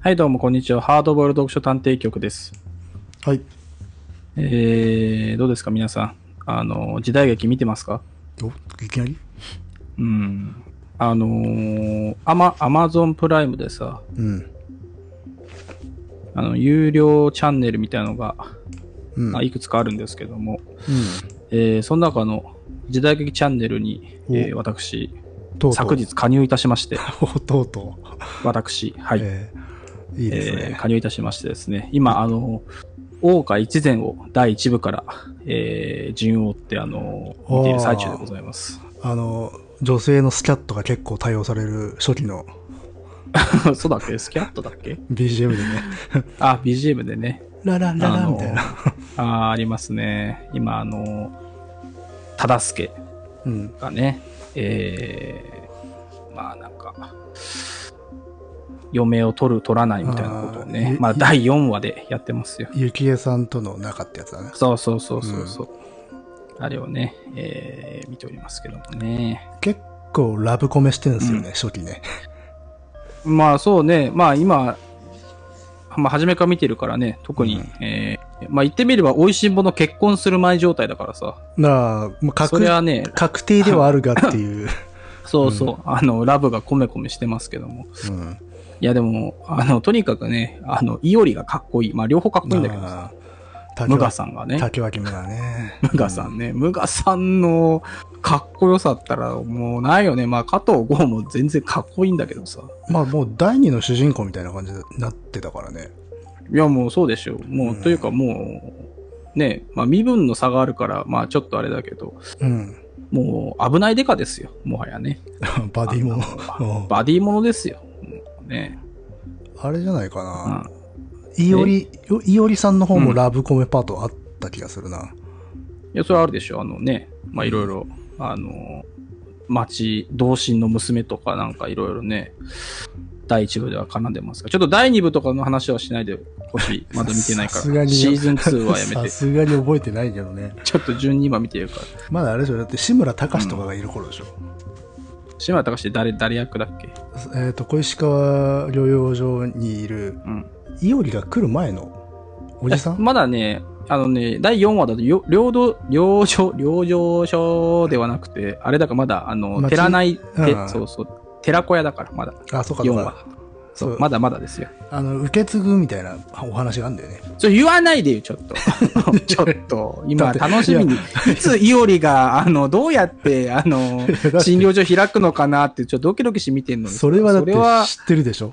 はい、どうも、こんにちは。ハードボール読書探偵局です。はい。えー、どうですか、皆さん。あの、時代劇見てますかおいきなりうん。あのー、アマ、アマゾンプライムでさ、うん。あの、有料チャンネルみたいなのが、うん。あいくつかあるんですけども、うん。えー、その中の時代劇チャンネルに、おえー私、とうとう。昨。日加入いたしまして、お とうとう。私、はい、えーいいですえーね。加入いたしましてですね、今、あの、大岡一善を第一部から、えー、順を追って、あの、見ている最中でございます。あの、女性のスキャットが結構対応される初期の そうだっけスキャットだっけ BGM でね。 あ、BGM でね。ラララあラのみたいな。あーありますね。今、あの、忠助うん。がね、えー、まあなんか、嫁を取る、取らないみたいなことをねあ、ーまあい第4話でやってますよ。ゆきえさんとの仲ってやつだね。そうそうそうそうそう。あれをね、えー見ておりますけどもね。結構ラブコメしてんすよね、初期ね。まあそうね、まあ今、まあ初めから見てるからね、特に、えーまあ言ってみれば、美味しんぼの結婚する前状態だからさ、なあ、まあ、そ確れはね、確定ではあるがっ ていう。そうそう、あの、ラブがコメコメしてますけども。うん。いやでも、あの、とにかくね、あの、イオリがかっこいい。まあ両方かっこいいんだけどさ、あムガさんがね、竹脇ム ガね。ムガさんね、ムガさんのかっこよさったらもうないよね。まあ加藤剛も全然かっこいいんだけどさ。まあもう第二の主人公みたいな感じになってたからね。いやもうそうでしょう。もう、うんというかもう、ね、まあ身分の差があるから、まあちょっとあれだけど、うん。 もう危ないデカですよ、もはやね。バディもあの。うんバディものですよ。うんね。あれじゃないかうな。んいおり、いおりさんの方もラブコメパートあった気がするな。いや、それはあるでしょ。あのね、まあ、いろいろ、あの、町、同心の娘とかなんかいろいろね、第1部では絡んでますが、ちょっと第2部とかの話はしないでほ しい。まだ見てないかさすがら。にシーズン2はやめさて。すがに覚えてないけどね。ちょっと順に今見てるから。まだあれでしょ、だって志村隆とかがいる頃でしょ。島田隆史って誰、誰役だっけえっ、と、小石川療養所にいる、うん。いおりが来る前のおじさん、まだね、あのね、第4話だと、よ領土、領所、領上所ではなくて、あれだからまだ、あの、町寺内、てうんそうそう、寺小屋だから、まだ、あ、そうか、 4そう話か。。そそうう、まだまだですよ。あの、受け継ぐみたいなお話があるんだよね。それ言わないでよ、ちょっ と。ちょっと、だ今、って楽しみに。いつ、いおりが、あの、どうやって、あ の、って診療所開くのかなって、ちょっとドキドキして見てんのに。それはだってそれは、知ってるでしょ。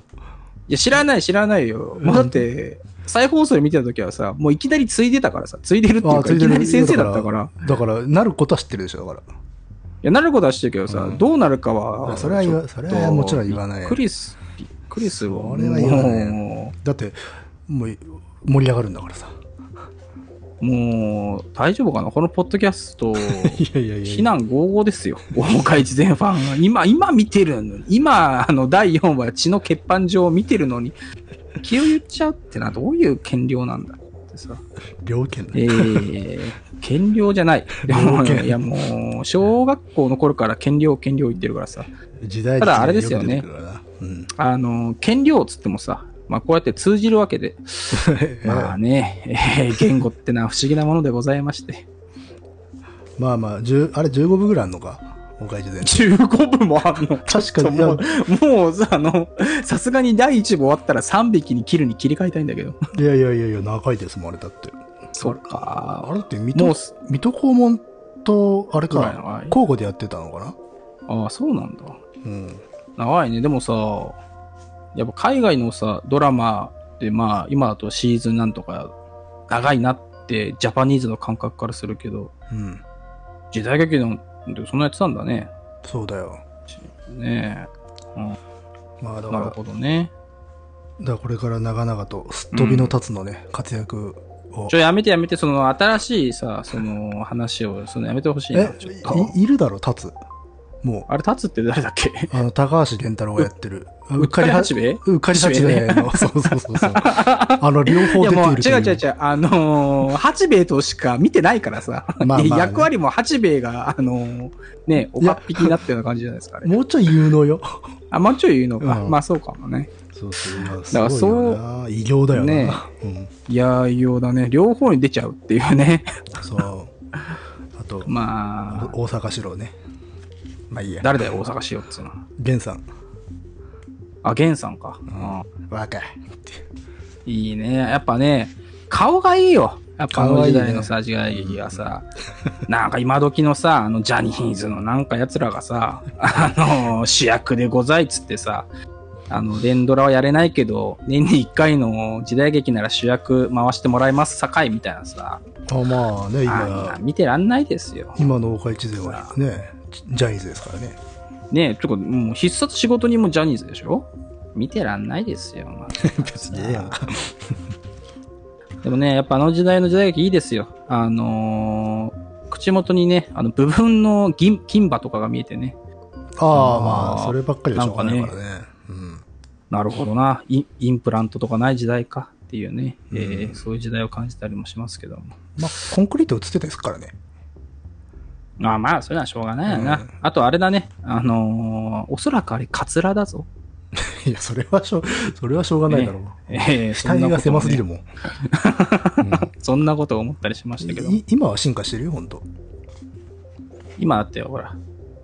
いや、知らない、知らないよ。もうだって、再放送で見てた時はさ、もういきなりついでたからさ、ついでるっていうか、いきなり先生だったから。。だから、なることは知ってるでしょ、だから。いや、なることは知ってるけどさ、うんどうなるかは。あそれは言わちょっとそれはもちろん言わないびっくりす、びっくりするわ。それは言わないもだって、もう盛り上がるんだからさ。う、もう、大丈夫かなこのポッドキャス ト、いやいやいや非難合々ですよ。大岡一全ファンは。今、今見てるのに、今、あの、第4話、血の欠板状を見てるのに、気を言っちゃうってのはどういう権量なんだってさ。両県だえ ー、権量じゃない。いやも了う見いや、もう、小学校の頃から権量、権量言ってるからさ。時代ただあれですよねく出てくるからなうん。あの、権量っつってもさ、まあ、こうやって通じるわけで、まあね、えー言語ってのは不思議なものでございまして。 まあまあ、10あれ15部ぐらいあんのか、おかえで。 15部もあんの確かにもう、もうさ、あの、さすがに第1部終わったら3匹に切るに切り替えたいんだけど。いやいやいやいや、長いですもん、あれだって。そうあか。れだって水戸、もう水、戸黄門と、あれぐらいか長い、交互でやってたのかなああ、そうなんだ。うん。長いね。でもさ、やっぱ海外のさ、ドラマって、まあ、今だとシーズンなんとか、長いなって、ジャパニーズの感覚からするけど、うん。時代劇の、そんなやってたんだね。そうだよ。ねえ。うんまあだなから、るだかほどね。らこれから長々と、すっ飛びの立つのね、活躍をちょ、。やめてやめて、その新しいさ、その話を、そのやめてほしいな、えちょっと。、いいるだろ、立つ。もあれ、立つって誰だっけう、あの、高橋源太郎がやってる。うっかり八兵衛うっかり八兵衛の、 そうそうそうそう。あの、両方い出やているもうと違いう違う違う、あのー、八兵衛としか見てないからさ、あまあねで 役割も八兵衛が、あのーね、おかっぴきになったような感じじゃないですか、あれ。もうちょい有能よ。あ、まあちょい言うのか、うんまあそうかもね。そうそう、まあ、すからごいよな。偉業だよな。ねうん。いやー、異様だね。両方に出ちゃうっていうね。 そう。あと、まあ、大阪四郎ね。まあいいや。誰だよ、大阪しようっつうのは。源さん。あ、ゲンさんか。うん若い。っていいね。やっぱね、顔がいいよ。やっぱあの顔がい時いね代のさ、時代劇がさ、なんか今時のさ、あのジャニーズのなんか奴らがさ、あの、主役でございっつってさ、あの、連ドラはやれないけど、年に1回の時代劇なら主役回してもらいますさかいみたいなさ、あ、まあね、あん今な、見てらんないですよ。今の大岡一善はね、ジャニーズですからね。ねえ、ちょっともう必殺仕事にもジャニーズでしょ見てらんないですよ。まあ 別にええ やんか。でもね、やっぱあの時代の時代劇いいですよ。あのー口元にね、あの部分の銀金歯とかが見えてね、ああ、あまーあ、そればっかりはしょうがないからね。うん。なるほどな、インインプラントとかない時代かっていうね、えーうんそういう時代を感じたりもしますけども。まあ、コンクリート映ってたですからね。まあまあ、それはしょうがないよな。うんあとあれだね、あのーおそらくあれ、カツラだぞ。いや、それはしょう、それはしょうがないだろう。えー、期そん待がなことね狭すぎるもん。そんなことを 思ったりしましたけども、い今は進化してるよ、本当。今だってよ、ほら、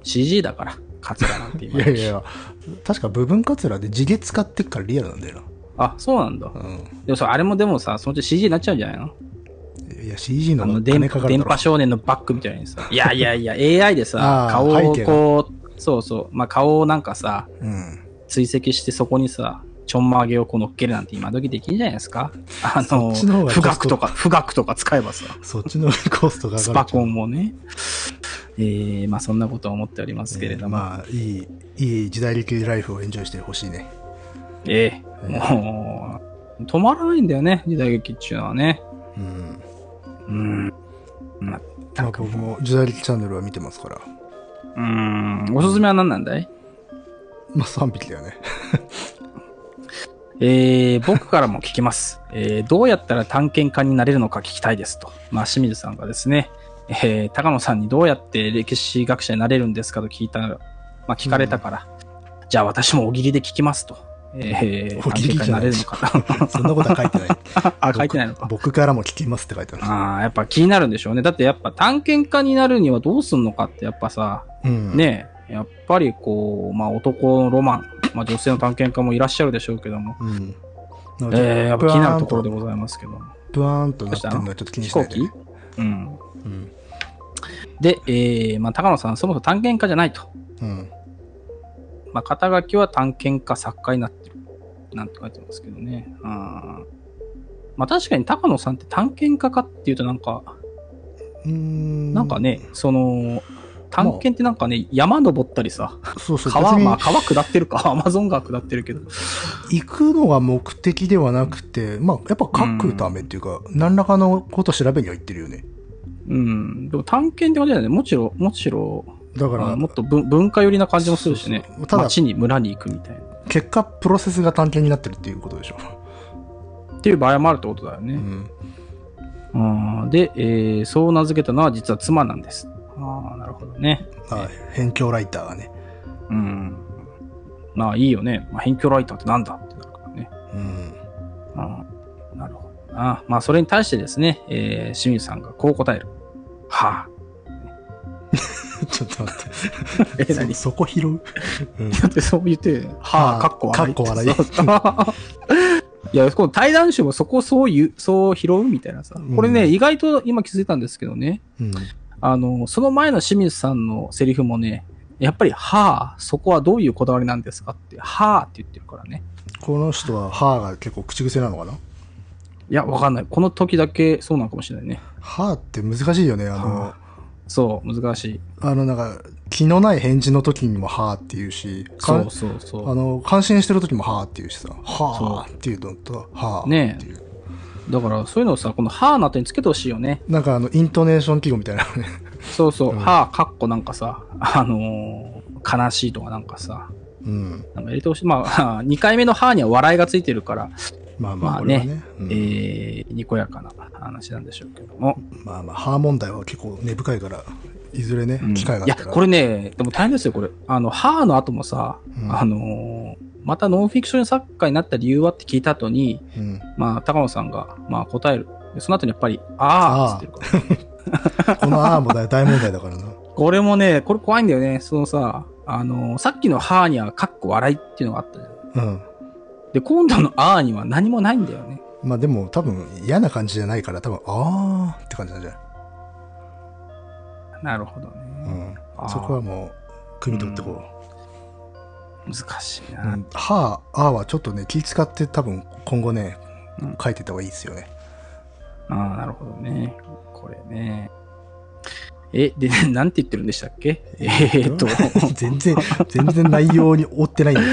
CG だから、カツラなんてい今。やいやいや、確か部分カツラで地毛使ってっからリアルなんだよあ、そうなんだ。な。うん。でもそれあれもでもさ、そのうち CG になっちゃうんじゃないのいや、CG のあ方のが電金かかる電だろ波。少年のバックみたいに さ、いやいやいや、AI でさあ、ー顔背を景がこう、そうそう、まあ、顔をなんかさ、うん。追跡してそこにさ、ちょんまげをこう乗っけるなんて今時できんじゃないですかあの、そっちの方が富額とか、富額とか使えばさ、そっちのコストが上がる。スパコンもね。えー、まあそんなことは思っておりますけれども、まあ、いい、いい時代劇ライフをエンジョイしてほしいね。ええもう、止まらないんだよね、時代劇っていうのはね。うん。うん。まあなんか僕も時代劇チャンネルは見てますから。うん、おすすめは何なんだいまあ、3匹だよ ね。えー、僕からも聞きます、えーどうやったら探検家になれるのか聞きたいですと。まあ、清水さんがですね、えー高野さんにどうやって歴史学者になれるんですかと聞いた、まあ、聞かれたから、じゃあ私もおぎりで聞きますと。えー、 お探ぎり検家にじゃなないれるのかと。そんなことは書いてない。 あ、書いてないのか僕。僕からも聞きますって書いてある。ああ、やっぱ気になるんでしょうね。だってやっぱ探検家になるにはどうすんのかってやっぱさ、うん。。ねえ、やっぱりこう、まあ男のロマン、まあ女性の探検家もいらっしゃるでしょうけども、うん。えー、やっぱ気になるところでも。ございますけども。ブワーンとなってるのはちょっと気に飛しな行いで、機ね。うん。うん。で、えーまあ、高野さん、そもそも探検家じゃないと。うん。まあ、肩書きは探検家、作家になってる。なんて書いてますけどね。あーまあ、確かに高野さんって探検家かっていうと、なんか、うーん。なんかね、その、探検ってなんかね、山登ったりさ、そうそう、川、別にまあ、川下ってるか、 アマゾン川下ってるけど。行くのが目的ではなくて、まあ、やっぱ書くためっていうか、何らかのこと調べには行ってるよね。うん。でも探検って感じだよね。もちろん、もちろん、だかあら、のもっと文文化寄りな感じもするしねそうそ。うただ町に村に行くみたいな。結果、プロセスが探検になってるっていうことでしょ。っていう場合もあるってことだよね。うん。あーで、えーそう名付けたのは実は妻なんです。ああ、なるほどね。はい。辺境ライターがね。うん。まあいいよね。まあ、辺境ライターってなんだってなるからね。うん。 あーなるほどな。まあそれに対してですね、えー清水さんがこう答える。はあ。ちょっと待っえて。 何そそこ拾う、 うん、だってそう言って、はあ、はあかっこ笑い。かっこ笑いそうそう いや、この対談集もそこをそう言う、そう拾うみたいなさ。これね、うん意外と今気づいたんですけどね。うん。あの、その前の清水さんのセリフもね、やっぱり、はあ、そこはどういうこだわりなんですかって、はあって言ってるからね。この人は歯が結構口癖なのかないや、わかんない。この時だけそうなのかもしれないね。歯って難しいよね。あのは、そう、難しい。あの、なんか、気のない返事の時にも歯って言うし、そかうそうそあう。の、感心してる時も歯って言うしさ、歯っていうのと、歯っていう。だから、そういうのをさ、このはあの後につけてほしいよね。なんかあの、イントネーション記号みたいなのね。 そうそう、うんはあ、かっこなんかさ、あのー悲しいとかなんかさ、うん。なんか入れてほしい。まあ、2回目 のはあには笑いがついてるから、まあままあ、あこれはね、ね。うんえー、にこやかな話なんでしょうけども。まあまあ、歯問題は結構根深いから、いずれね、機会があいっや、たら。これね、でも大変ですよ、これ。あの、ハーの後もさ、うんあのーまたノンフィクション作家になった理由はって聞いた後に、うん。まあ、高野さんが、まあ、答える。でその後にやっぱり、あーっつってるから。このアーもだ大問題だからな。これもね、これ怖いんだよね。そのさ、あの、さっきのハーにはかっこ笑いっていうのがあったじゃん。うん。で、今度のあーには何もないんだよね。まあでも多分嫌な感じじゃないから多分あーって感じなんじゃないなるほどね。うあーん。そこはもう、汲み取ってこ。難しいうな。うん。はあ、あーはちょっとね、気使って多分今後ねうん、書いてった方がいいですよね。ああ、なるほどね。これね。え、で、なんて言ってるんでしたっけ えーっと、 全然、全然内容に追ってないんだよ。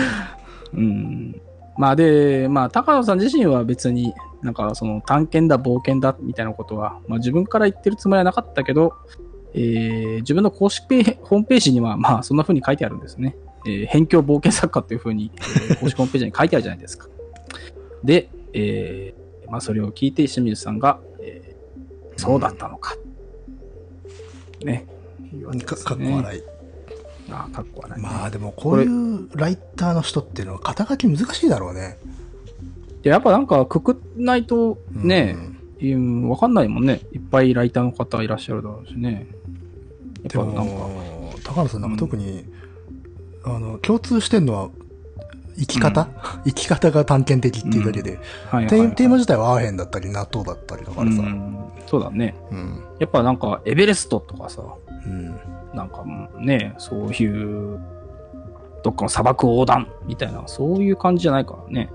うん。まあで、まあ、高野さん自身は別に、なんかその探検だ、冒険だ、みたいなことは、まあ自分から言ってるつもりはなかったけど、えー自分の公式ページホームページには、まあそんな風に書いてあるんですね。えー、辺境冒険作家という風に、えー公式ホームページに書いてあるじゃないですか。で、えーまあそれを聞いて清水さんが、えーそうだったのか。ね。いうわけかですねかっこ笑い。あーかっこ笑いね。まあでもこういうライターの人っていうのは肩書き難しいだろうね。でやっぱなんかくくんないとね、うんうん、わかんないもんね。いっぱいライターの方いらっしゃるだろうしね。やっでぱなんか、も、高野さんなんか特に、あの、共通してんのは、生き方、生き方が探検的っていうだけで、はいテはいはーいテーマ自体はアーヘンだったり、納豆だったりだからさ。ううん。んそうだね。うん。やっぱなんか、エベレストとかさ、なんかね、そういう、どっかの砂漠横断みたいな、そういう感じじゃないからね。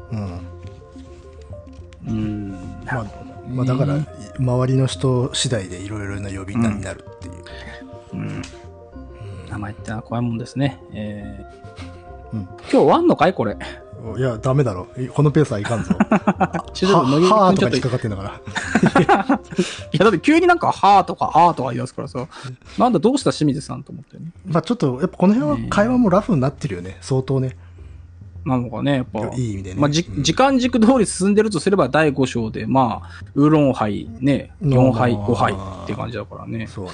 ううん。ん。まあ、まあ、だから、周りの人次第でいろいろな呼び名になるっていう。うん、名前ってのは怖いもんですね。えーうん今日終わんのかいこれ。おいや、ダメだろ。このペースはいかんぞ。 ちょっはと、乃木はくーんちょっとかにと引っかかってんだから。いや、だって急になんか、はーとか、あーとか言い出すからさ、なんだ、どうした清水さんと思ってね。まあちょっと、やっぱこの辺は会話もラフになってるよね。相当ね。なのかね、やっぱ。いい意味でね。まあ、じうん時間軸通り進んでるとすれば、第5章で、まあ、ウーロン杯、ね、4杯、うん5杯って感じだからね。そうね。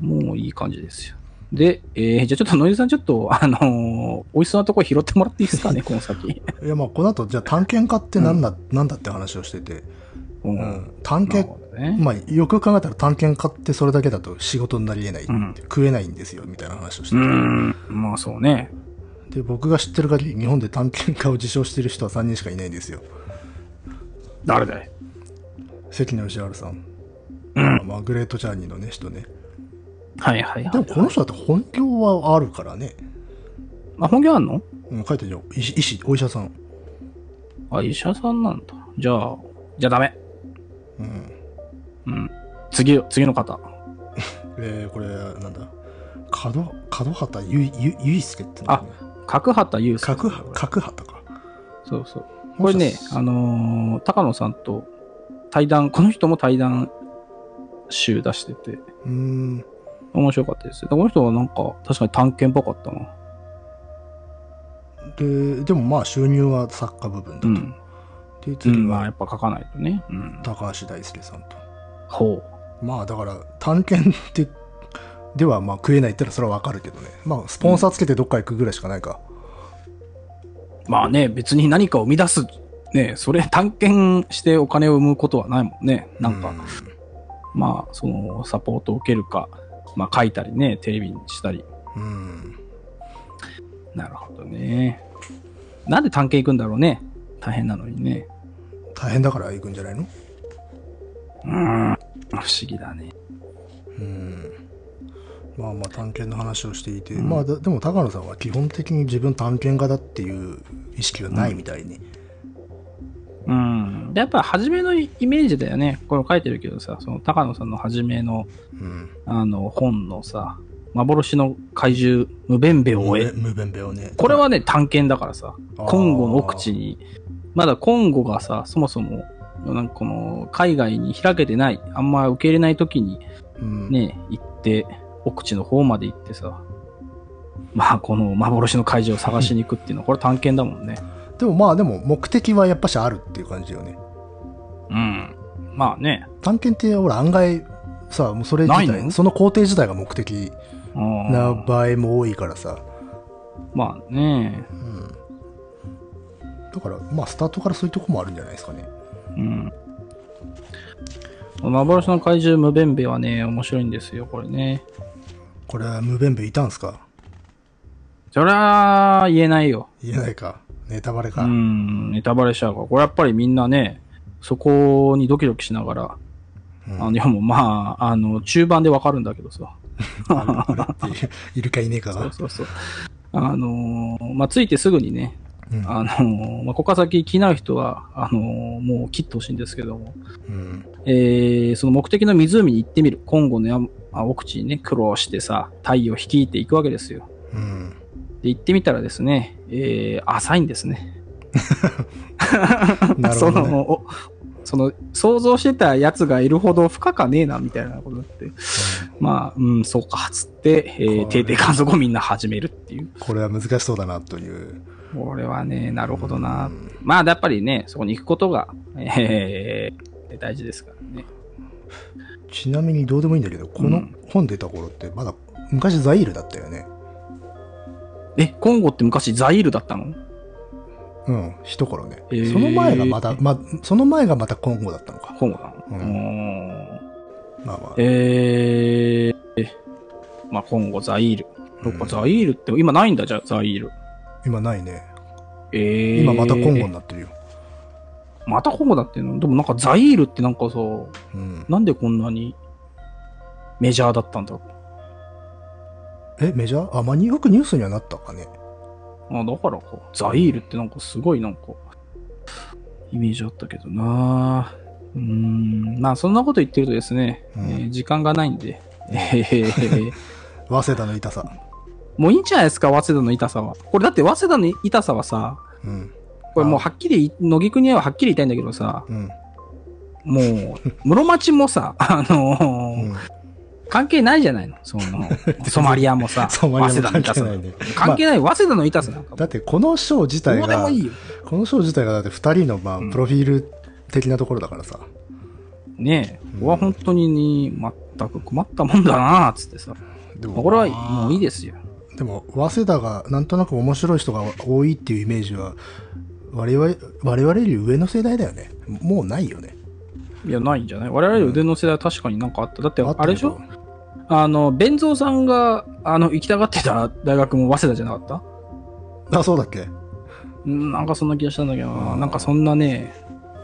もういい感じですよ。で、えー、じゃあちょっと、ノイズさん、ちょっと、あのー、美味しそうなとこ拾ってもらっていいです かね、この先。いやまあこの後じゃあ探検家ってなんだ、なんだって話をしてて、う。うんん、探なる検ほどね。まあよく考えたら探検家ってそれだけだと仕事になり得ない、うん食えないんですよみたいな話をしうてーて、ん、まあそうね。で僕が知ってる限り日本で探検家を自称してる人は3人しかいないんですよ誰だい関野義治さん、まあ、グレートジャーニーのね人ねはいはいはい。でもこの人だって本業はあるからね、あ、本業あんのうん、書いてるじゃん医師医師お医者さん、あ、医者さんなんだ。じゃあ、じゃあダメ。うんうん。次、次の方。えー、これなんだ角角畑ゆいゆいゆいすけってなんだね角畑優介。角は角畑かそうそう。これね、あのー高野さんと対談、この人も対談集出してて、うーん面白かったですよ。この人はなんか、確かに探検っぽかったな。ででもまあ収入は作家部分だと、うん。でう次ん、まあ、やはっぱ書かないとね。うん。高橋大輔さんと、ほまあだから探検ってではまあ食えないってのはそれはわかるけどねまあスポンサーつけてどっか行くぐらいしかないか、う。まあね、別に何かを生み出す、ね、それ探検してお金を生むことはないもんね。なんか、うまあ、その、サポートを受けるか、まあ書いたりね、テレビにしたり。うんなるほどね。なんで探検行くんだろうね。大変なのにね。大変だから行くんじゃないのうん。不思議だね。うんまあまあ探検の話をしていて、んまあだでも高野さんは基本的に自分探検家だっていう意識はないみたいに、うん、でやっぱ初めのイメージだよね。これ書いてるけどさ、その高野さんの初めのうんあの本のさ、幻の怪獣、無弁兵衛を追え。無弁べをねこれはね、探検だからさ、あーコンゴの奥地に、まだコンゴがさ、そもそも、なんかこの海外に開けてない、あんま受け入れない時にうんね、行って、奥地の方まで行ってさ、まあこの幻の怪獣を探しに行くっていうのは、これ探検だもんね。でもまあでも目的はやっぱしあるっていう感じよねうん。まあね。探検ってほら案外さもうそれ自ないの体その工程自体が目的うんな場合も多いからさ、まあねうんだから、まあ、スタートからそういうとこもあるんじゃないですかね。うん。幻の怪獣ムベンベはね、面白いんですよ、これね。これはムベンベいたんすかそりゃあ、言えないよ。言えないか。ネタバレうか。ん、ネタバレしちゃうから。これやっぱりみんなね、そこにドキドキしながら、うんあの、いやもうまあ、あの、中盤でわかるんだけどさ。あれあれっていういるかいねえかそうが。そうそう。あのーまあ、ついてすぐにね、うんあのーまあ、ここから先気になる人は、あのーもう切ってほしいんですけども、うん。えーその目的の湖に行ってみる。今後の山あ奥地にね、苦労してさ、太陽を率いていくわけですよ。うん。で、行ってみたらですね、えー浅いんですね。な るそほの、どね。おその、想像してたやつがいるほど深かねえな、みたいなことになって。まあ、うん、そうか、つって、えー、これ定点観測をみんな始めるっていう。これは難しそうだなという。これはね、なるほどなう。んまあ、やっぱりね、そこに行くことが、えー大事ですからね。ちなみにどうでもいいんだけど、このうん本出た頃って、まだ昔ザイールだったよね。え、コンゴって昔ザイールだったのうん、一頃ね。へーその前がまだ、ま、その前がまたコンゴだったのか。コンゴなの、ううーまあまあん、えー、まあ、コンゴ、ザイール。そっかうんザイールって、今ないんだ、じゃあ、ザイール。今ないね。えー、今またコンゴになってるよ。またコンゴだってんのでもなんかザイールってなんかさ、うん。なんでこんなにメジャーだったんだろえ、メジャーあ、まあ、よくニュースにはなったかね。う。あだからか。ザイールってなんかすごいなんか、イメージあったけどなうーん。まあそんなこと言ってるとですね、うんえー時間がないんで、えー早稲田の痛さ。もういいんじゃないですか、早稲田の痛さは。これだって早稲田の痛さはさ、うん。これもうはっきり、乃木国ははっきり言いたいんだけどさ、うん。もう、 室町もさ、あのーうん。関係ないじゃないの。 その、ソマリアもさ、そう、マリアも早稲田の関痛係さないね。関係ない、早稲田の痛さなんかもだってこの章自体どうでがもいいよ。この章自体がだって2人のまあうんプロフィール的なところだからさ、ねえう、んここは本当に全く困ったもんだなぁ、つってさ。でもこれはもういいですよ。でも早稲田がなんとなく面白い人が多いっていうイメージは我々我々より上の世代だよねもうないよねいや、ないんじゃない我々より腕の世代は確かになんかあった。だって、あったあれでしょあの、ベンゾーさんが、あの、行きたがってた大学も早稲田じゃなかったあそうだっけうんなんかそんな気がしたんだけどな、うんなんかそんなね、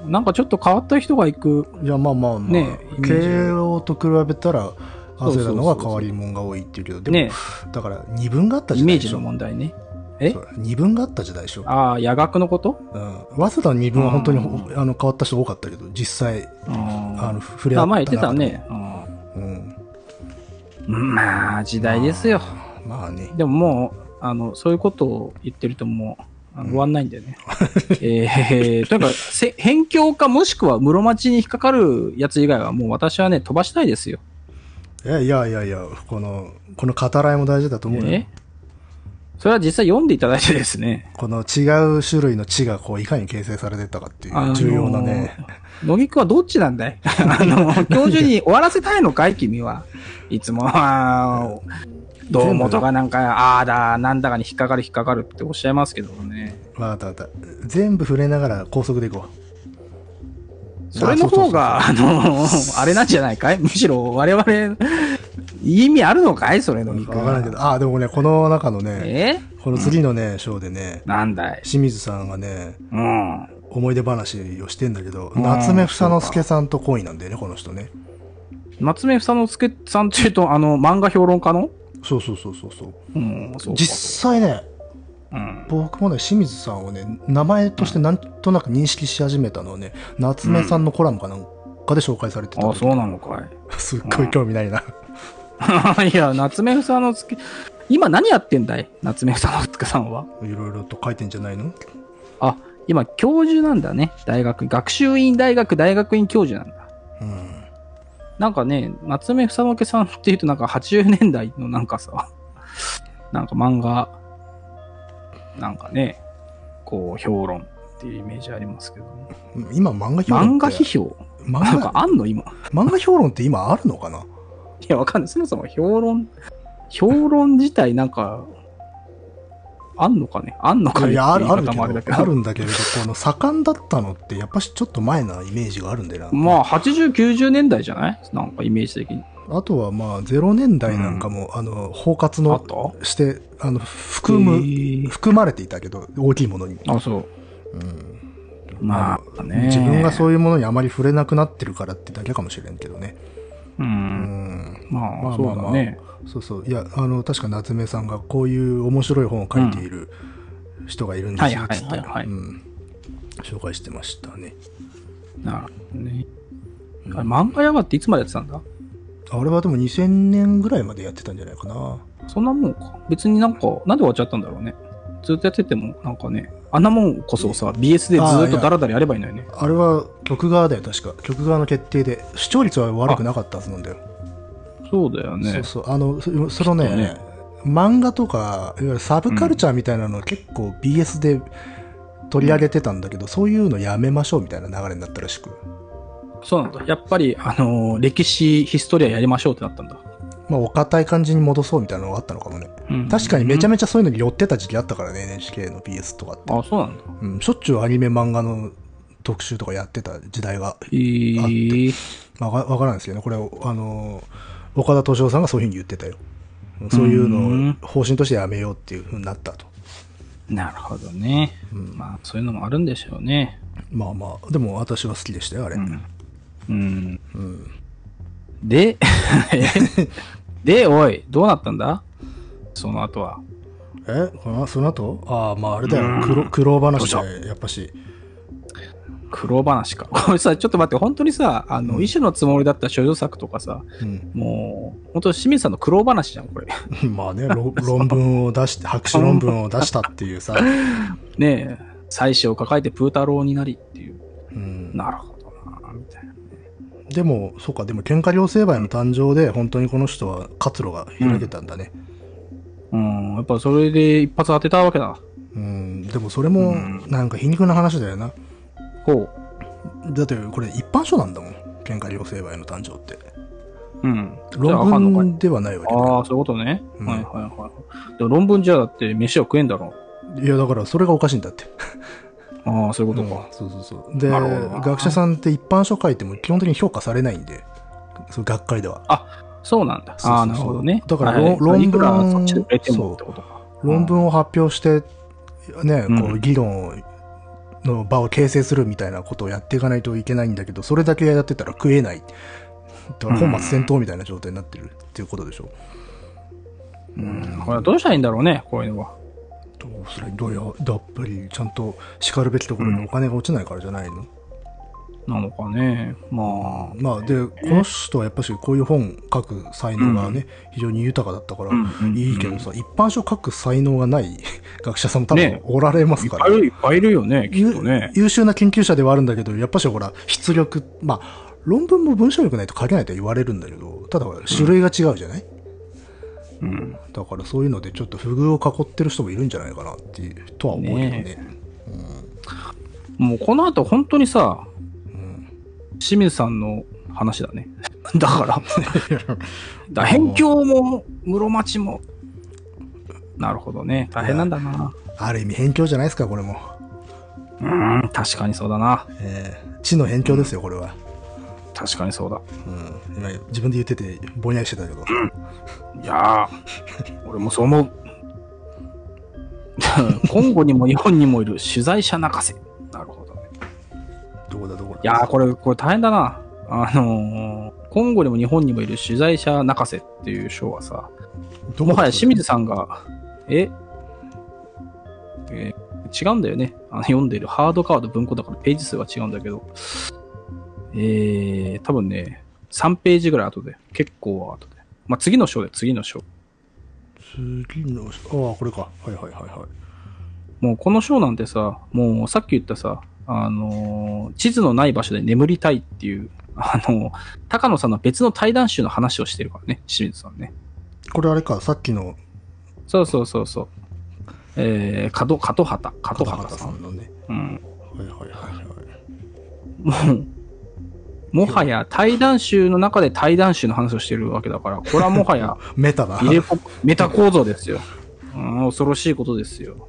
なんかちょっと変わった人が行く。じゃあまあまあまあ、ねえイメージ慶応と比べたらそ早うそうそう稲田の方が変わり者が多いっていうけどでも、ねだから二分があったイ時メー代でジしのょ問題ね。えそう二分があった時代でしょああ、夜学のことうん早稲田の二分は本当にほうあの変わった人多かったけど実際ああのの触れ合あった前言ってた中でね。うんうん、まあ、時代ですよ。まあね。でももう、あの、そういうことを言ってるともう、あの終わんないんだよね。えー、とにかく、せ辺境かもしくは室町に引っかかるやつ以外はもう私はね、飛ばしたいですよ。いやいやいやいや、この、この語らいも大事だと思うよえ。それは実際読んでいただいてですね、この違う種類の地がこういかに形成されてったかっていあのう重要なね。乃木くんはどっちなんだい あの、今日中に終わらせたいのかい君は。いつもは、どうもとかなんか、ああだ、なんだかに引っかかる引っかかるっておっしゃいますけどもね。わかったわかった。全部触れながら高速でいこう。それの方が、あ。あの、あれなんじゃないかいむしろ我々、意味あるのかいそれのそうみそうそうわからんけど、あ、でもね、この中のね、えこの次のね、章でね、なんだい清水さんがね、うん。思い出話をしてんだけど、うん夏目房之助さんと恋なんだよね、この人ね。夏目房之助さんっていうと、あの、漫画評論家のそうそうそうそうそう。うん、そうか。実際ね、うん。僕もね清水さんをね名前としてなんとなく認識し始めたのをね夏目さんのコラムかなんかで紹介されてたあ、時、そうなのか すっごい興味ないな、 い。いや、夏目房之助、今何やってんだい夏目房之助さんは。いろいろと書いてんじゃないのあ、今、教授なんだね。大学、学習院大学大学院教授なんだ。うんなんかね、夏目房之助さんっていうとなんか80年代のなんかさ、なんか漫画、なんかね、こう評論っていうイメージありますけど、今漫画評漫論画って批評漫なん画かあんの今。漫画評論って今あるのかないや、わかんない。そもそも評論、評論自体なんか、あんのかねあんのかねいや、ある、あるけもあれだけど、どあるんだけれど、この盛んだったのって、やっぱしちょっと前なイメージがあるんだよな。まあ、80、90年代じゃないなんかイメージ的に。あとはまあ、0年代なんかも、あの、包括のあとして、あの、含へむ、ー含まれていたけど、大きいものに。あ、そう。まあね。自分がそうういうものにあまり触れなくなってるからってだけかもしれんけどね。う。うんん。まあ、まあそまあうまあだね。そうそう。いや、あの、確か夏目さんがこういう面白い本を書いている人がいるんですよ、はいつっはていはいはいうん紹介してましたね。なるほどね。あれ漫画やがっていつまでやってたんだあれはでも2000年ぐらいまでやってたんじゃないかな。そんなもんか。別になんか、なんで終わっちゃったんだろうね。ずっとやってても、なんかね、あんなもんこそさ、BS でずーっとダラダラやればいいのよね。あれは曲側だよ、確か。曲側の決定で。視聴率は悪くなかったはずなんだよ。そうだよね。そうそう。あの、そそのねきっとね漫画とか、いわゆるサブカルチャーみたいなのを結構 BS で取り上げてたんだけど、そういうのやめましょうみたいな流れになったらしく。そうなんだ。やっぱり、あのー歴史、ヒストリアやりましょうってなったんだ。まあ、お堅い感じに戻そうみたいなのがあったのかもね。うん確かにめちゃめちゃそういうのに寄ってた時期あったからね、NHK の BS とかって。あ、そうなんだ。うん、しょっちゅうアニメ漫画の特集とかやってた時代がえー、まあ、わわからないですけどね、これ、あの、岡田敏夫さんがそういうふうに言ってたよ。そういうのを方針としてやめようっていうふうになったと。なるほどね。まあ、そういうのもあるんでしょうね。まあまあ、でも私は好きでしたよ、あれ。うん。で、 で、おい、どうなったんだその後は。えこのその後ああ、まああれだよ、苦労苦労話どうで、やっぱし。苦労話か。 これさ、ちょっと待って、本当にさ、あの、一種のつもりだった少女作とかさ、うん、 もう、本当清水さんの苦労話じゃん、これ。 まあね、ろ論文を出して、博士論文を出したってい うさ。ねえ、妻子を抱えてプータローになりっていう。うん、なるほどな、みたいな。でも、そうか、でも、喧嘩両成敗の誕生で、本当にこの人は活路が開けたんだね。うん、やっぱそれで一発当てたわけだ。うん、でもそれも、なんか皮肉な話だよな。ほう。だってこれ一般書なんだもん喧嘩両成敗の誕生ってうん。じゃああかん論のかい文ではないわけああ、そういうことね。うんはいはいはい。でも論文じゃだって飯は食えんだろだいやだからそれがおかしいんだってああ、そういうこうとんか。そうそうそうでなるほどな学者さんって一般書書いても基本的に評価されないんでその学会ではそうなんだ。そうそうそうああ、なるほどね。だからはいはい論いくら論文そっちで売れてもってことか。論文を発表してねうんこう議論をの場を形成するみたいなことをやっていかないといけないんだけどそれだけやってたら食えないだから本末転倒みたいな状態になってるっていうことでしょうん。これはどうしたらいいんだろうね、こういうのは。どうすればいいのやっぱりちゃんと叱るべきところにお金が落ちないからじゃないの、なのかね。まあ。まあでこの人はやっぱしこういう本書く才能がね、非常に豊かだったからうんいいけどさ、一般書書く才能がない 学者さんも多分ねおられますいっかぱら、いいるいっぱいいるよね、きっゆとね。優秀な研究者ではあるんだけどやっぱしほら出力まあ論文も文章力ないと書けないと言われるんだけどただほら種類が違うじゃない、うん。だからそういうのでちょっと不遇を囲ってる人もいるんじゃないかなっていうとは思うけどねねもうこの後本当にさ、清水さんの話だね。 だ から、だ辺境も室町も。なるほどね。大変なんだな。ある意味辺境じゃないですかこれも、うん、確かにそうだな。えー地の辺境ですよこれは、確かにそうだ。うん、今自分で言っててぼんやりしてたけど、いやー、俺もそう 思う。今後にも日本にもいる取材者泣かせ。なるほどね。どこだどこいだやー、これ、これ大変だな。あのー、今後にも日本にもいる取材者泣かせっていう章はさ、どもはやそ清れ水さんが、ええー違うんだよね。あの読んでいるハードカード文庫だからページ数が違うんだけど、えー、多分ね、3ページぐらい後で、結構後で。まあ、次の章で次の章。次のああこれかはいはいはいはいもうこの章なんてさ、もうさっき言ったさ、あのー地図のない場所で眠りたいっていう、あのー高野さんの別の対談集の話をしてるからね、清水さんね。これあれかさっきのそうそうそうそう。えー、角、角畑、角片畑畑ささん。んのねうん。はいはいはいはいもう、もはや対談集の中で対談 集の話をしてるわけだから、これはもはやメタだ入れこ、メタ構造ですよ。うん、恐ろしいことですよ。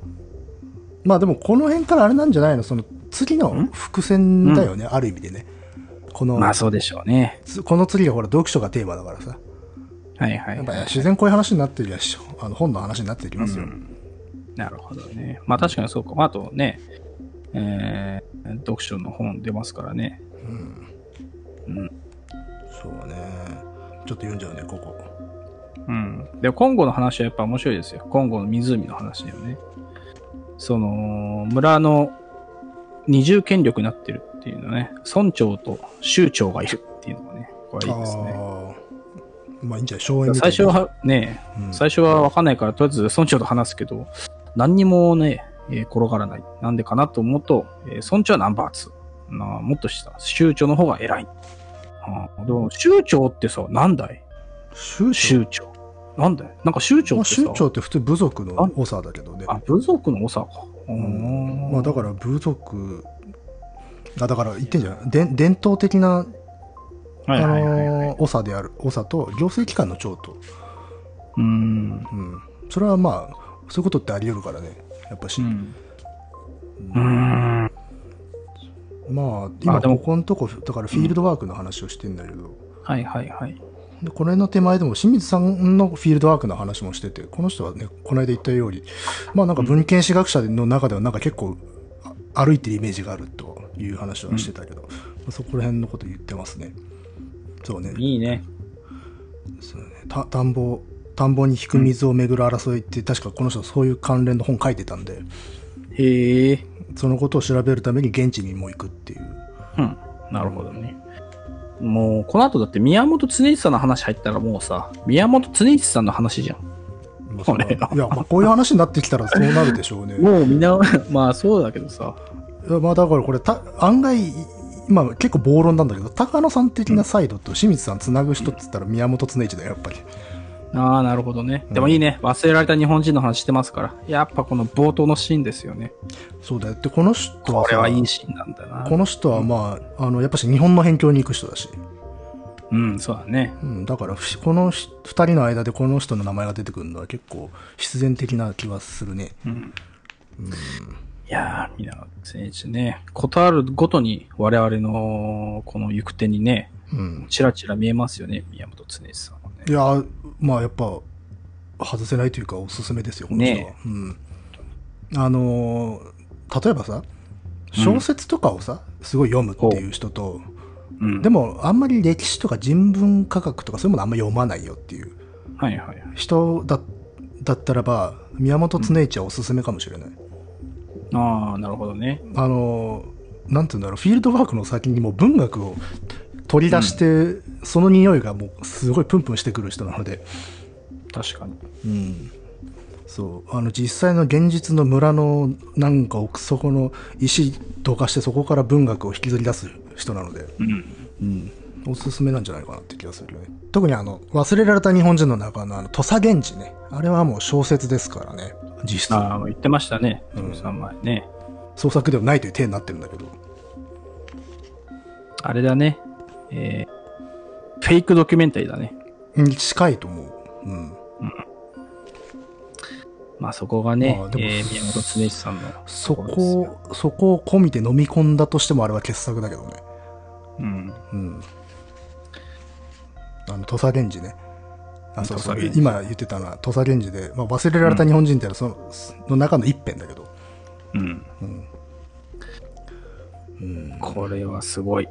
まあでもこの辺からあれなんじゃないのその次の伏線だよね、ある意味でね。この、まあそうでしょうね。つこの次がほら読書がテーマだからさ。はいはい、やっはぱい。り自然こういう話になってるやし、あの本の話になってきますよ。なるほどね。まあ確かにそうか。まああとね、えー読書の本出ますからね。そうね。ちょっと読んじゃうね、ここ。うん。で、コンゴの話はやっぱ面白いですよ。コンゴの湖の話だよね。その、村の二重権力になってるっていうのはね、村長と州長がいるっていうのがね、これはいいですね。ああ。まあいいんじゃない荘園みたい最な初は、ね、うん最初は分かんないから、とりあえず村長と話すけど、何にもね、えー転がらない。なんでかなと思うと、えー村長はナンバー2。なあもっと下。州長の方が偉い。ああでも、州長ってさ、なんだい州長州長。なんだいなんか州長まっあてさ、州長って普通部族の長だけどね。あ、部族の長か。うんままあだから部族、あだから言ってんじゃないで伝統的な、ら、はいはいはいはいあの長である長と行政機関の長と、うん。うん、それはまあそういうことってあり得るからねやっぱし、うん。うん。まあまあ今でもここのとこだからフィールドワークの話をしてんだけど、はいはいはい。でこれの手前でも清水さんのフィールドワークの話もしててこの人はねこの間言ったようにまあなんか文献史学者の中ではなんか結構あ歩いてるイメージがあるという話はしてたけど、まあそこら辺のこと言ってますねそうねいいね。そうねた田んぼ田んぼに引く水をめぐる争いって、確かこの人はそういう関連の本書いてたんでへえ。そのことを調べるために現地にも行くっていううん。なるほどね。もう、この後だって宮本恒一さんの話入ったらもうさ、宮本恒一さんの話じゃん。まあこれそのいや、まあ、こういう話になってきたらそうなるでしょう ね。もうみんな、 まあそうだけどさ。いやまあ、だからこれ、た案外、まあ、結構暴論なんだけど、高野さん的なサイドと清水さんつなぐ人っつったら宮本恒一だよ、やっぱり。ああ、なるほどね。でもいいね。忘れられた日本人の話してますから。やっぱこの冒頭のシーンですよね。そうだよ。で、この人はこされはいいシーンなんだなこ。の人は、まあ、あの、やっぱし日本の辺境に行く人だし。うん、そうだね。うん、だから、ふこのひ二人の間でこの人の名前が出てくるのは結構必然的な気はするね。いやー、皆選手ね、ことあるごとに我々のこの行く手にね、うん。ちらちら見えますよね、宮本常一さんはね。いや、まあ、やっぱ、外せないというか、おすすめですよ、この人は。ねうん。あのー例えばさ、小説とかをさ、すごい読むっていう人と、うん。でも、あんまり歴史とか人文科学とかそういうものあんまり読まないよっていうはいはいはい。人だだったらば、宮本恒一はおすすめかもしれない。あー、なるほどね。あのーなんていうんだろう、フィールドワークの先にもう文学を取り出して、その匂いがもうすごいプンプンしてくる人なので、確かに。うん、そうあの実際の現実の村のなんか奥底の石どかしてそこから文学を引きずり出す人なので、うん。うん、おすすめなんじゃないかなって気がするよね特にあの忘れられた日本人の中のあの土佐源氏ねあれはもう小説ですからね実質あー、言ってましたね、うん13前ね。創作ではないという体になってるんだけどあれだね、えー、フェイクドキュメンタリーだね。うん近いと思う、うん、まあそこがねまあ、でもえー宮本常一さんのそとですよこそこを込みて飲み込んだとしてもあれは傑作だけどね、うん。うん、あの土佐源氏ねあそうそ土佐う源氏今言ってたのは土佐源氏で、まあ、忘れられた日本人っていうのはその,、の中の一辺だけど、 うん。うんうん、これはすごい。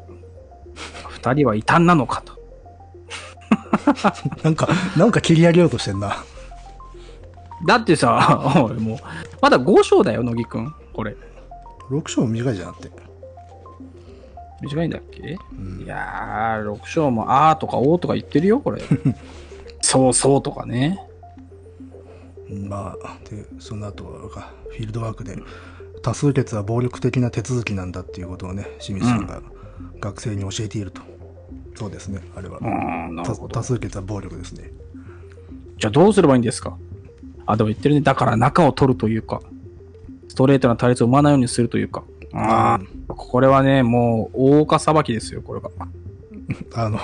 二人は異端なのかと。なんかなんか切り上げようとしてんなだってさ、 おいもう、まだ5章だよ、乃木くん。これ。 6章も短いじゃなくて短いんだっけ、んいやー、6章もあーとかおーとか言ってるよ、こ れ。そうそうとかね。まあでその後はあれかフィールドワークで多数決は暴力的な手続きなんだっていうことをね清水さんが学生に教えていると、そうですねあれは、うーん、なる多ほど多。数決は暴力ですねじゃあどうすればいいんですかあ、でも言ってるね。だから中を取るというか、ストレートな対立を生まないようにするというか。あーこれはね、もう、大岡裁きですよ、これが。あの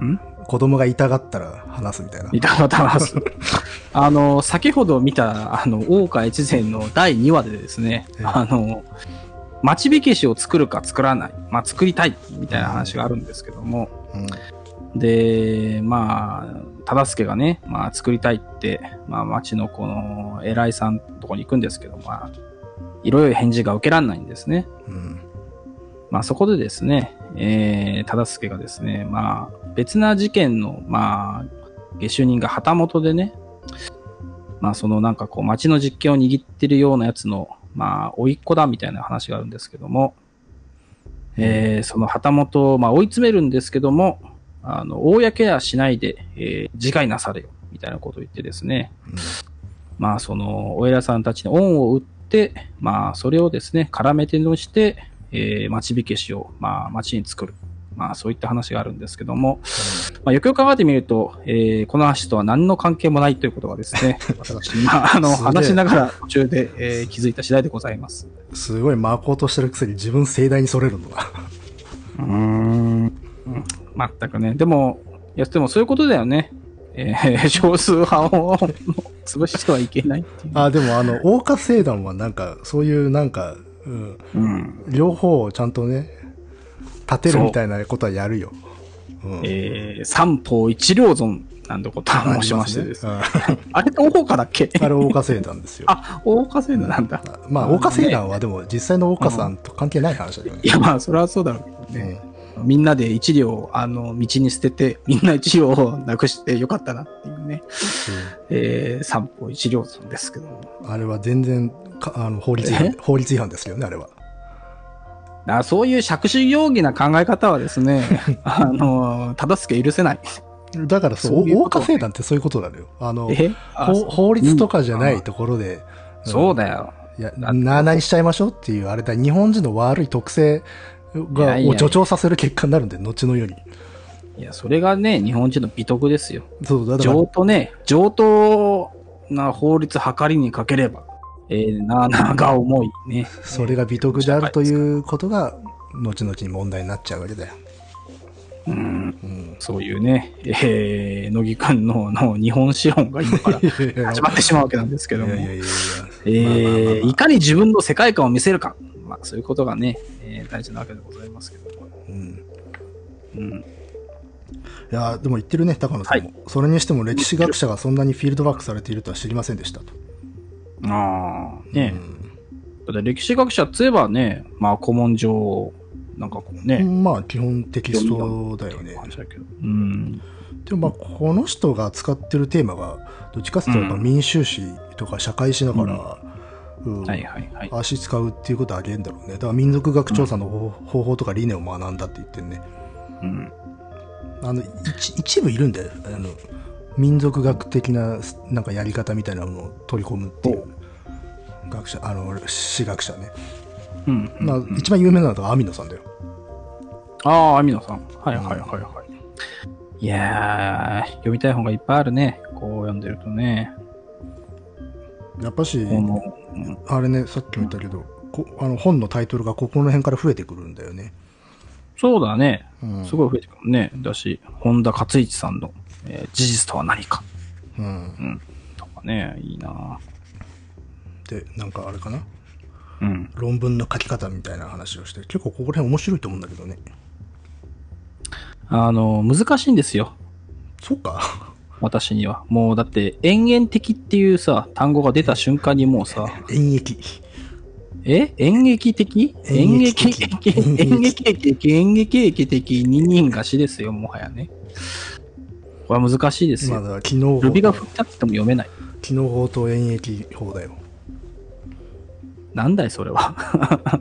ん子供が痛がったら話すみたいな。いたがた ます。あの、先ほど見た、あの、大岡越前の第2話でですねえ、えあの、町火消しを作るか作らない、まあ、作りたいみたいな話があるんですけども、うんで、まあ、忠助がね、まあ、作りたいって、まあ、町のこの偉いさんのとこに行くんですけど、まあ、いろいろ返事が受けられないんですね。うん。まあ、そこでですね、えー、忠助がですね、まあ、別な事件の、まあ、下手人が旗本でね、まあ、そのなんかこう、町の実権を握ってるようなやつの、まあ、甥いっ子だみたいな話があるんですけども、えー、その旗本を、まあ、追い詰めるんですけども、あの、公やしないで、えー、自害なされよ、みたいなことを言ってですね、まあ、その、お偉さんたちに恩を売って、まあ、それをですね、絡めてのして、えー、町火消しを、まあ、町に作る。まあ、そういった話があるんですけども、まあ、よくよく考えてみると、えー、この話とは何の関係もないということがです ね、私、まあ、あの、すげえ話しながら途中で、えー気づいた次第でございます。うんすごい巻こうとしてるくせに自分盛大にそれるのだ。 うーん。全くね。でも、いや、でもそういうことだよね。えー、 少数派を潰してはいけないっていう。あ、でもあの、桜花聖団はなんか、そういうなんか、うん、うん。両方をちゃんとね、立てるみたいなことはやるよ。うんえー、三方一両損なんてことを申しましてですね。ありますねあれって大岡だっけうん あれ、桜花聖団ですよ。あ、大岡制度なんだ。まあ、桜花聖団はでも実際の桜花さんと関係ない話だよねい。や、まあ、それはそうだろうけどね。みんなで一両、あの、道に捨てて、みんな一両をなくしてよかったなっていうね。えー、三方一両損ですけども。うんあれは全然かあの法律違反え法律違反ですよね、あれは。あそういう杓子容疑な考え方はです ね、あの、忠助許せない。だからそう、そういうこと桜花聖団ってそういうことなのよ。あの、えあ法法律とかじゃないところで、うんそうだよ。いや、だなあなあにしちゃいましょうっていう、あれだ、日本人の悪い特性いやがいやいやを助長させる結果になるんで、後のように。いや、それがね、日本人の美徳ですよ。そう、だから上、とね、上等な法律はかりにかければ、えー、なあなあが重いね。それが美徳であるということが、後々に問題になっちゃうわけだよ。うん、うん。そういうね、えー、乃木君のの日本資本が今 から始まってしまうわけなんですけいどやも、いやいやいや。えーいかに自分の世界観を見せるか、まあ、そういうことがね、えー大事なわけでございますけども。うんうん、いやでも言ってるね、高野さんも、それにしても歴史学者がそんなにフィールドワークされているとは知りませんでしたと。ああ、ねう、だって歴史学者っつえばね、まあ、古文書をなんかこうね、ん、まあ、基本テキストだよね。感じだけど。うん。でも、まあ、この人が使ってるテーマが、どっちかっていうとやっぱ民衆史とか社会史だから、うんはいはいはい。足使うっていうことはありえんだろうね。だから民族学調査の方方法とか理念を学んだって言ってんね。うんあの一一部いるんだよあの民族学的ななんかやり方みたいなものを取り込むっていう学者あの史学者ね、うんうんまあ、一番有名なのはアミノさんだよああ、アミノさん。はいはいはいはい。いやー、読みたい本がいっぱいあるね。こう読んでるとね。やっぱしこの、うんあれねさっきも言ったけど、こあの本のタイトルがここの辺から増えてくるんだよね、そうだね。うんすごい増えてくるね。だし、本田勝一さんの、えー事実とは何か。うん、うん。とかね、いいなでなんかあれかなうん。論文の書き方みたいな話をして結構ここら辺面白いと思うんだけどねあの、難しいんですよ。そう か私には。もう、だって、延々的っていうさ、単語が出た瞬間にもうさ、演疫え演劇的演演劇劇的演劇的演劇的二人貸しですよ、もはやね。これは難しいですまよ。だ機能法指がと振ってあっても読めない。機能法と演疫法だよなんだい、それは。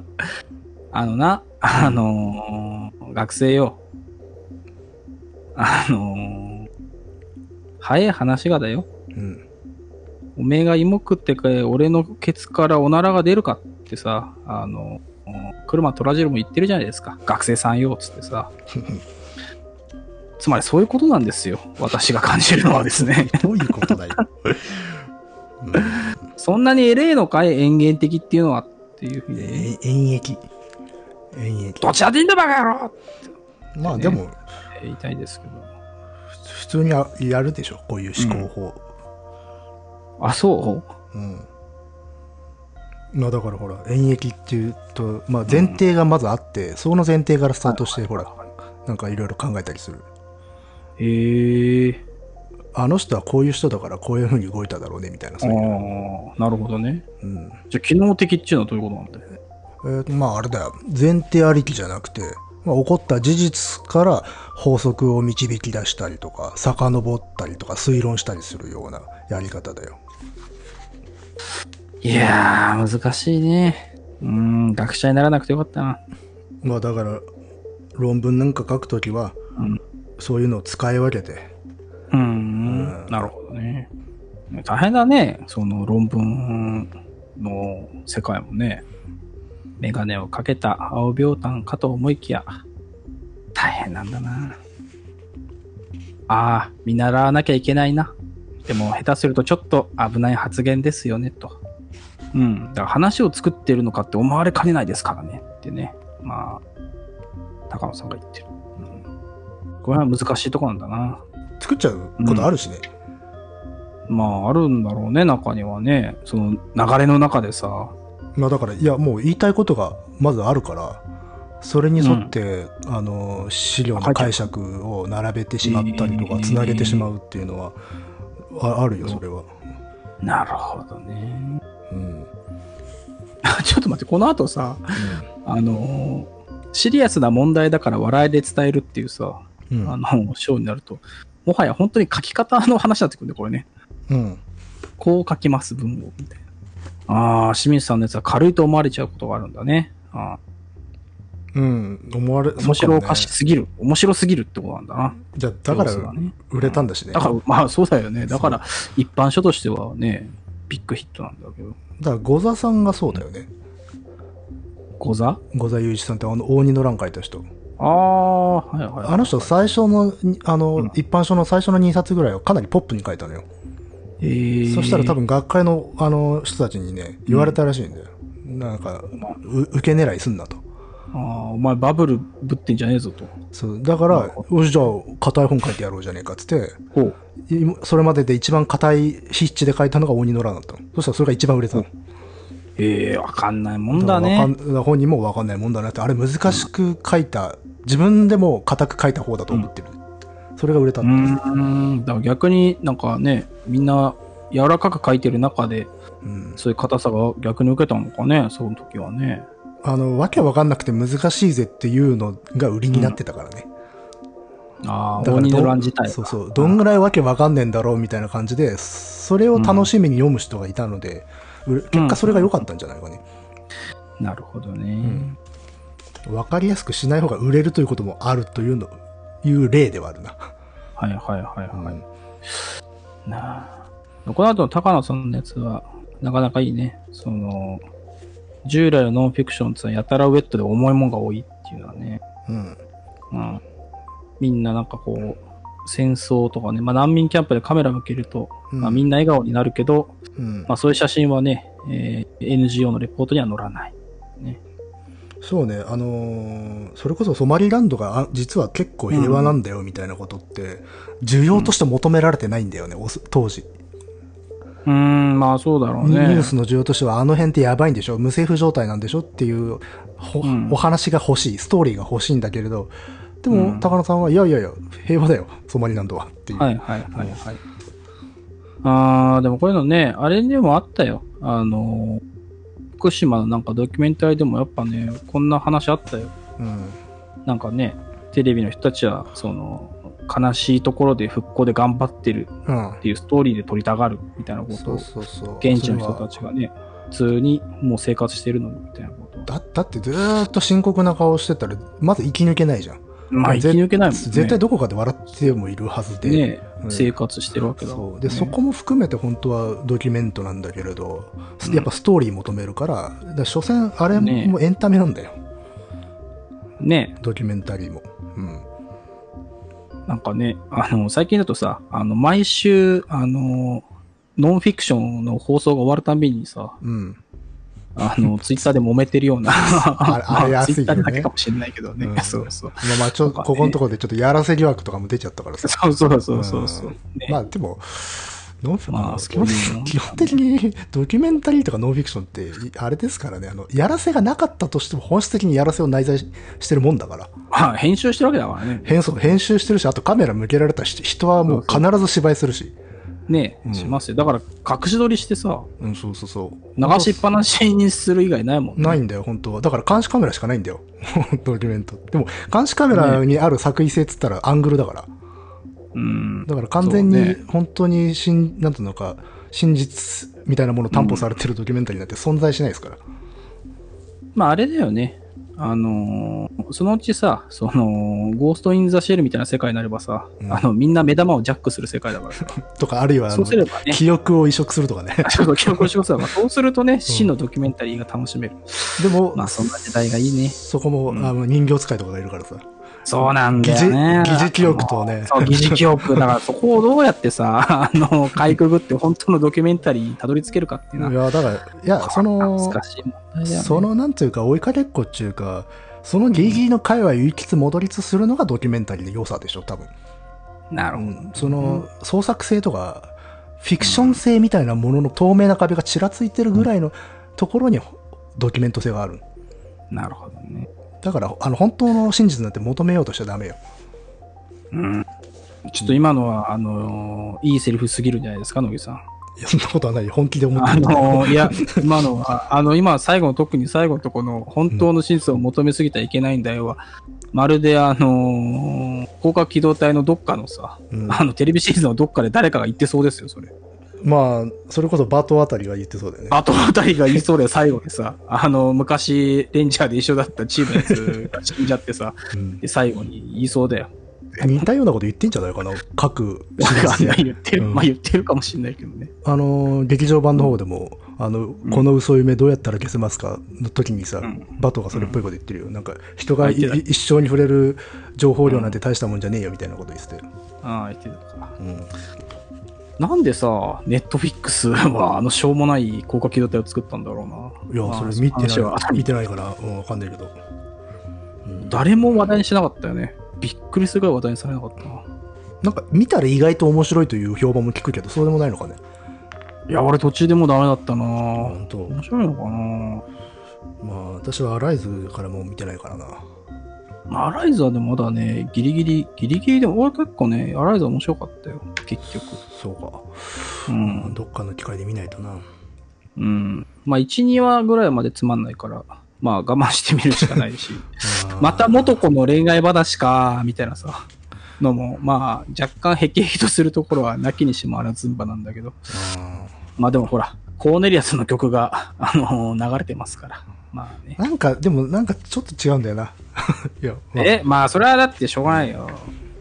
あのな、あのー学生よ。あのー早い話がだよ。うんおめえが芋食ってか、俺のケツからおならが出るかってさ、あの、車トラジルも言ってるじゃないですか。学生さんよ、つってさ。つまりそういうことなんですよ。私が感じるのはですね。どういうこ とだよ。そんなにエレーのかい園芸的っていうのはっていうふううん、にね、え演疫。演疫。どっちだっていいんだバカ野郎ってまあでも、言いたいですけど。普通にあやるでしょ、こういう思考法。あ、そううん。まあだからほら、演疫っていうと、まあ前提がまずあって、その前提からスタートして、ほら、なんかいろいろ考えたりする。へえー。あの人はこういう人だからこういうふうに動いただろうね、みたいな、あそういう。あ、なるほどね。うん。じゃあ、機能的っていうのはどういうことなんだよね。えーとまああれだよ。前提ありきじゃなくて、まあ、起こった事実から法則を導き出したりとか、遡ったりとか、推論したりするようなやり方だよ。いやー、難しいね。うーん、学者にならなくてよかったな。まあだから、論文なんか書くときは、うんそういうのを使い分けて、うーん、なるほどね。大変だね、その論文の世界もね。メガネをかけた青病炭かと思いきや、大変なんだな。ああ、見習わなきゃいけないな。でも、下手するとちょっと危ない発言ですよね、と。うん、だから話を作っているのかって思われかねないですからね、ってね。まあ、高野さんが言ってる。うん、これは難しいとこなんだな。作っちゃうことあるしね。まああるんだろうね中にはねその流れの中でさまあだから、いや、もう言いたいことがまずあるから、それに沿って、あの、資料の解釈を並べてしまったりとえか、ーつなげてしまうっていうのは、ああるよ、それは。なるほどねうん。ちょっと待ってこの後さあのーシリアスな問題だから笑いで伝えるっていうさ、うん。あの章になるともはや本当に書き方の話になってくるんだよこれねうん。こう書きます文をみたいなああ清水さんのやつは軽いと思われちゃうことがあるんだねあうん。思われ、ー面白おかしそうすぎる、面白すぎるってことなんだなもねじゃあだから要素がね売れたんだしね。だからまあそうだよねだからそ一般書としてはねビッグヒットなんだけどだから、ゴザさんがそうだよね。講座ゴザ雄一さんって、あの、大二の乱書いた人。ああ、はいはいはい。あの人、最初の、あうんの、一般書の最初の2冊ぐらいをかなりポップに書いたのよ。えーそしたら多、分学会のあの人たちにね、言われたらしいんだよ。なんか、う受け狙いすんなと。ああ、お前バブルぶってんじゃねえぞと。そうだから、よし、じゃあ、硬い本書いてやろうじゃねえかっつって、ほう。いそれまでで一番硬い筆致で書いたのが鬼の乱だったの。そしたらそれが一番売れたの。ええわかんないもんだからだわかね。ん本人もわかんないもんだなって、あれ難しく書いた、自分でも硬く書いた方だと思ってる。それが売れたうーんです。ん。だから逆になんかね、みんな柔らかく書いてる中で、うんそういう硬さが逆に受けたのかね、その時はね。あの、わけわかんなくて難しいぜっていうのが売りになってたからね。ああ、だから鬼どのん乱自体。そうそうどんぐらいわけわかんねえんだろうみたいな感じでそれを楽しみに読む人がいたので、う結果それが良かったんじゃないかね、なるほどね。んわかりやすくしない方が売れるということもあるというのいう例ではあるな、はいはいはいはい。うんなあ。この後の高野さんのやつは、なかなかいいね。その、従来のノンフィクションってのはやたらウェットで重いもんが多いっていうのはね、うんうん。みんななんかこう、戦争とかね、まあ難民キャンプでカメラ向けると、うんまあみんな笑顔になるけど、うんまあそういう写真はね、えー NGO のレポートには載らない。そうねあのーそれこそソマリランドがあ実は結構平和なんだよみたいなことって需要として求められてないんだよね、おす当時うーん、まあそうだろうニュねー。スの需要としては、あの辺ってやばいんでしょ、無政府状態なんでしょっていうほ、うんお話が欲しい、ストーリーが欲しいんだけれど、でも、うん高野さんは、いやいやいや、平和だよ、ソマリランドはっていう。はいはいはいはい。あー、でもこういうのね、あれにもあったよ。あの、福島のなんかドキュメンタリーでもやっぱね、こんな話あったよ。うんなんかね、テレビの人たちは、その、悲しいところで復興で頑張ってるうんっていうストーリーで撮りたがるみたいなことそをう、そうそう現地の人たそちがね、普通にもう生活してるのにみたいなことをれはだだってずーっと深刻な顔してたらまず生き抜けないじゃん、まあぜ生き抜けないもんね。絶対どこかで笑ってもいるはずで、ね、うん生活してるわけだもんそねうでそこも含めて本当はドキュメントなんだけれど、うんやっぱストーリー求めるからだから所詮あれねもエンタメなんだよ、ね、ドキュメンタリーも、うん、なんかね、あの、最近だとさ、あの、毎週、あの、ノンフィクションの放送が終わるたびにさ、うん。あの、ツイッターで揉めてるような、あれあれ安いよねツイッターだけかもしれないけどね。うんそうそう。まあまあ、ちょっと、ここのところでちょっとやらせ疑惑とかも出ちゃったからさ。そうそうそうそうそう、ねまあでも、ノンフィクション、まあ基本的そういうもんに基本的にドキュメンタリーとかノンフィクションって、いあれですからね、あの、やらせがなかったとしても本質的にやらせを内在ししてるもんだから。まあ、編集してるわけだからね。編集編集してるし、あとカメラ向けられたし、人はもう必ず芝居するし。ね、うんしますよ。だから、隠し撮りしてさ、うん、そうそうそう。流しっぱなしにする以外ないもんね。ないんだよ、本当は。だから監視カメラしかないんだよ。 ドキュメント。でも、監視カメラにある作為性っつったらアングルだから。うん。だから完全そうにね、本当に真、なんていうのか、真実みたいなものを担保されてるドキュメンタリーなんて存在しないですから。まあ、あれだよね。あのーそのうちさ、その、ゴースト・イン・ザ・シェルみたいな世界になればさ、うんあの、みんな目玉をジャックする世界だからさ。 とか、あるいはあその、うすればね、記憶を移植すると かね。ちょっと記憶をしてください。まあそうするとね、真のドキュメンタリーが楽しめる。でも、まあ、そんな時代がいいね。そこも、あの人形使いとかがいるからさ。そうなんだよね。疑似疑似記憶とねそう、疑似記憶。だから、そこをどうやってさ、あ の、かいくぐって本当のドキュメンタリーにたどり着けるかっていうのいは、や、だから、いや、その、難しい問題だよね。その、なんていうか、追いかけっこっていうか、そのギリギリの界隈を行きつ戻りつするのがドキュメンタリーの良さでしょ、多分。なるほど。その創作性とかフィクション性みたいなものの透明な壁がちらついてるぐらいのところにドキュメント性があるなるほどね。だからあの本当の真実なんて求めようとしちゃダメよ うん。ちょっと今のは、あのーいいセリフすぎるんじゃないですか、野木さん。いやそんなことはない本気で思ってあるのーいや、今のは、あの、今、最後の、特に最後のとこの、本当の真実を求めすぎてはいけないんだよは、まるで、あのー広角機動隊のどっかのさ、うんあの、テレビシリーズのどっかで誰かが言ってそうですよ、それ。まあそれこそバトあたりが言ってそうだよねあとあたりが言いそうで最後にさ、あの、昔、レンジャーで一緒だったチームのやつが死んじゃってさ、うんで、最後に言いそうだよ。似たようなこと言ってんじゃないかな各シリーあんズなで言ってる、うんまあ言ってるかもしれないけどね。あの劇場版の方でもあの、この嘘夢どうやったら消せますかの時にさ、んバトがそれっぽいこと言ってるよ、なんか人がいあ言って一生に触れる情報量なんて大したもんじゃねえよみたいなこと言ってて、ああ、言ってたか。うんなんでさ、ネットフィックスはあのしょうもない高架機動隊を作ったんだろういな。や、まあそれ見て話はない、見てないから、うん、わかんないけど。誰も話題にしなかったよね。びっくりするぐらい話題にされなかったな。なんか、見たら意外と面白いという評判も聞くけど、そうでもないのかね。いや、俺途中でもうダメだったな。面本当。白いのかな。まあ、私はアライズからも見てないからな。まあアライズはでもまだね、ギリギリ、ギリギリでも、俺結構ね、アライズは面白かったよ、結局。そうか。うまあん。どっかの機会で見ないとな。うん。まあ、1、2話ぐらいまでつまんないから、まあ、我慢してみるしかない し。あーまた元子の恋愛話か、みたいなさ、のも、まあ、若干ヘキヘキとするところは、なきにしもあらずんばなんだけど。あまあ、でもほら、コーネリアスの曲が、あの流れてますから。まあねー。なんか、でも、なんかちょっと違うんだよな。 いや、まあえ、まあ、それはだってしょうがないよ。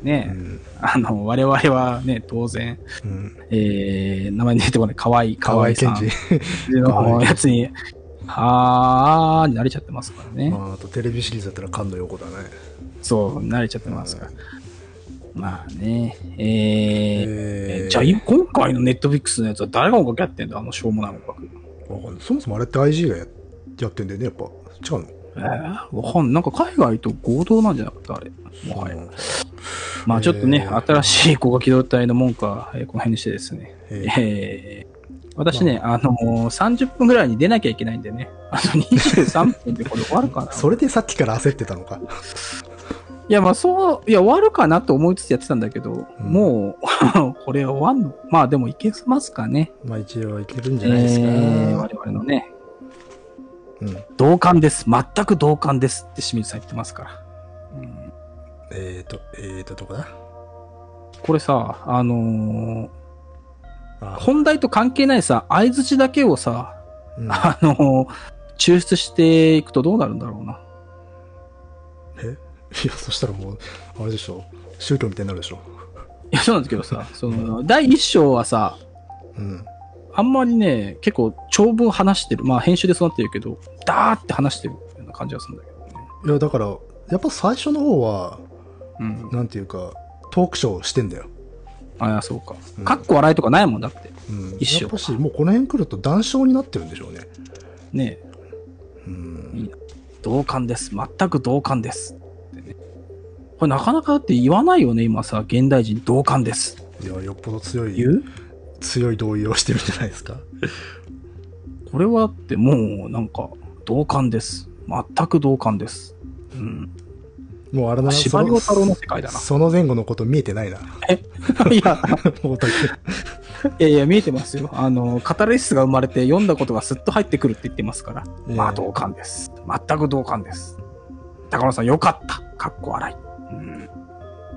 ねえ、うんあの、我々はね、当然、うん。えー、名前出てこない、河合、河河合合さ健ん二。のやつに、あー、慣れちゃってますからね。ま あ、あとテレビシリーズだったら菅野陽子だね。そう、慣れちゃってますから。まあね、えーえーじゃあ今回のネットフィックスのやつは誰が音楽やってんだあのしょうもない音楽。わかんないそもそもあれって IG がややってんだよね、やっぱ。違うのえー、わかんない。なんか海外と合同なんじゃなかったあれ。もはや。 まあちょっとね、えー新しい高架機動隊の文句は、えーこの辺にしてですね。えーえー私ね、あのー30分ぐらいに出なきゃいけないんでね、あと23分でこれ終わるかな。 それでさっきから焦ってたのか。いや、まあそう、いや、終わるかなと思いつつやってたんだけど、うんもう、 これ終わんのまあでもいけますかね。 まあ一応いけるんじえゃないですか。ー我々のね、うん、同感です。全く同感ですって清水さん言ってますから。うんえっ、ー、と、えっ、ー、と、どこだこれさ、あのーあ、本題と関係ないさ、相づちだけをさ、うん、あのー抽出していくとどうなるんだろうな。えいや、そしたらもう、あれでしょ。宗教みたいになるでしょ。いや、そうなんですけどさ、その、第一章はさ、うん。あんまりね、結構長文話してる。まあ編集でそうなってるけど、ダーって話してるような感じがするんだけどね。いや、だから、やっぱ最初の方は、うん。なんていうか、トークショーしてんだよ。ああ、そうかう。んかっこ笑いとかないもんだって。うん。一緒やっぱし、もうこの辺来ると談笑になってるんでしょうね。ねえうん同感です。全く同感です。ってねこれなかなかだって言わないよね、今さ、現代人同感です。いやよっぽど強言いう強い同意をしてるんじゃないですかこれはだってもうなんか同感です。全く同感です。うん。もうあれだな司そ馬の遼太郎の世界だな。その前後のこと見えてない ないや、大竹いやいや、見えてますよ。あの、カタルシスが生まれて読んだことがすっと入ってくるって言ってますから。ええまあ、同感です。全く同感です。高野さん、よかった。かっこ笑い。うん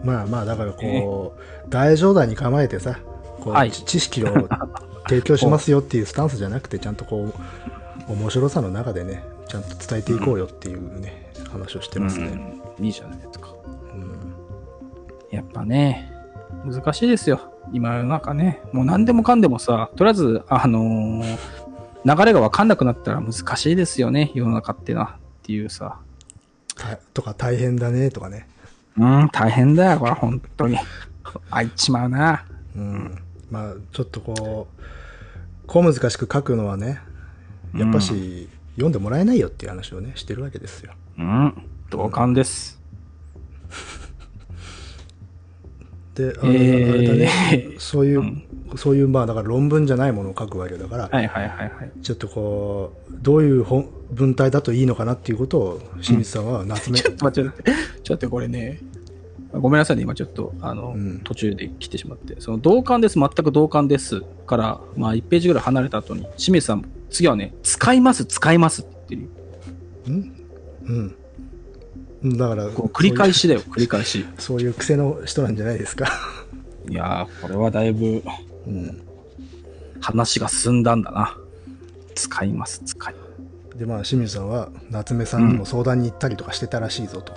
まあまあだからこう大冗談に構えてさこう、はい知知識を提供しますよっていうスタンスじゃなくてちゃんとこう面白さの中でねちゃんと伝えていこうよっていうね、話をしてますね、うんいいじゃないですか。うんやっぱね、難しいですよ。今世の中ね。もう何でもかんでもさ、とりあえず、あのー流れがわかんなくなったら難しいですよね。世の中ってな。っていうさ。たとか大変だねとかね、うん、大変だよ、これ、本当 に。あいちまうな。うんまあちょっとこう小難しく書くのはねやっぱし、読んでもらえないよっていう話をねしてるわけですようん、同感です。であれ,、あれだねえーそういう、うんそういうまあだから論文じゃないものを書くわけだから、はいはいはいはい。ちょっとこう、どういう本文体だといいのかなっていうことを、清水さんは夏目、 ちょっと待って、ちょっと待って、ちょっと待ってこれね、ごめんなさいね、今ちょっと、あの、うん途中で来てしまって、その同感です、全く同感ですから、まあ1ページぐらい離れた後に、清水さん、次はね、使います、使いますって言ってるよ。うん。うん。だから、こう繰り返しだよ、繰り返し。そういう、そういう癖の人なんじゃないですか。 いやー、これはだいぶうん。話が進んだんだな。使います、使います。で、まあ、清水さんは夏目さんにも相談に行ったりとかしてたらしいぞと。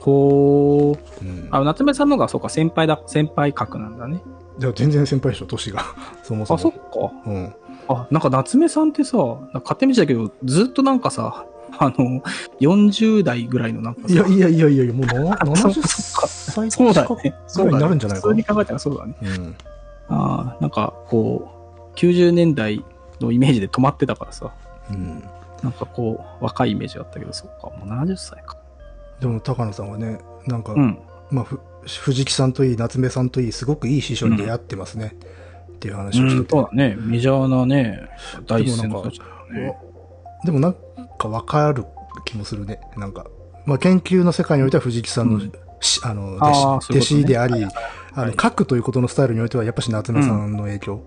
ほー。うん。あ、夏目さんの方が、そうか、先輩だ、先輩格なんだね。でも全然先輩でしょ、年が。そもそあ、も。そっか。うん。あ、なんか夏目さんってさ、なんか勝手に見てたけど、ずっとなんかさ、 あの、40代ぐらいのなんかさいやいやいやいや、も うなそう70そっか歳そうだ近よくね。ぐらいになるんじゃないかそうだね普通に考えたらそうだね。うん。ああ、なんかこう、90年代のイメージで止まってたからさ、うん。なんかこう、若いイメージだったけど、そっか、もう70歳か。でも、高野さんはね、なんか、うん。まあ、ふ藤木さんといい夏目さんといいすごくいい師匠に出会ってますね、っていう話をしてて、そうだね。メジャーなね、第一線の人たちだね。おでもなんか分かる気もするねなんか、まあ、研究の世界においては藤木さんの,うし、んあのあー弟子そういうことね弟子であり、はいあはのい書くということのスタイルにおいてはやっぱし夏目さんの影響も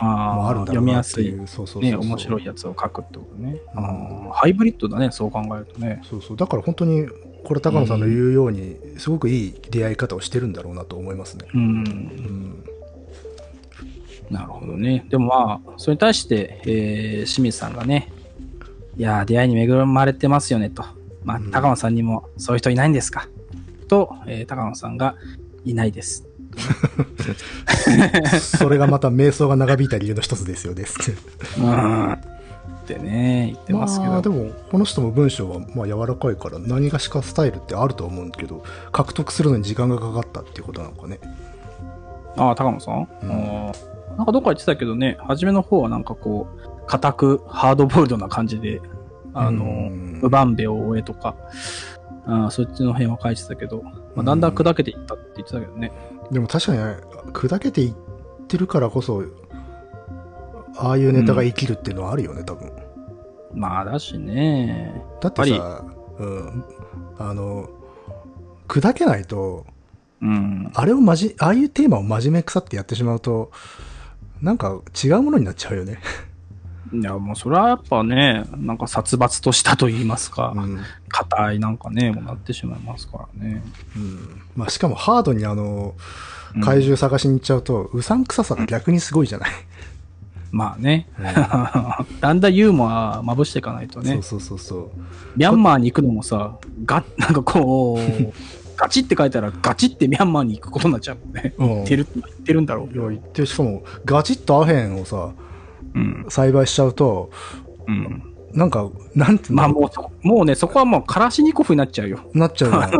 あああ、るんだ読ろうみなやってすいい。う、そうそうそうね、面白いいやつを書くってことね。うんああ、ハイブリッドだね、そう考えるとね。そうそうだから本当にこれ高野さんの言うように、すごくいい出会い方をしてるんだろうなと思いますね、うん。うんなるほどね。でもまあ、それに対して、えー清水さんがね、いやー、出会いに恵まれてますよねと。まあ、うん高野さんにも、そういう人いないんですかと、えー高野さんが、いないです。 それがまた瞑想が長引いた理由の一つですよねうーん。ってね、言ってますけど。まあでもこの人も文章はまあ柔らかいから何がしかスタイルってあると思うんだけど獲得するのに時間がかかったっていうことなのかねああ、高野さん、うんあーなんかどっか言ってたけどね、初めの方はなんかこう、硬く、ハードボイルドな感じで、あの、うん無番兵を終えとか、あーそっちの辺は書いてたけど、まあ、だんだん砕けていったって言ってたけどね。でも確かにね砕けていってるからこそああいうネタが生きるっていうのはあるよね多分まあだしね。だってさ、うん、あの砕けないとうん。あれをまじああいうテーマを真面目腐ってやってしまうとなんか違うものになっちゃうよね、いやもうそれはやっぱね、なんか殺伐としたと言いますかう、ん硬、いなんかね、もうなってしまいますからね。うんまあ、しかもハードにあのうん怪獣探しに行っちゃうと、うさんくささが逆にすごいじゃない、まあね。 うんだんだんユーモアまぶしていかないとね。そうそうそうそうミャンマーに行くのもさ、が、なんかこう、ガチって書いたらガチってミャンマーに行くことになっちゃうもんね。うん言ってる、言ってるんだろうけいど。や言ってしかもガチッとアヘンをさうん。栽培しちゃうとうん。なんかなんていうのまあもうそ、もうね、そこはもうカラシニコフになっちゃうよ。なっちゃう じ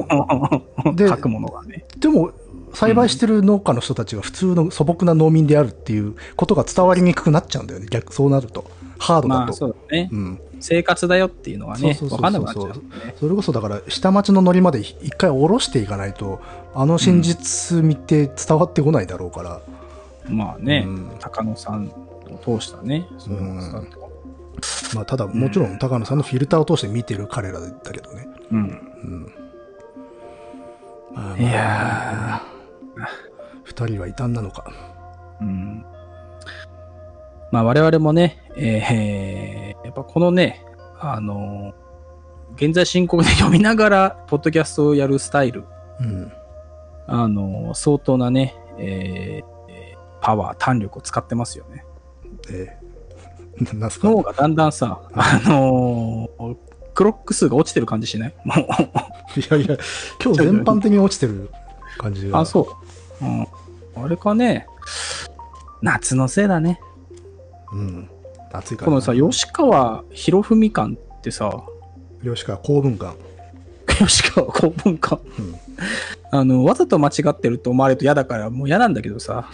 で書くものがね。ゃんでも栽培してる農家の人たちが普通の素朴な農民であるっていうことが伝わりにくくなっちゃうんだよね逆そうなるとハードまだあ、と。そうだね。うん、生活だよっていうのはねそ、うそうそうそうわかんなくなっちゃうもんね。それこそだから下町のノリまで一回下ろしていかないとあの真実見て伝わってこないだろうから、まあね、うん高野さんを通したね、そのうんスタートまあ、ただもちろん高野さんのフィルターを通して見てる彼らだけどね、うん。うんまあまあいや二人は異端なのかー、うん。まあ我々もね、えーやっぱこのね、あのー現在進行で読みながら、ポッドキャストをやるスタイル、うんあのー相当なね、えーえーパワー、弾力を使ってますよね。ええ なんすか脳がだんだんさ、あのークロック数が落ちてる感じしないもう、いやいや今日全般的に落ちてる感じがあ、そう。うん。あれかね、夏のせいだね。う、うん、暑いからこのさ、吉川博文館ってさ、 吉川公文館吉川公文館、うん あの、わざと間違ってると思われると嫌だから、もう嫌なんだけどさ、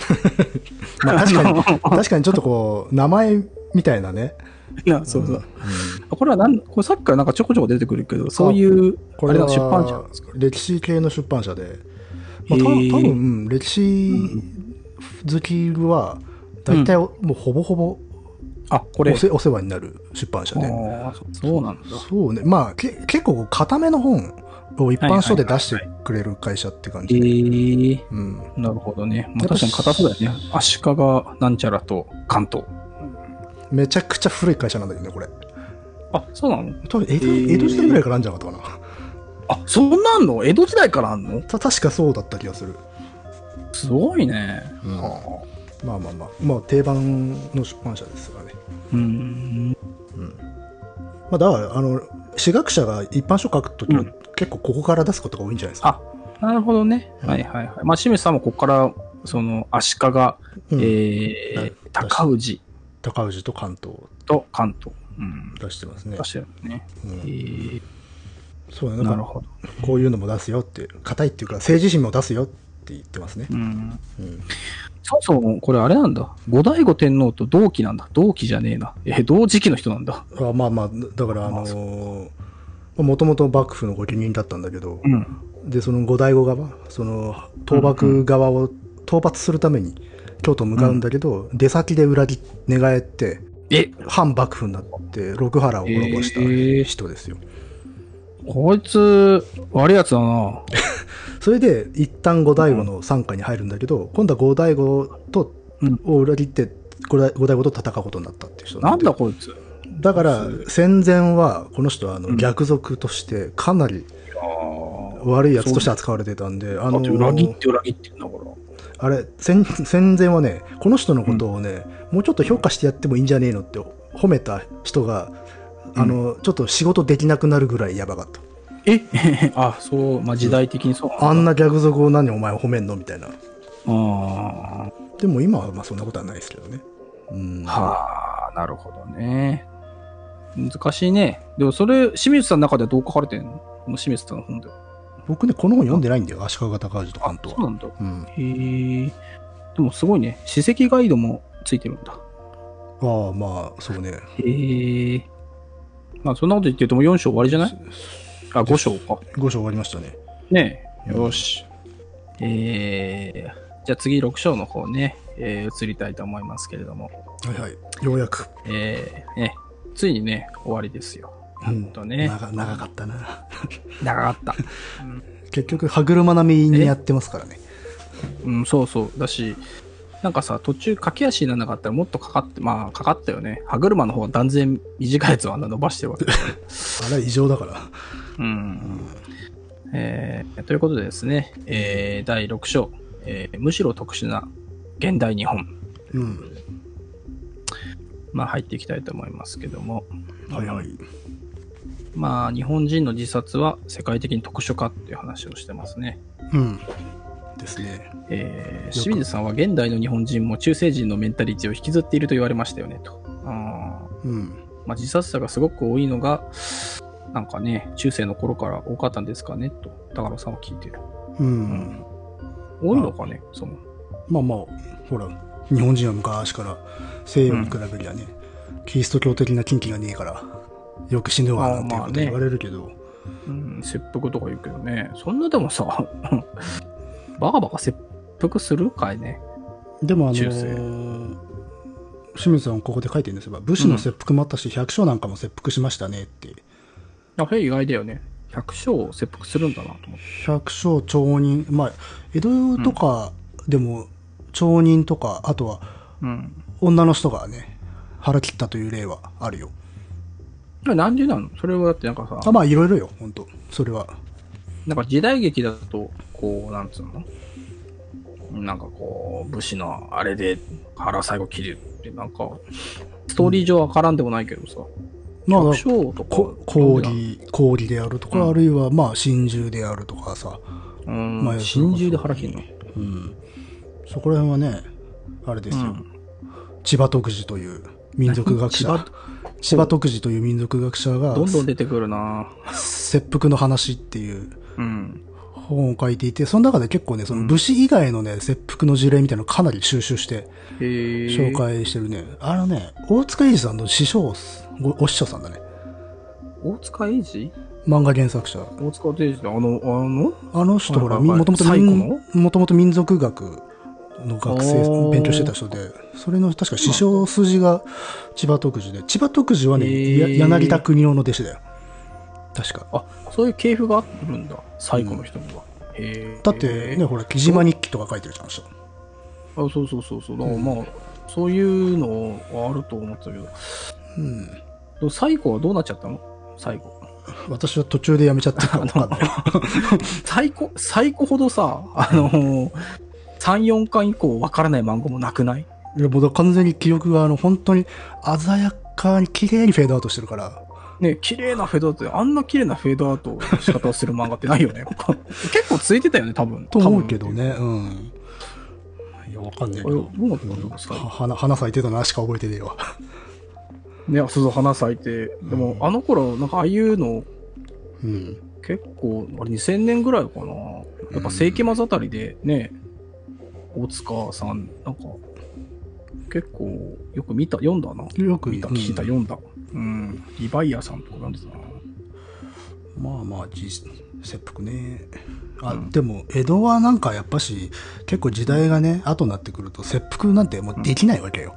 まあ確かあ のに確かにちょっとこう名前みたいなねなそうそう。んこれはなん、これさっきからなんかちょこちょこ出てくるけど、そういう、こあれれはの出版社なんですか歴史系の出版社で、まあ、たへー多分、うん歴史好きは大体、もうほぼほぼあ、これお。せお世話になる出版社で、あーそうなんだ。そうねまあけ結構固めの本を一般書で出してくれる会社って感えじで、ー、うん、なるほどね。まやあ、っぱ確かに片手だよね。足利なんちゃらと関東。めちゃくちゃ古い会社なんだよねこれあ、そうなの多分江戸,、へー江戸時代ぐらいからあるんじゃなかったかなあ、そんなんの江戸時代からあんのた確かそうだった気がするすごいね。うんはまあまあまあまあ定番の出版社ですからねあうーん。まあ、だからあの私学者が一般書書くときは、うん結構ここから出すことが多いんじゃないですか。あ、なるほどね。はいはいはい。まあ、清水さんもここから、その、足利、うんえだー、高氏高氏と関東と関東。うん。出してますね。出してるのね。うえんー、そうね、ななんるかほど。こういうのも出すよって、硬いっていうか、政治心も出すよって言ってますねう。ん。うんそもそも、これあれなんだ。後醍醐天皇と同期なんだ。同期じゃねえな。えー同時期の人なんだ。あまあまあ、だから、あまあのもともと幕府の御家人だったんだけど、うん。でその後醍醐側、その倒幕側を討伐するために京都向かうんだけど、出先で裏切寝返って、え、反幕府になって、六波羅を滅ぼしたえー人ですよ。こいつ、悪いやつだな。それで一旦後醍醐の傘下に入るんだけど、今度は後醍醐と、うんを裏切って後醍後醍醐と戦うことになったっていう人なんだでこいつ。だから戦前はこの人はあうのん逆賊としてかなりあ悪いやつとして扱われてたんで、ああ。だのって裏切って裏切ってんだかあれ戦戦前はねこの人のことをね、もうちょっと評価してやってもいいんじゃねえのって褒めた人があの、ちょっと仕事できなくなるぐらいやばかったら。えあ、そう、まあ時代的にそうなんだ。あんな逆賊を何お前褒めんのみたいなあでも今はまあそんなことはないですけどねうんあ。はあ、なるほどね。難しいね。でもそれ、清水さんの中ではどう書かれてんのこの清水さんの本では。僕ね、この本読んでないんだよ、足利高氏と関そ東うは。なんだ。うん、へえ。でもすごいね。史跡ガイドもついてるんだ。ああ、まあ、そうね。へえ。まあそんなこと言ってても4章終わりじゃないあ、5章か。 5章終わりましたね。ねえ、うんよし。えー、じゃあ次6章の方ね、えー移りたいと思いますけれども、はいはい。ようやく。えーね、ついにね、終わりですよ。うほんんとね、長長かったな。長かった。結局、歯車並みにやってますからね。うん、そうそう。だし、なんかさ、途中駆け足にならなかったらもっとかかって、まあかかったよね。歯車の方が断然短いやつはあんな伸ばしてるわけだからあれは異常だから。 うんえーということでですね、えー第6章、えーむしろ特殊な現代日本、うん。まあ、入っていきたいと思いますけども、はいはい。まあ、日本人の自殺は世界的に特殊化っていう話をしてますね。うん。ですね。えー清水さんは現代の日本人も中世人のメンタリティを引きずっていると言われましたよねと。あーうん。まあ、自殺者がすごく多いのが、なんかね、中世の頃から多かったんですかねと、高野さんは聞いてる。うん。ん多いのかね、その。まあまあ、ほら、日本人は昔から西洋に比べりゃね、キリスト教的な禁忌がねえから、よく死ぬわ、なんていうこと言われるけど、うん、切腹とか言うけどね。そんなでもさ、 バカバカ切腹するかいね。でもあの中ー、清水さんはここで書いてるんですが、武士の切腹もあったし、百姓なんかも切腹しましたねって。あ、それ意外だよね。百姓を切腹するんだなと思って。百姓、町人、まあ、江戸とかでも、町人とか、あとはうん。女の人がね、腹切ったという例はあるよ。何時なのそれはだってなんかさあ、まあ、いろいろよ、本当それは。なんか時代劇だと、こう、なんつうのなんかこう、武士のあれで腹最後切るって、なんか、ストーリー上は絡んでもないけどさ、まあ、だ百姓とかこ、講義、講義であるとか、うんあるいは、まあ、真珠であるとかさ、うんまあ、真珠で腹切るの。うん。そこら辺はね、あれですよ。うん千葉徳次という民族学千葉者と千葉徳次という民族学者がどんどん出てくるな切腹の話っていううん。本を書いていてその中で結構ねその武士以外のね切腹の事例みたいなのをかなり収集してへえ。紹介してるねあのね大塚英治さんの師匠っすごお師匠さんだね大塚英治漫画原作者大塚英治ってあの、あのあの人ほらはいみはいはいもともと最古民のもともと民族学の学あー生勉強してた人でそれの確か師匠筋が千葉徳次で千葉徳次はへねーや柳田国男の弟子だよ確かあ、そういう系譜があるんだ。最古の人には。へえ。だってね、ほら、木島日記とか書いてるじゃん、あの人あそうそうそうそう、だからまあ、そういうのはあると思ってたけど、うん。でも最後はどうなっちゃったの最後。私は途中でやめちゃったからわ かんない。最高、最高ほどさ、あのー、3、4巻以降わからない漫画もなくないいや、もうだから完全に記憶が、あの、本当に鮮やかに綺麗にフェードアウトしてるから、ね綺麗なフェードアウトで、あんな綺麗なフェードアウトの仕方をする漫画ってないよね。 結構ついてたよね、多分。と思う多分けど。ね、うん。いや、わかんないあけれどど。うなったんだろう最後は花花咲いてたなしか覚えてねえわ。 ね、そうそう、花咲いて。でも、あの頃、なんかああいうの、うん。結構、あれ2000年ぐらいかな。やっぱ世紀末あたりでね、大塚さん、なんか、結構よく見た、読んだな。よく見た、聞いた、うん読んだ。うん。リバイアさんとか読んでたな。まあまあ、実切腹ね。あ、うんでも、江戸はなんかやっぱし、結構時代がね、後になってくると、切腹なんてもうできないわけよ。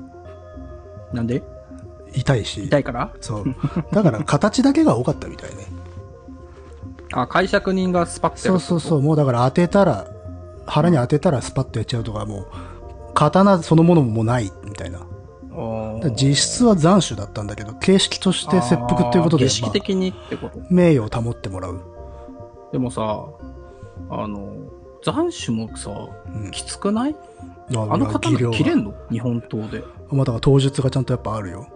なんで痛いし。痛いからそう。だから形だけが多かったみたいね。あ、解釈人がスパッてそうそうそう。もうだから当てたら、腹に当てたらスパッとやっちゃうとか、もう、刀そのものももうないみたいな。だかうら実質は斬首だったんだけど、形式として切腹っていうことで、儀式的にってこと。まあ名誉を保ってもらう。でもさ、あの、斬首もさ、うんきつくないああの刀技量は切れんの日本刀で。まあだから当術がちゃんとやっぱあるよ。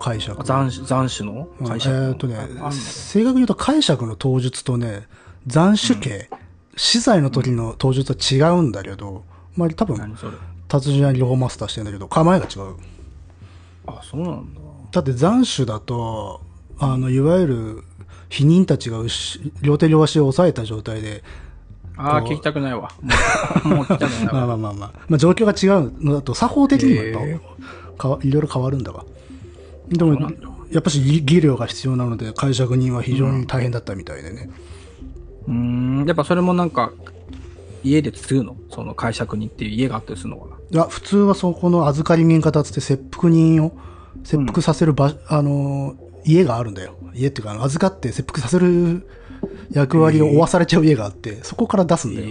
解釈。斬首斬首のうん解釈のえーっとねああんの、正確に言うと解釈の当術とね、斬首刑、死罪の時の当術は違うんだけど、まあ多分、何それ達人は両方マスターしてんだけど、構えが違う。あそうなんだだって残首だと、あの、いわゆる、否認たちが牛両手両足を押さえた状態で、ああこ聞うきたくないわもうもう聞きたくない まあわまあまあまあ、まあ状況が違うのだと、作法的にもやっぱ、へかわいろいろ変わるんだわ。でそうなもんだ、やっぱし技技量が必要なので、解釈人は非常に大変だったみたいでね。うーんやっぱそれもなんか家で継ぐのその解釈人っていう家があったりするのかないや、普通はそこの預かり人方つって切腹人を切腹させる場、あの、家があるんだよ。家っていうか、あの預かって切腹させる役割を負わされちゃう家があって、そこから出すんだよ。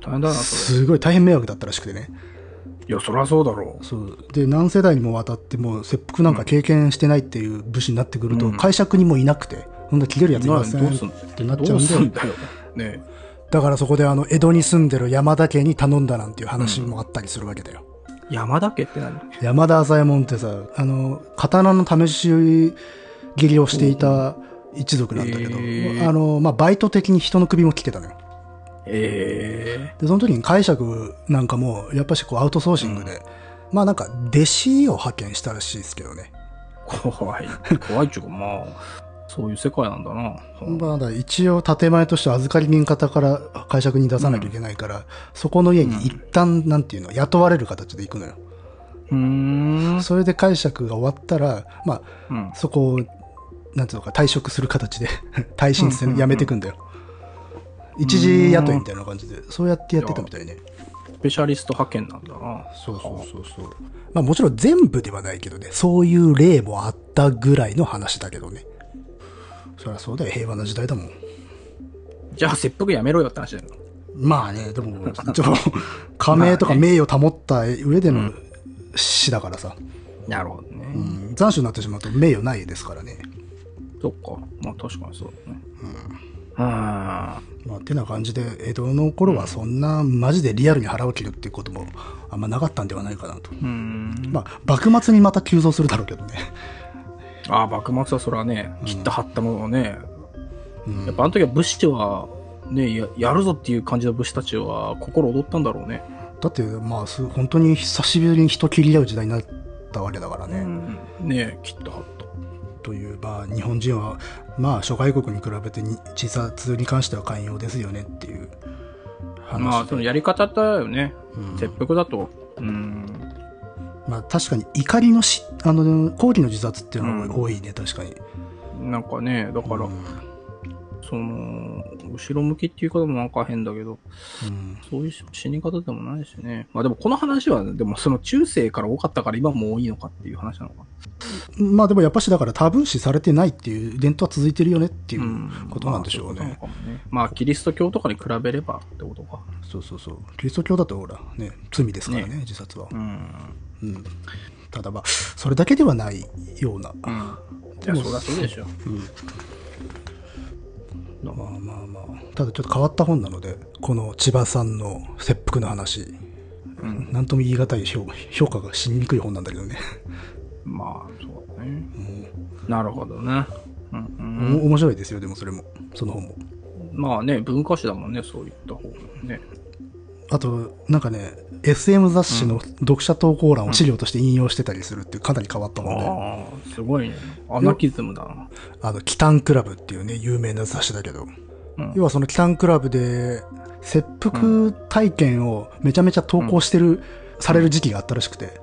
大変だなそすごい大変迷惑だったらしくてね。れいやそりゃそうだろそう。で、何世代にもわたってもう切腹なんか経験してないっていう武士になってくると、解釈にもいなくて、そんな切れるやついませんどうすんってなっうちゃどううすんんで、だよねだからそこであの、江戸に住んでる山田家に頼んだなんていう話もあったりするわけだよ。山田家って何山田朝右衛門ってさ、あの、刀の試し切りをしていた一族なんだけど、へーあの、まあ、バイト的に人の首も切ってたのよ。えで、その時に解釈なんかも、やっぱしこうアウトソーシングで、まあなんか弟子を派遣したらしいですけどね。ー、怖い 怖いっちゅうかまあそういう世界なんだな、まあだ一応建前として預かり人方から解釈に出さなきゃいけないから、そこの家に一旦なんていうの、雇われる形で行くのよ。ううーん。それで解釈が終わったら、まあ、うんそこを、なんつうのか、退職する形 で、退進うんうん戦うんやめていくんだよ。一時雇いみたいな感じで、そうやってやってたみたいね。スペシャリスト派遣なんだな。そうそうそうそう。まあもちろん全部ではないけどね、そういう例もあったぐらいの話だけどね。そりゃそうだよ、平和な時代だもん。じゃあ、切腹やめろよって話だよ。まあね、で も、ちょ加盟とか名誉保った上での死だからさ、なるほどね。うん残暑になってしまうと名誉ないですからね。そっか。まあ、確かにそうだね。うん。まあ、てな感じで、江戸の頃はそんなマジでリアルに腹を切るっていうこともあんまなかったんではないかなと。うん。まあ、幕末にまた急増するだろうけどね。ああ、幕末はそれはね、切った張ったものをね、 うんやっぱあの時は武士は、ね、ややるぞっていう感じの武士たちは心躍ったんだろうね。だって、まあ、す本当に久しぶりに人切り合う時代になったわけだからね。ね切った張った。という、まあ、日本人は、まあ、諸外国に比べてに自殺に関しては寛容ですよねっていう話。まあ、そのやり方だよね。うん切腹だと。うん。まあ、確かに怒りのし、あの、抗議の自殺っていうのが多いね、確かに。なんかね、だから、うんその、後ろ向きっていう方もなんか変だけど、うんそういう死に方でもないしね。まあでもこの話は、でもその中世から多かったから今も多いのかっていう話なのかまあでもやっぱしだから多分視されてないっていう伝統は続いてるよねっていな。うことなんでしょうね。まあそういうことなのかもねまあキリスト教とかに比べればってことか。そうそうそう。キリスト教だとほら、ね、罪ですからね、自殺はう。ん。うんただまあ、それだけではないような。うん。いや、そりゃそうでしょ。うん。まあまあまあ、ただちょっと変わった本なので、この千葉さんの切腹の話、うんなんとも言い難い評評価がしにくい本なんだけどね。まあ、そうだね。なるほどね。うんうん。お面白いですよ、でもそれも、その本も。まあね、文化史だもんね、そういった方がね。あと、なんかね、SM 雑誌の読者投稿欄を資料として引用してたりするっていうかなり変わった本で、ああ、すごいね。アナキズムだな。あの、キタンクラブっていうね、有名な雑誌だけど、うん要はそのキタンクラブで、切腹体験をめちゃめちゃ投稿してる、される時期があったらしくて、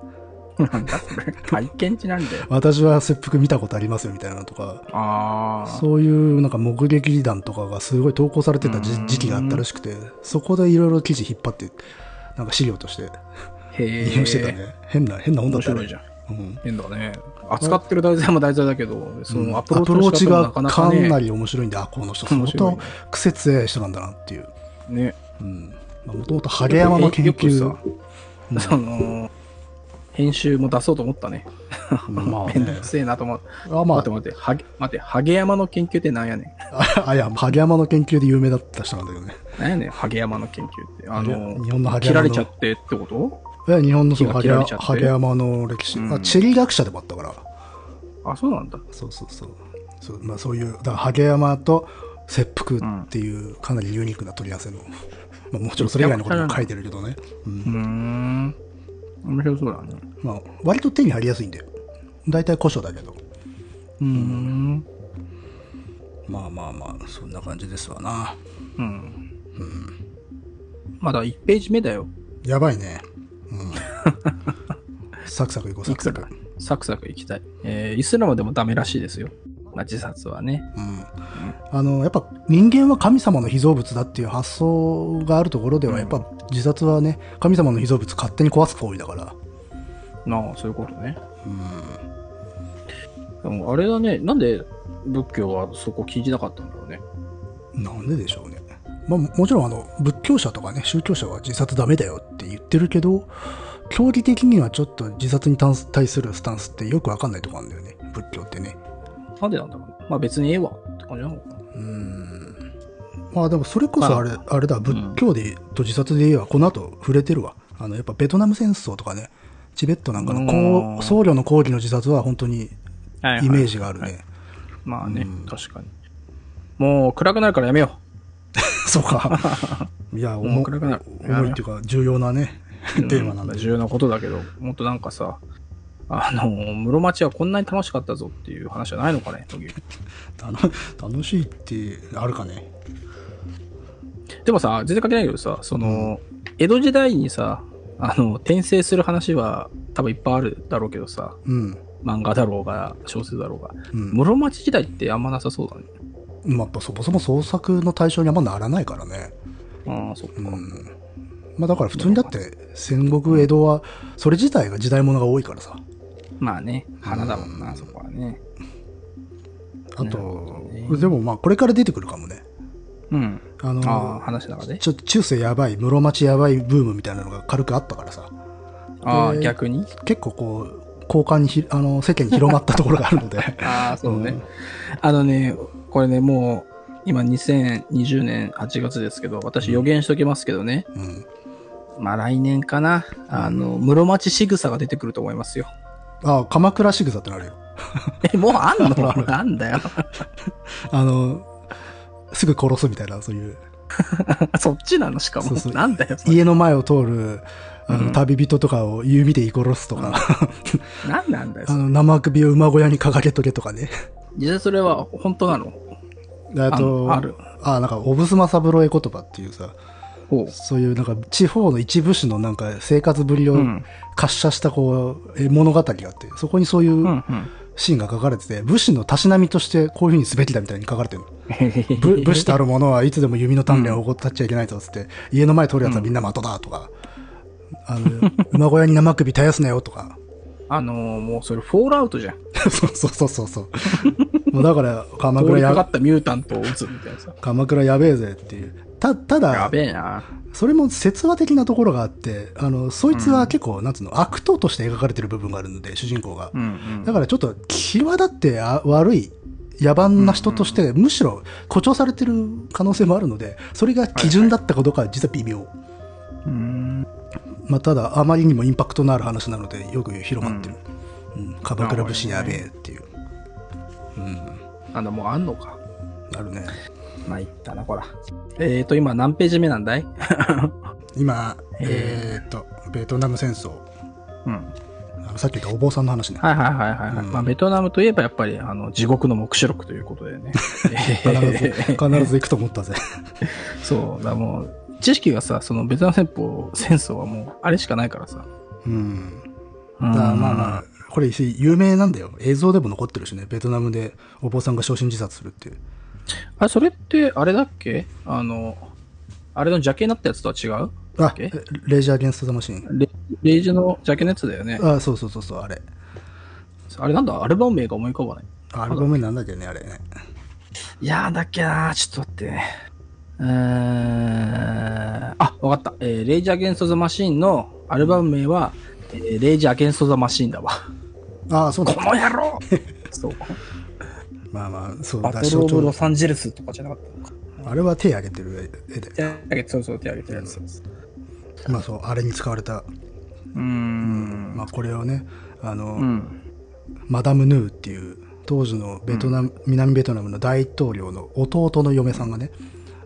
なんだそ れ。体験値なんだよ。私は切腹見たことありますよみたいなのとか、ああ。そういうなんか目撃談とかがすごい投稿されてたじうん時期があったらしくて、そこでいろいろ記事引っ張って、なんか資料としてへえ。引用してたね。変な、変な本だ面った白ねいじゃん。うん変だね。扱ってる題材も題材だけど、そのアプローチアがなかプなかかね。なり面白いんで、あ、この人相面白いね当癖強い人なんだなっていう。ね。うん。もともとハゲ山の研よく究さ。、その、編集も出そうと思ったね。まあめんどねく。せえなと思って。あま待って待っあ、て、ハゲ、待って、ハゲ山の研究ってなんやねん。ああいや、ハゲ山の研究で有名だった人なんだけどね。なんやねん、ハゲ山の研究って。あの、日本のハゲ切ら山れのちゃってってことえ日本のそ木のハがゲ切られちゃってハゲ山の歴史、うんあ、地理学者でもあったから。あ、そうなんだ。そうそうそう。そうまあ、そういう、だからハゲ山と切腹っていうかなりユニークな取り合わせの。まあ、もちろんそれ以外のことも書いてるけどね。うんうーん。面白そうだね。まあ、割と手に入りやすいんだよ。大体古書だけど。うーん。まあまあまあ、そんな感じですわな。うん。まだ1ページ目だよ。やばいね。うん。 サクサクいこう、サクサク。サクサクいきたい。えーイスラムでもダメらしいですよ。まあ、自殺はね。うん。あの、やっぱ人間は神様の被造物だっていう発想があるところでは、やっぱ自殺はね、神様の被造物勝手に壊す行為だから。なあ、そういうことね。でもあれだね、なんで仏教はそこ禁じなかったんだろうね。なんででしょうね。まあ、もちろんあの、仏教者とかね、宗教者は自殺ダメだよって言ってるけど、教義的にはちょっと自殺に対す対するスタンスってよくわかんないとこあるんだよね、仏教ってね。なんでなんだろうね。まあ別にええわって感じなのかな。うんまあでもそれこそあれ,、あ、れだ仏ん教で、と自殺で言えばこの後触れてるわあのやっぱベトナム戦争とかねチベットなんかのこうんう僧侶の抗議の自殺は本当にはいはいイメージがあるね、まあね、確かに。もう暗くなるからやめよそ うかいやう。も重う暗くなる。重いっていうか重要なねテーマなんうだ重要なことだけど、もっとなんかさ、あの、室町はこんなに楽しかったぞっていう話じゃないのかね、時々楽楽しいってあるかねでもさ、全然関係ないけどさ、その、江戸時代にさ、あの、転生する話は多分いっぱいあるだろうけどさ、うん。漫画だろうが、小説だろうが、うん。室町時代ってあんまなさそうだね。まあ、やっぱそもそも創作の対象にあんまならないからね。ああ、そっか。うん。まあだから普通にだって戦国江戸はそれ自体が時代物が多いからさ。まあね、花だもんな、そこはね。あなると、ねでもまあこれから出てくるかもね。うん。あのああ、話の中で。ちょっと中世やばい、室町やばいブームみたいなのが軽くあったからさ。ああ、で逆に結構こう、交換にひあの世間に広まったところがあるので。 ああ、そうね、うんあのね、これね、もう、今2020年8月ですけど、私予言しときますけどね。うん。まあ来年かな。あの、室町仕草が出てくると思いますよ。ああ、鎌倉仕草ってなるよ。え、 もうあんのなんだよ。 あの、すぐ殺すみたいな、そういう。そっちなのしかも。そうそうなんだよ、それ家の前を通る、あの、旅人とかを指で殺すとか、なんなんだよ。そ あれの、生首を馬小屋に掲げとけとかね。実際それは本当なのあと、ああるあなんか、オブスマサブロエ言葉っていうさ、ほう。そういうなんか、地方の一部市のなんか、生活ぶりをうん滑車したこう、え物語があって、そこにそういううんう。うん シーンが書かれてて、武士のたしなみとしてこういうふうにすべきだみたいに書かれてるの。ぶ武士たる者はいつでも弓の鍛錬を怠っちゃいけないとつって、家の前通るやつはみんな的だとか、あの、馬小屋に生首絶やすなよとか、あのーもうそれフォールアウトじゃん。そうそうそうそうそう。もうだから、鎌通倉りかかや、ったミュータントを撃つみたいなさ。鎌倉やべえぜっていう。た、たやだ、べえな。それも説話的なところがあって、あの、そいつは結構、なんつうの、悪党として描かれてる部分があるので、主人公が。うんうんだ。からちょっと、際立ってあ悪い、野蛮な人として、むしろ誇張されてる可能性もあるので、それが基準だったかどうかは実は微妙。うーんまあ、ただ、あまりにもインパクトのある話なので、よく広まってる。うん。鎌倉節やべえっていう。なんだ、もうあんのか。あるね。まあ、いったな、こら。えーと、今何ページ目なんだい今、えーっと、ベトナム戦争。うん。はあのさっき言ったお坊さんの話ね。いはいはいはいはい。うんまあ、ベトナムといえばやっぱり、あの、地獄の黙示録ということで ね。必ず、必ず行くと思ったぜ。そう、だからもう、知識がさ、そのベトナム戦法、戦争はもう、あれしかないからさ。うん。うんだからまあまあ、これ有名なんだよ。映像でも残ってるしね。ベトナムでお坊さんが焼身自殺するっていう。あれ、それって、あれだっけあの、あれの邪気になったやつとは違うあえ、レイジャー・ゲンスト・ザ・マシン。レレイジの邪気のやつだよね。あ、そうそうそうそう、あれ。あれなんだアルバム名が思い浮かばない。アルバムなんだっけね、あれね。いやー、だっけなー、ちょっと待ってね。うーん。あ、わかった。えー、レイジ・アゲンスト・ザ・マシーンのアルバム名は、えーレイジ・アゲンスト・ザ・マシーンだわ。あ、そうだこ。の野郎 そう。まあまあ、そうバだ、トル・象オブ・ロ徴。サンゼルスとかじゃなかったのか。あれは手挙げてる絵で。手挙げて、そうそう、手挙げてるやつ。うまあそう、あれに使われた。ーん。まあこれをね、あの、うん。マダム・ヌーっていう当時のベトナム、南ベトナムの大統領の弟の嫁さんがね、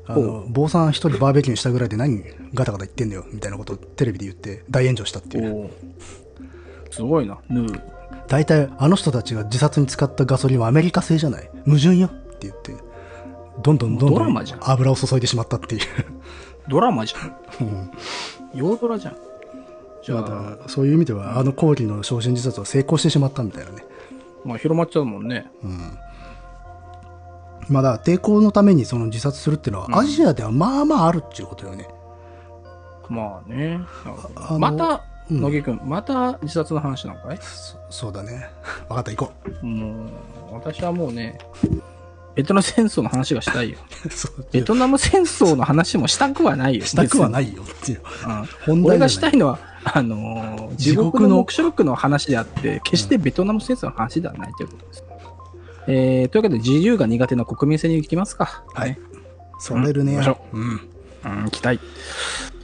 あの坊さん一人バーベキューにしたぐらいで何ガタガタ言ってんのよみたいなことをテレビで言って大炎上したっておいうーすごいな、ヌー。大体あの人たちが自殺に使ったガソリンはアメリカ製じゃない矛盾よって言ってどんどんどんドどラんマじゃん油を注いでしまったっていうドラマじゃん。洋ドラじゃん。 じゃまあ、たそういう意味ではあの抗議の焼身自殺は成功してしまったみたいなねまあ、広まっちゃうもんね。まあだから抵抗のためにその自殺するっていうのはアジアではまあまああるっていうことよね、まあね。なるほどあのまた、野木君、また自殺の話なんかいそそうだね 分かった行こうもう、私はもうね、ベトナム戦争の話がした いよ。そうベトナム戦争の話もしたくはないよ。。したくはいないよっていう。うん、本題じゃない俺がしたいのは、あのー地地獄獄のの黙示録の話であって、決してベトナム戦争の話ではないということです。えー、というわけで、自由が苦手な国民性に行きますか。はいねそれるうん行きねましょ。うん。うん、期待。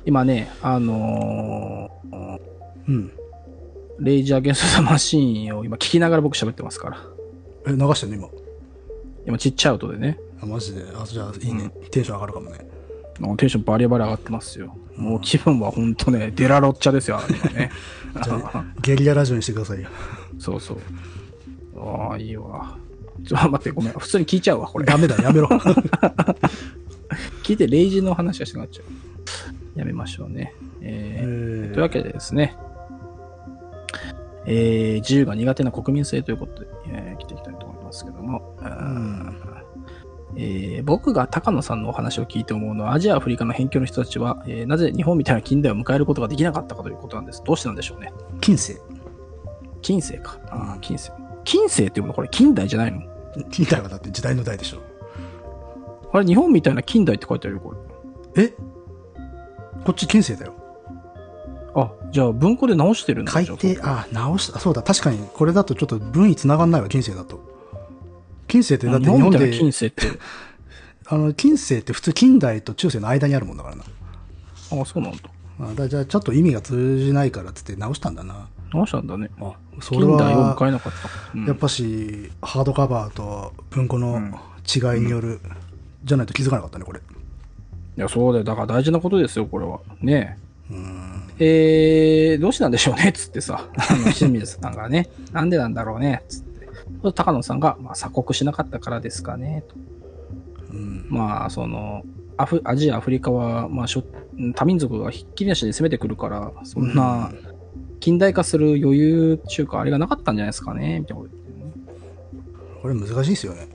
今ね、あのーうん。レイジ・アゲンスト・ザ・マシーンを今聞きながら僕喋ってますから。え、流してんの今。今ちっちゃい音でね。あマジで。あ、じゃあいいね。テンション上がるかもね。 もうテンションバリバリ上がってますよ。もう気分はほんとね、デラロッチャですよ、今 ね。じゃあ、ゲリララジオにしてくださいよ。そうそう。ああ、いいわ。ちょ、待って、ごめん。普通に聞いちゃうわ、これ。ダメだ、や めろ。聞いて、レイジの話がしたくなっちゃう。やめましょうね。えーえーというわけでですね、えー自由が苦手な国民性ということで、えー来ていきたいと思いますけども、あーうんえー僕が高野さんのお話を聞いて思うのは、アジア、アフリカの偏境の人たちは、えーなぜ日本みたいな近代を迎えることができなかったかということなんです。どうしてなんでしょうね。近世。近世か。あー近世。近世っていうのはこれ近代じゃないの近代はだって時代の代でしょ。あれ、日本みたいな近代って書いてあるよ、これ。えこっち近世だよ。あ、じゃあ文庫で直してるんだ改じゃ定、あ、直した。そうだ、確かにこれだとちょっと文意繋がんないわ、近世だと。近世ってだあって日日本本みたいでな、近世って。あの近世って普通近代と中世の間にあるもんだからな。 あ、そうなんだ。あだじゃあちょっと意味が通じないからっつって直したんだな。直したんだね。あ、それ近代をは、迎えなかった。うんやっぱし、ハードカバーと文庫の違いによる、じゃないと気づかなかったね、これ。いや、そうだよ。だから大事なことですよ、これは。ねえ。えー、どうしてなんでしょうねっつってさ、あの清水さんがね、なんでなんだろうねっつって。高野さんが、まあ、鎖国しなかったからですかね、と。うん。まあ、その、アフアジア、アフリカは、まあ、しょ多民族がひっきりなしで攻めてくるから、そんな、近代化する余裕中華あれがなかったんじゃないですかね、みたいなこと言ってるねこれ難しいですよね。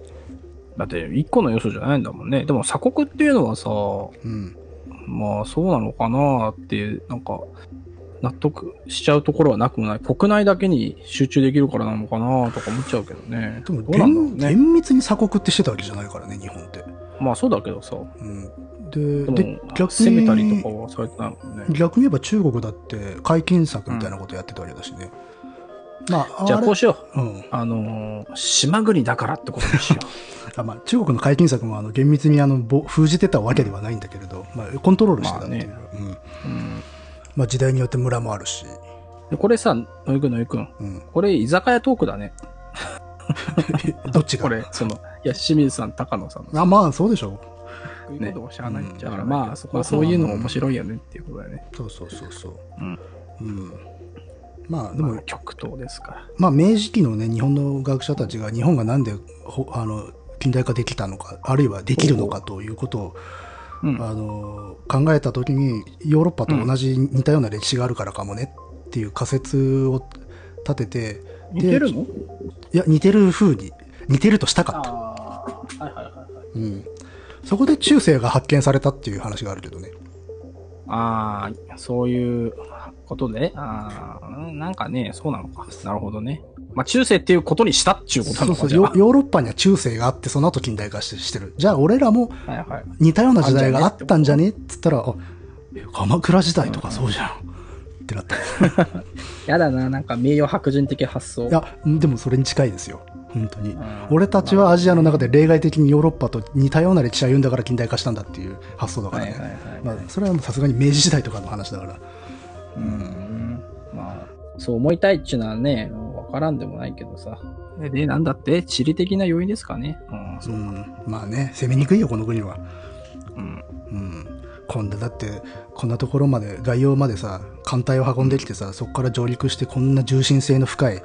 だって、一個の要素じゃないんだもんね。でも、鎖国っていうのはさ、うん。まあそうなのかなっていう、なんか、納得しちゃうところはなくもない。国内だけに集中できるからなのかなとか思っちゃうけどね。でもどうなんだろう厳、ね。厳密に鎖国ってしてたわけじゃないからね、日本って。まあそうだけどさ。うん。で、ででも、逆攻めたりにとか、はされてないもんね。逆に言えば中国だって解禁策みたいなことやってたわけだしね。まあ、じゃあれこうしよう。うん。あのー島国だからってことに しよあまあ、中国の解禁策もあの厳密にあのぼ封じてたわけではないんだけれど、まあ、コントロールしてたっていう、まうんう。うんまあ、時代によって村もあるし、でこれさ、のいくんのいくん。うん、これ居酒屋トークだね。どっちがこれ、その、いや、清水さん、高野さんの。あまあそうでしょね。しゃあないだからまあ、そこはそういうのも面白いよねっていうことだよね。うそうそうそうそううん。うんまあででもも、、極東ですから。まあ、明治期のね日本の学者たちが日本がなんでほあの近代化できたのかあるいはできるのかということをうん。あの考えた時にヨーロッパと同じ似たような歴史があるからかもねっていう仮説を立てて似てるのいや似てる風に似てるとしたかった、ああ、はいはいはいはい。うん、そこで中世が発見されたっていう話があるけどねああ、そういうことで、ああ、うんなんかね、そうなのか。なるほどね。まあ、中世っていうことにしたっていうことなそうのそかうじゃあヨヨーロッパには中世があってその後近代化してしてるじゃあ俺らもはいはい。似たような時代があったんじゃねっつったらあ鎌倉時代とかそうじゃん、ってなったいやだな、なんか名誉白人的発想。やでもそれに近いですよ本当にん俺たちはアジアの中で例外的にヨーロッパと似たような歴史を歩んだから近代化したんだっていう発想だからね、はいはいはいはいまあ、それはもうさすがに明治時代とかの話だからうん。まあ、そう思いたいっちゅうのはね、わからんでもないけどさ。で、なんだって地理的な要因ですかね。うん、そうう。ん、まあね攻めにくいよこの国はうん。うんこんなだってこんなところまで外洋までさ艦隊を運んできてさそこから上陸してこんな重心性の深い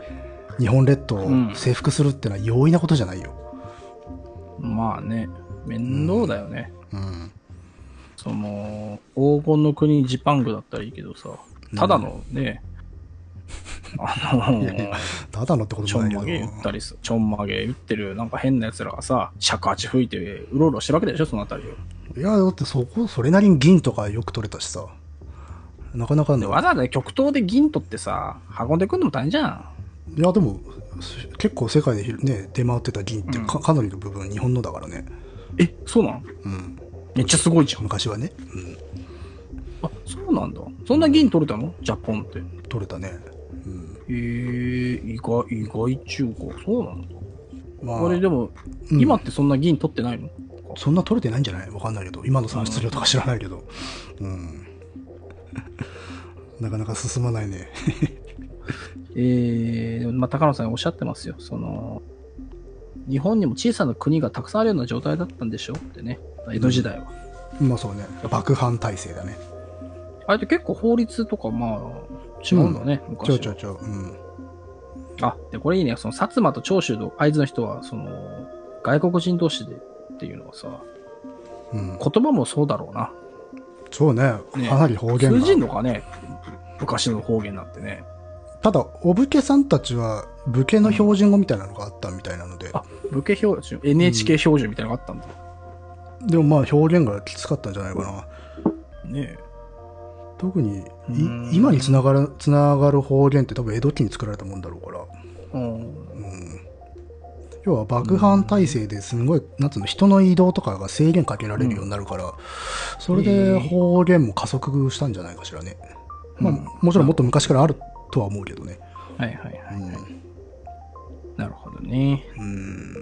日本列島うんを征服するってのは容易なことじゃないよ、まあね、面倒だよね。うん、その、黄金の国ジパングだったらいいけどさ、ただのね、あのいやいやただのってこちとょもんないまげけ打どったりす、ちょんまげ打ってる、なんか変な奴らがさ、尺八吹いて、うろうろしてるわけでしょ、そのあたりを。いやだってそこそれなりに銀とかよく取れたしさなかなかで、ねわざわざ極東で銀取ってさ、運んでくんのも大変じゃん。いやでもす結構世界で、ね、出回ってた銀ってか,、かなりの部分日本のだからね、え、そうなんうん、めっちゃすごいじゃん。昔はね、あ、そうなんだ。そんな銀取れたのジャポンって。へうん、取れたね、うんえ意外、意外中華。そうなんだ。まこれでも、うん今ってそんな銀取ってないのそんな取れてないんじゃないわかんないけど、今の産出量とか知らないけど。うん。 なかなか進まないね。えー、まあ、高野さんおっしゃってますよ。その、日本にも小さな国がたくさんあるような状態だったんでしょってね。江戸時代は。まあそうね。幕藩体制だね。あれって結構法律とか、まあ、違うんだね、ちょ昔ちょちょ。うん。あ、で、これいいね。その、薩摩と長州と会津の人は、その、外国人同士でっていうのはさ、うん、言葉もそうだろうな。そうね。ねかなり方言が。通じんのかね昔の方言なんてね。ただ、お武家さんたちは、武家の標準語みたいなのがあったみたいなので、あ、武家標準、NHK 標準みたいなのがあったんだ。でもまあ表現がきつかったんじゃないかな。ね特にいうん今につながるつながる方言って多分江戸期に作られたもんだろうから、え。うん。うん、要は幕藩体制ですんごいなんつうの人の移動とかが制限かけられるようになるから、それへでえ方言も加速したんじゃないかしらね、まあうんもちろんもっと昔からあるとは思うけどね、はいはいはうい。んなるほどね。うん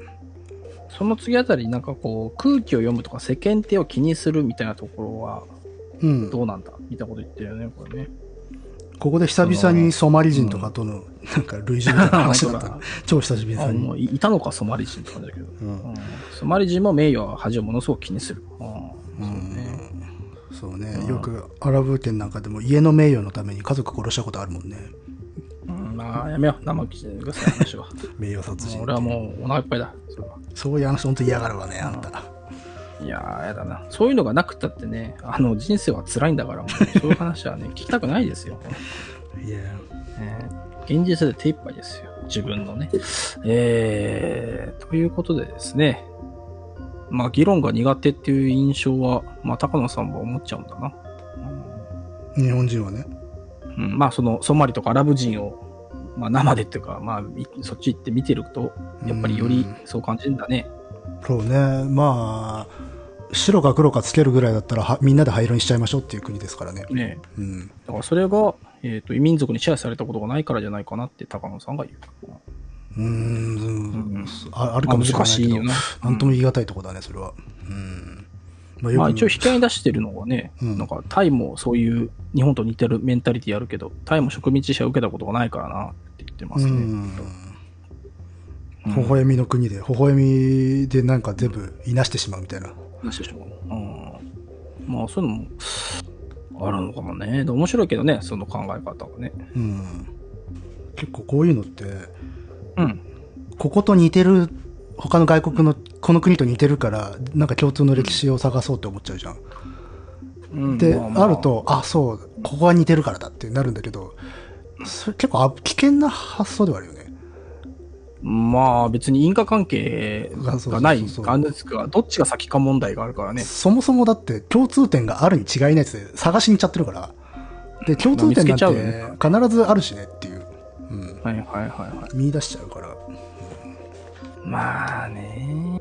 その次あたり、なんかこう、空気を読むとか世間体を気にするみたいなところは、うん、どうなんだみたいなこと言ってるよね、これね。ここで久々にソマリ人とかとの、なんか類似みたいな話だ本っ た超久しぶりあにもういいたのか、ソマリ人って感じだけど。うんうんソマリ人も名誉は恥をものすごく気にする。うんそうね。そうね、よくアラブ圏なんかでも家の名誉のために家族殺したことあるもんねうんまあ、やめよう。生きてください、 話は。名誉殺人俺はもうお腹いっぱいだ。それはそういう話本当嫌がるわねあんたいやー、やだな。そういうのがなくったってね、あの、人生は辛いんだから、もう そういう話はね、聞きたくないですよ。いやね現実で手一杯ですよ。自分のね。えー、ということでですね。まあ、議論が苦手っていう印象は、まあ、高野さんは思っちゃうんだな。日本人はねうん、うんまあ、その、ソマリとかアラブ人を、まあ、生でっていうか、まあ、いそっち行って見てると、やっぱりよりそう感じるんだね。そうねまあ白か黒かつけるぐらいだったらはみんなで灰色にしちゃいましょうっていう国ですからね、ねうん、だからそれが、えー、と異民族に支配されたことがないからじゃないかなって高野さんが言う。うーんんああるかもしれなまあ難いけどしいよねなんとも言い難いとこだねそれはうん、まあまあ、一応引き合いに出してるのはね、うんなんかタイもそういう日本と似てるメンタリティあるけど、タイも植民地支配を受けたことがないからなって言ってますうね。んうん微笑みの国で微笑みでなんか全部いなしてしまうみたいな話でしょううんまあそういうのもあるのかもね。で面白いけどね、その考え方はね。うん結構こういうのってうん。ここと似てる他の外国のこの国と似てるからなんか共通の歴史を探そうって思っちゃうじゃん、うんで、まあまるとあそうここは似てるからだってなるんだけどそれ結構あ危険な発想ではあるよねまあ別に因果関係がないそうそうそうそう感じですが、どっちが先か問題があるからね。そもそもだって共通点があるに違いないやつで探しに行っちゃってるからで共通点見つけなんちゃうよてね必ずあるしねっていう、うん、はいはいはいはい。見出しちゃうからまあね。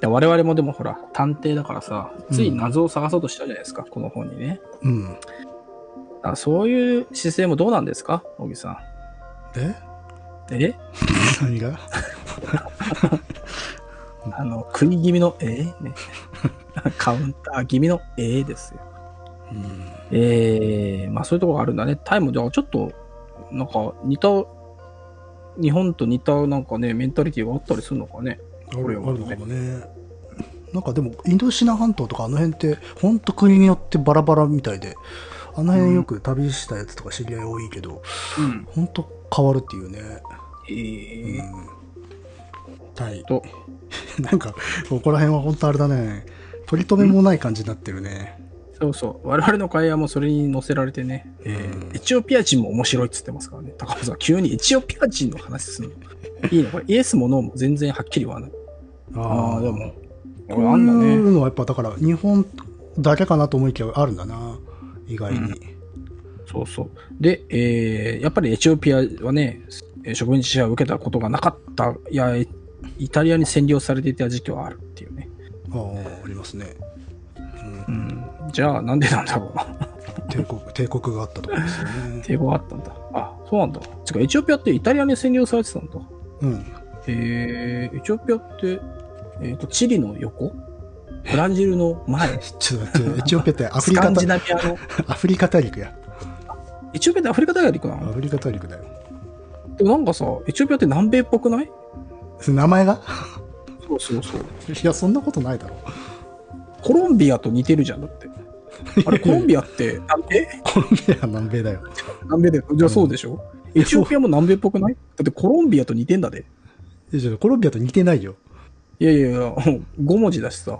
で我々もでもほら、探偵だからさ、つい謎を探そうとしたじゃないですか、この本にね。うんだからそういう姿勢もどうなんですか、小木さでん。え 何があの、食い気味の、えーね。 カウンター気味の、えーですよ。うんえー、まあそういうところがあるんだね。タイム、じゃあちょっと、なんか似た、日本と似たなんかね、メンタリティがあったりするのかね。あるこれあはるのかもねなんかでもインドシナ半島とかあの辺ってほんと国によってバラバラみたいであの辺よく旅したやつとか知り合い多いけど、うん。ほんと変わるっていうね、えーうん、タイと、 なんかここら辺はほんとあれだね取り留めもない感じになってるね、そうそう。我々の会話もそれに乗せられてね、えーエチオピア人も面白いっつってますからね。高野さん、急にエチオピア人の話するの。いいね。これ、イエスもノーも全然はっきり言わない。ああ、でも。こあうんだいね。うのはやっぱだから日本だけかなと思いきやあるんだな意外に、そうそう。で、えーやっぱりエチオピアはね、えー植民地支配を受けたことがなかった、いや、イイタリアに占領されていた時期はあるっていうね。ああありますね、うんうん。じゃあ、なんでなんだろうな。。帝国 帝国があったとこですよね抵抗があったんだ。あ、そうなんだ。つうか、エチオピアってイタリアに占領されてたんだ。うん、えー、エチオピアって、えー、とチリの横ブラジルの前ちょっと待って、エチオピアってアフスリカカンジ大ナビア のアフリカ大陸や。エチオピアってアフリカ大陸なアのフリカ大陸だよ。でもなんかさエチオピアって南米っぽくないそれ名前が そうそうそういや、そんなことないだろう。 コロンビアと似てるじゃんだってあ れコロンビアって南米コロンビア南米だよ。南米でじゃあそうでしょ、エチオピアも南米っぽくないだってコロンビアと似てんだでいやちょっとコロンビアと似てないよ。いやいやいや5文字だし さ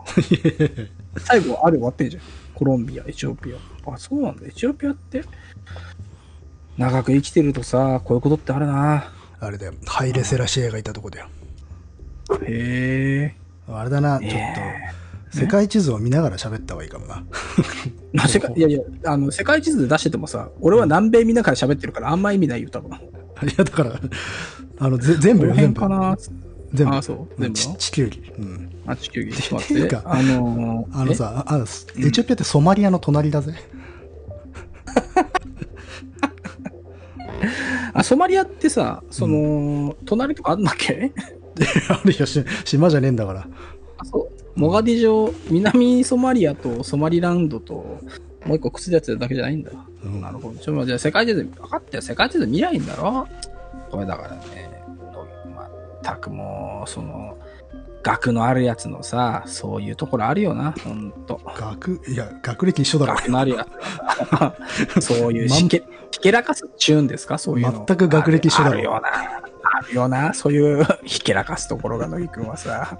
最後あれ終わってんじゃんコロンビアエチオピアあそうなんだエチオピアって長く生きてるとさ、こういうことってあるな。あれだよ。ハイレセラシエがいたとこだよ。へえ。あれだな、ちょっえと、世界地図を見ながら喋った方がいいかもな。まあ、世界いやいやあの、世界地図で出しててもさ、俺は南米見ながら喋ってるから、あんま意味ないよ、多分。いや、だから、あの、ぜ全こ部のよ、辺全部か。な全部。あそう全部ち地球儀。うん。あ、地球儀。ちょっっとてい待うってか。あのーあのさ、ああエチオピアってソマリアの隣だぜ。えあ、ソマリアってさ、その、隣とかあんだっけあるよ、し島じゃねえんだから。あそう。モガディ城、南ソマリアとソマリランドと、もう一個くっついたやつだけじゃないんだ。うんなるほど。ちょ、まあじゃあ世界地図、分かったよ。世界地図見りゃいいんだろこれだからね、まったくもう、その、学のあるやつのさ、そういうところあるよな、ほんと。学、いや、学歴一緒だろ。学のあるや つ。そういうしけ、ひけらかすっちゅうんですかそういうの。全く学歴一緒だあろるよな。あるよな。そういう ひけらかすところが、野木くんはさ。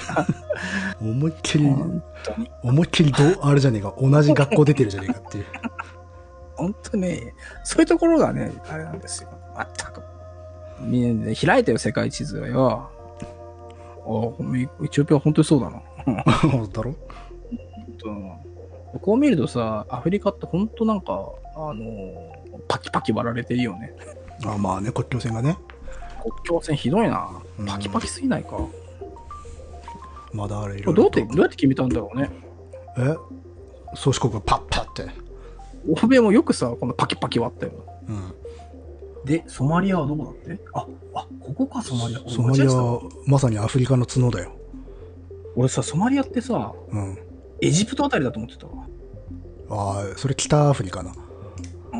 思いっきり、本当に、思いっきりどう、あれじゃねえか、同じ学校出てるじゃねえかっていう。本当ね、そういうところがね、あれなんですよ。まったく。みんな開いたよ、世界地図をよ。あエチオピア本当にそうだな。だろうんこう見るとさ、アフリカって本当なんか、あの、パキパキ割られてるよね。あまあね、国境線がね。国境線ひどいなう。んパキパキすぎないか。まだあれいころれどうやっいろとて、どうやって決めたんだろうね。え宗主国がパッパッって。欧米もよくさ、このパキパキ割ったよ。うん。で、ソマリアはどこだってあ、あ、ここか、ソマリア。ソマリ俺間ア違えてはまさにアフリカの角だよ。た俺さ、ソマリアってさ、うん。エジプトあたりだと思ってたわ。ああ、それ北アフリカな。ああ、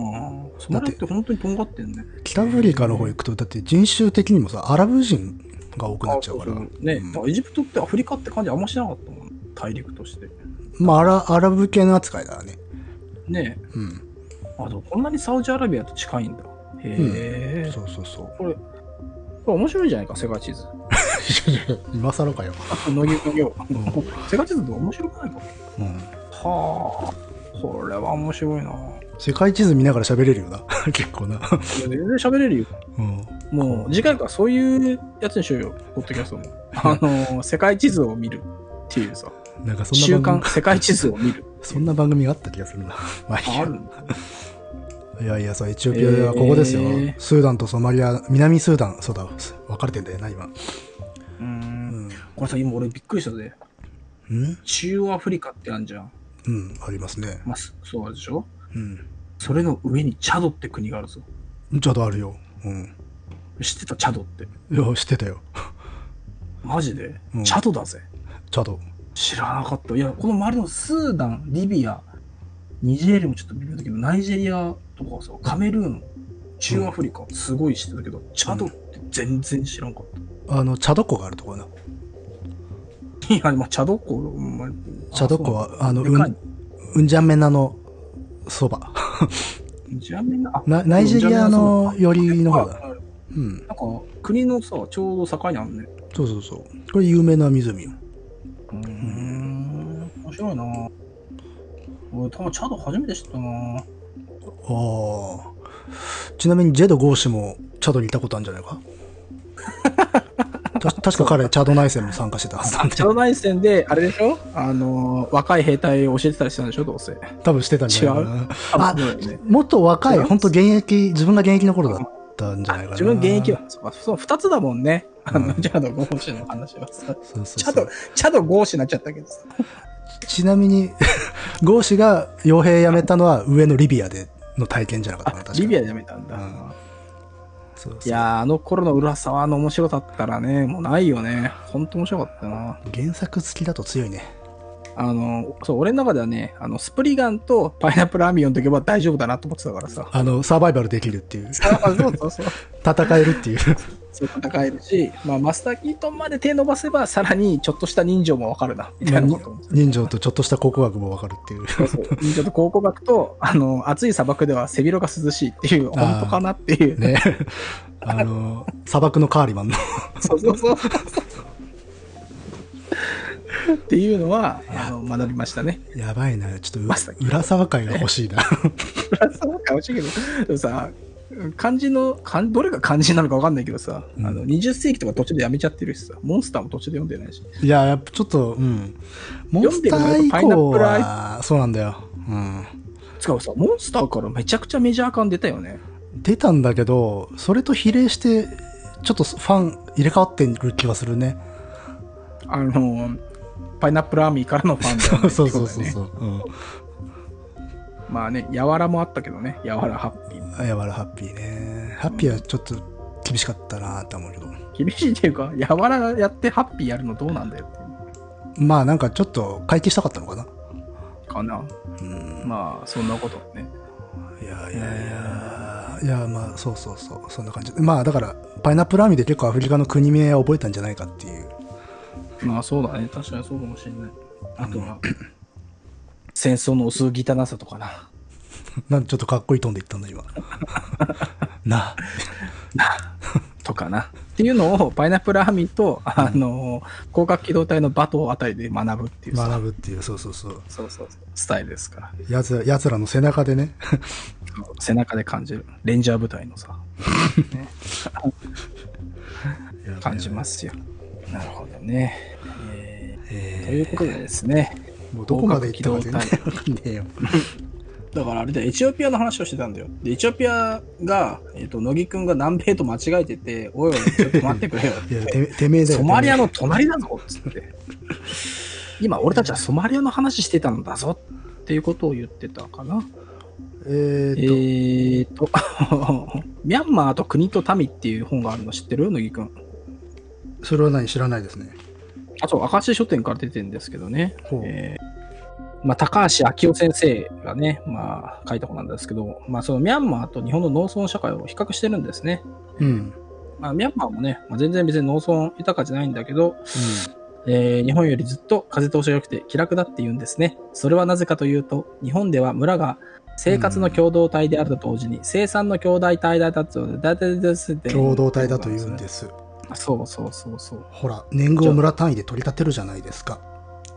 ソマリアって本当にとんがってんね。北アフリカの方行くと、だって人種的にもさ、アラブ人が多くなっちゃうから。あそうそうね、うんだからエジプトってアフリカって感じあんましなかったもん。大陸として。まあアラ、アラブ系の扱いだね。ねうん。え。あ、でもこんなにサウジアラビアと近いんだ。へえ、そうそうそう。 これ、これ面白いじゃないか、世界地図。今更かよ。のぎのぎをうん。世界地図って面白くないかうん。はあ、これは面白いな。世界地図見ながら喋れるよな。 結構な。いや全然喋れるよ。うん。もう、次回からそういうやつにしようよ、ポッドキャストも。あの、世界地図を見るっていうさ、なんかそ週んな刊番組、世界地図を見る。そんな番組があった気がするな。 まあいいあやるんだ。 いやいやさ、エチオピアはここですよ。えースーダンとソマリア、南スーダン、そうだ、分かれてんだよな、今。うー。うんん。これさ、今俺びっくりしたぜ。うん、中央アフリカってあるじゃん。うん、ありますね。まあ、そそうあるでしょうん。それの上にチャドって国があるぞ。ちょっとあるよ。うん。知ってたチャドって。いや、知ってたよ。マジで、うんチャドだぜ。ちょっと。知らなかった。いや、この周りのスーダン、リビア、ニジェールもちょっと微妙だけど、ナイジェリアとかさ、カメルーン、中央アフリカ、すごい知ってたけど、チャドって全然知らんかっあの、チャド湖があるところな。た。いや、まあ、チャド湖、うんまあチャド湖は、あの、でうかいん、うんじゃめなのそば。 ジャミナあなナイジェリアの寄り の方だ。あうん。なんか、国のさ、ちょうど境にあるね。そうそうそう。これ有名な湖よ。うーん、面白いなぁ俺、たまチャド初めて知ったなぁああ。ちなみに、ジェド・ゴーシュもチャドにいたことあるんじゃないか た確か彼、チャド内戦も参加してたはずなんでチャド内戦で、あれでしょあのー、若い兵隊を教えてたりしたんでしょどうせ。多分してたんじゃないかな。あ多分ねもっと若い、違う本当現役、自分が現役の頃だったんじゃないかな。自分現役は、そうかそう、二つだもんね。あの、うんチャド・ゴーシュの話はさ。そうそうチそャうド、チャド・ゴーシュになっちゃったけどさ。ちなみに、 ゴーシが傭兵辞めたのは上のリビアでの体験じゃなかったかな、確かリビアでやめたんだ。うんそうそういやー、あの頃の浦沢の面白さったらね、もうないよね。ほんと面白かったな原作付きだと強いね。あの、そう、俺の中ではね、あの、スプリガンとパイナップルアミオンとけば大丈夫だなと思ってたからさ。あの、サバイバルできるっていう、そうそうそう。戦えるっていう。 そう戦えるし、まあ、マスターキートンまで手伸ばせば、さらにちょっとした人情もわかるな、みたいなこと思って人情とちょっとした考古学もわかるっていう。 そうそう人情と考古学と、あの、暑い砂漠では背広が涼しいっていう、あー本当かなっていう。ね。 あの、砂漠のカーリマンの。 そうそうそう。っていうのは、あの、学びましたね。やばいな、ちょっまさと、裏沢会が欲しいな。 そうかもしれんけど、でもさ、漢字の、漢どれが漢字なのかわかんないけどさ、うんあの、20世紀とか途中でやめちゃってるしさ、モンスターも途中で読んでないし。いや、やっぱちょっと、うん。モン読んスでタるのーや以っぱパイナッ降プルアイは、そうなんだよ。うん。つかさ、モンスターからめちゃくちゃメジャー感出たよね。出たんだけど、それと比例して、ちょっとファン入れ替わってる気がするね。あの、パイナップルアーミーからのファンだ よね、 そうそうそうってことそう。うん。だよねまあね、やわらもあったけどね、やわらハッピー。やわらハッピーね。ハッピーはちょっと厳しかったなって思うけど。厳しいっていうか、やわらやってハッピーやるのどうなんだよっていうまあなんかちょっと解決したかったのかな。かな。うん。まあ、そんなことね。いやいやいや。いやまあそうそうそう。そんな感じ。まあだから、パイナップルアーミーで結構アフリカの国名を覚えたんじゃないかって いう。まあそうだね、確かにそうかもしれない。あとは、戦争の薄汚さとかな。なんでちょっとかっこいいトーンで言ったんだ 今。な。とかな。っていうのを、パイナップルアーミーと、あの、広角機動隊のバトーあたりで学ぶっていうさ学ぶっていう、そうそうそう。そうそうそう、スタイルですから。やつやつらの背中で ね。。背中で感じる。レンジャー部隊のさ、ね感じますすよ。なるほどね。えーといえうことでですね。ー、もうどこまで行ったか全然わかんねえよ。だからあれだよエチオピアの話をしてたんだよ。で、エチオピアが、えっ、と、乃木くんが南米と間違えてて、おいおい、ちょっと待ってくれよ っいや、て。ててめえだよ。ソマリアの。の隣だぞっつって。 今、俺たちはソマリアの話してたんだぞっていうことを言ってたかな。えーえっー、と、と、 ミャンマーと国と民っていう本があるの知ってる乃木くん。それは何知らないですね。あ、そう、明石書店から出てるんですけどね。ほう。えーまあ、高橋昭夫先生がね、まあ、書いた本なんですけど、まあ、そのミャンマーと日本の農村社会を比較してるんですね。うん。うん。まあ、ミャンマーもね、まあ、全然別に農村豊かじゃないんだけど、えー日本よりずっと風通しが良くて気楽だって言うんですね。それはなぜかというと、日本では村が生活の共同体であると同時に、生産の兄弟体だと、だいたいですって。共同体だと言うんですす。そうそうそうそう。ほら、年貢を村単位で取り立てるじゃないですか。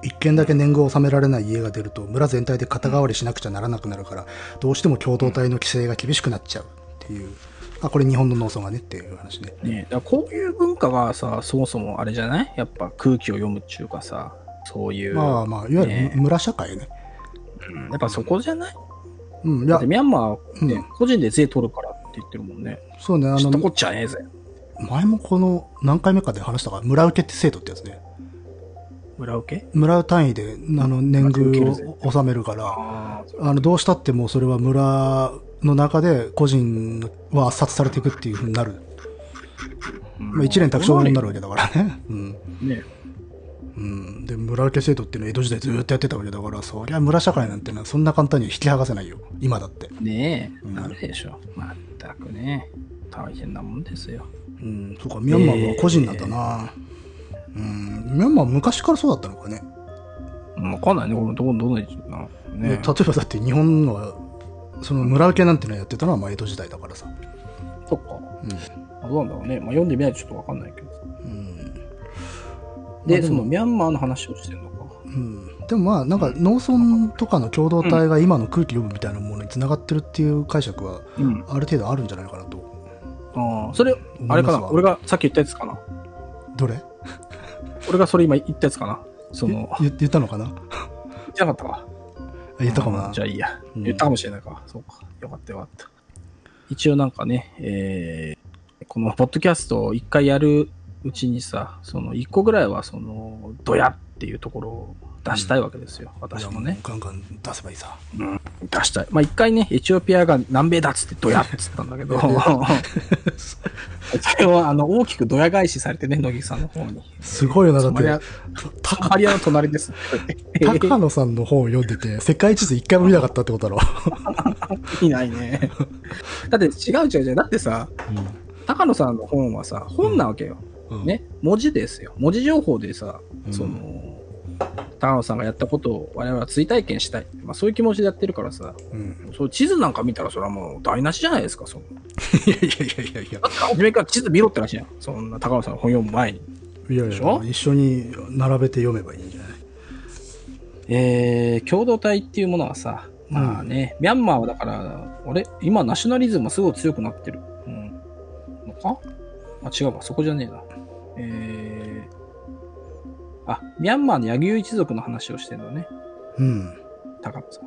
一軒だけ年貢を納められない家が出ると、村全体で肩代わりしなくちゃならなくなるから、どうしても共同体の規制が厳しくなっちゃうっていう。あ、これ日本の農村がねっていう話ね。ね、だからこういう文化がさ、そもそもあれじゃないやっぱ空気を読むっていうかさ、そういう、まあまあ、いわゆねる村社会ね。うんやっぱそこじゃないうん、いだやって、ミャンマーはね、うん個人で税取るからって言ってるもんね。そうね、あ知ったこの、っちゃねえぜ。前もこの何回目かで話したから、村受けって制度ってやつね。村受け村単位で、あの、年受ける貢ぜを納めるから、ああ、あの、どうしたってもうそれは村の中で個人は圧殺されていくっていうふうになる。まあ、一連卓上になるわけだからね。うん。ね。うん。で、村受け制度っていうのは江戸時代ずっとやってたわけだから、そりゃ村社会なんてのはそんな簡単には引き剥がせないよ。今だって。ねえ、うんなるでしょ。まったくね、大変なもんですよ。うん。そうか、ミャンマーは個人なんだな。うん。ミャンマーは昔からそうだったのかね。わかんないね、このどこどの位置なのか例えね。ばだって日本のはその村受けなんてのやってたのはまあ江戸時代だからさ、そっか。うどうなんだろうね。まあ、読んでみないとちょっとわかんないけど。んで、まあそのもミャンマーの話をしてるのか。うん、でもまあなんか農村とかの共同体が今の空気読むみたいなものにつながってるっていう解釈はうん。ある程度あるんじゃないかなとああ、それ、あれかな。俺がさっき言ったやつかな。どれ俺がそれ今言ったやつかな。その、 言言ったのかな言ってなかったか。言ったかもなじゃあいいや。うん言ったかもしれないか。そうか。よかったよかった。一応なんかね、えーこのポッドキャストを一回やるうちにさ、その一個ぐらいはその、ドヤっていうところを出したいわけですよ。私もいやね。ガンガン出せばいいさ出したい。まあ一回ね、エチオピアが南米だっつってドヤっつったんだけ ど、それはあの、大きくドヤ返しされてね、野木さんの方に。すごいよなだソっマリアてたソマリアの隣 です。高野さんの本を読ん でて世界地図一回も見なかったってことだろ、いないね。 だって違う違う違う。だってさ、高野さんの本はさ、本なわけよ。うんね、文字ですよ。文字情報でさ、うんその、高野さんがやったことを我々は追体験したい。まあそういう気持ちでやってるからさ、うん、そう地図なんか見たらそれはもう台無しじゃないですか、その。いやいやいやいやいやだって初めから地図見ろって話じゃん。そんな高野さんの本読む前に。いやいでしやょ一緒に並べて読めばいいんじゃないえー、共同体っていうものはさ、まあね、ミャンマーはだから、あれ今ナショナリズムがすごい強くなってる。うん。のかあ、違うか、そこじゃねえな。えー、あ、ミャンマーのヤギ一族の話をしてるのね、うん。高野さん。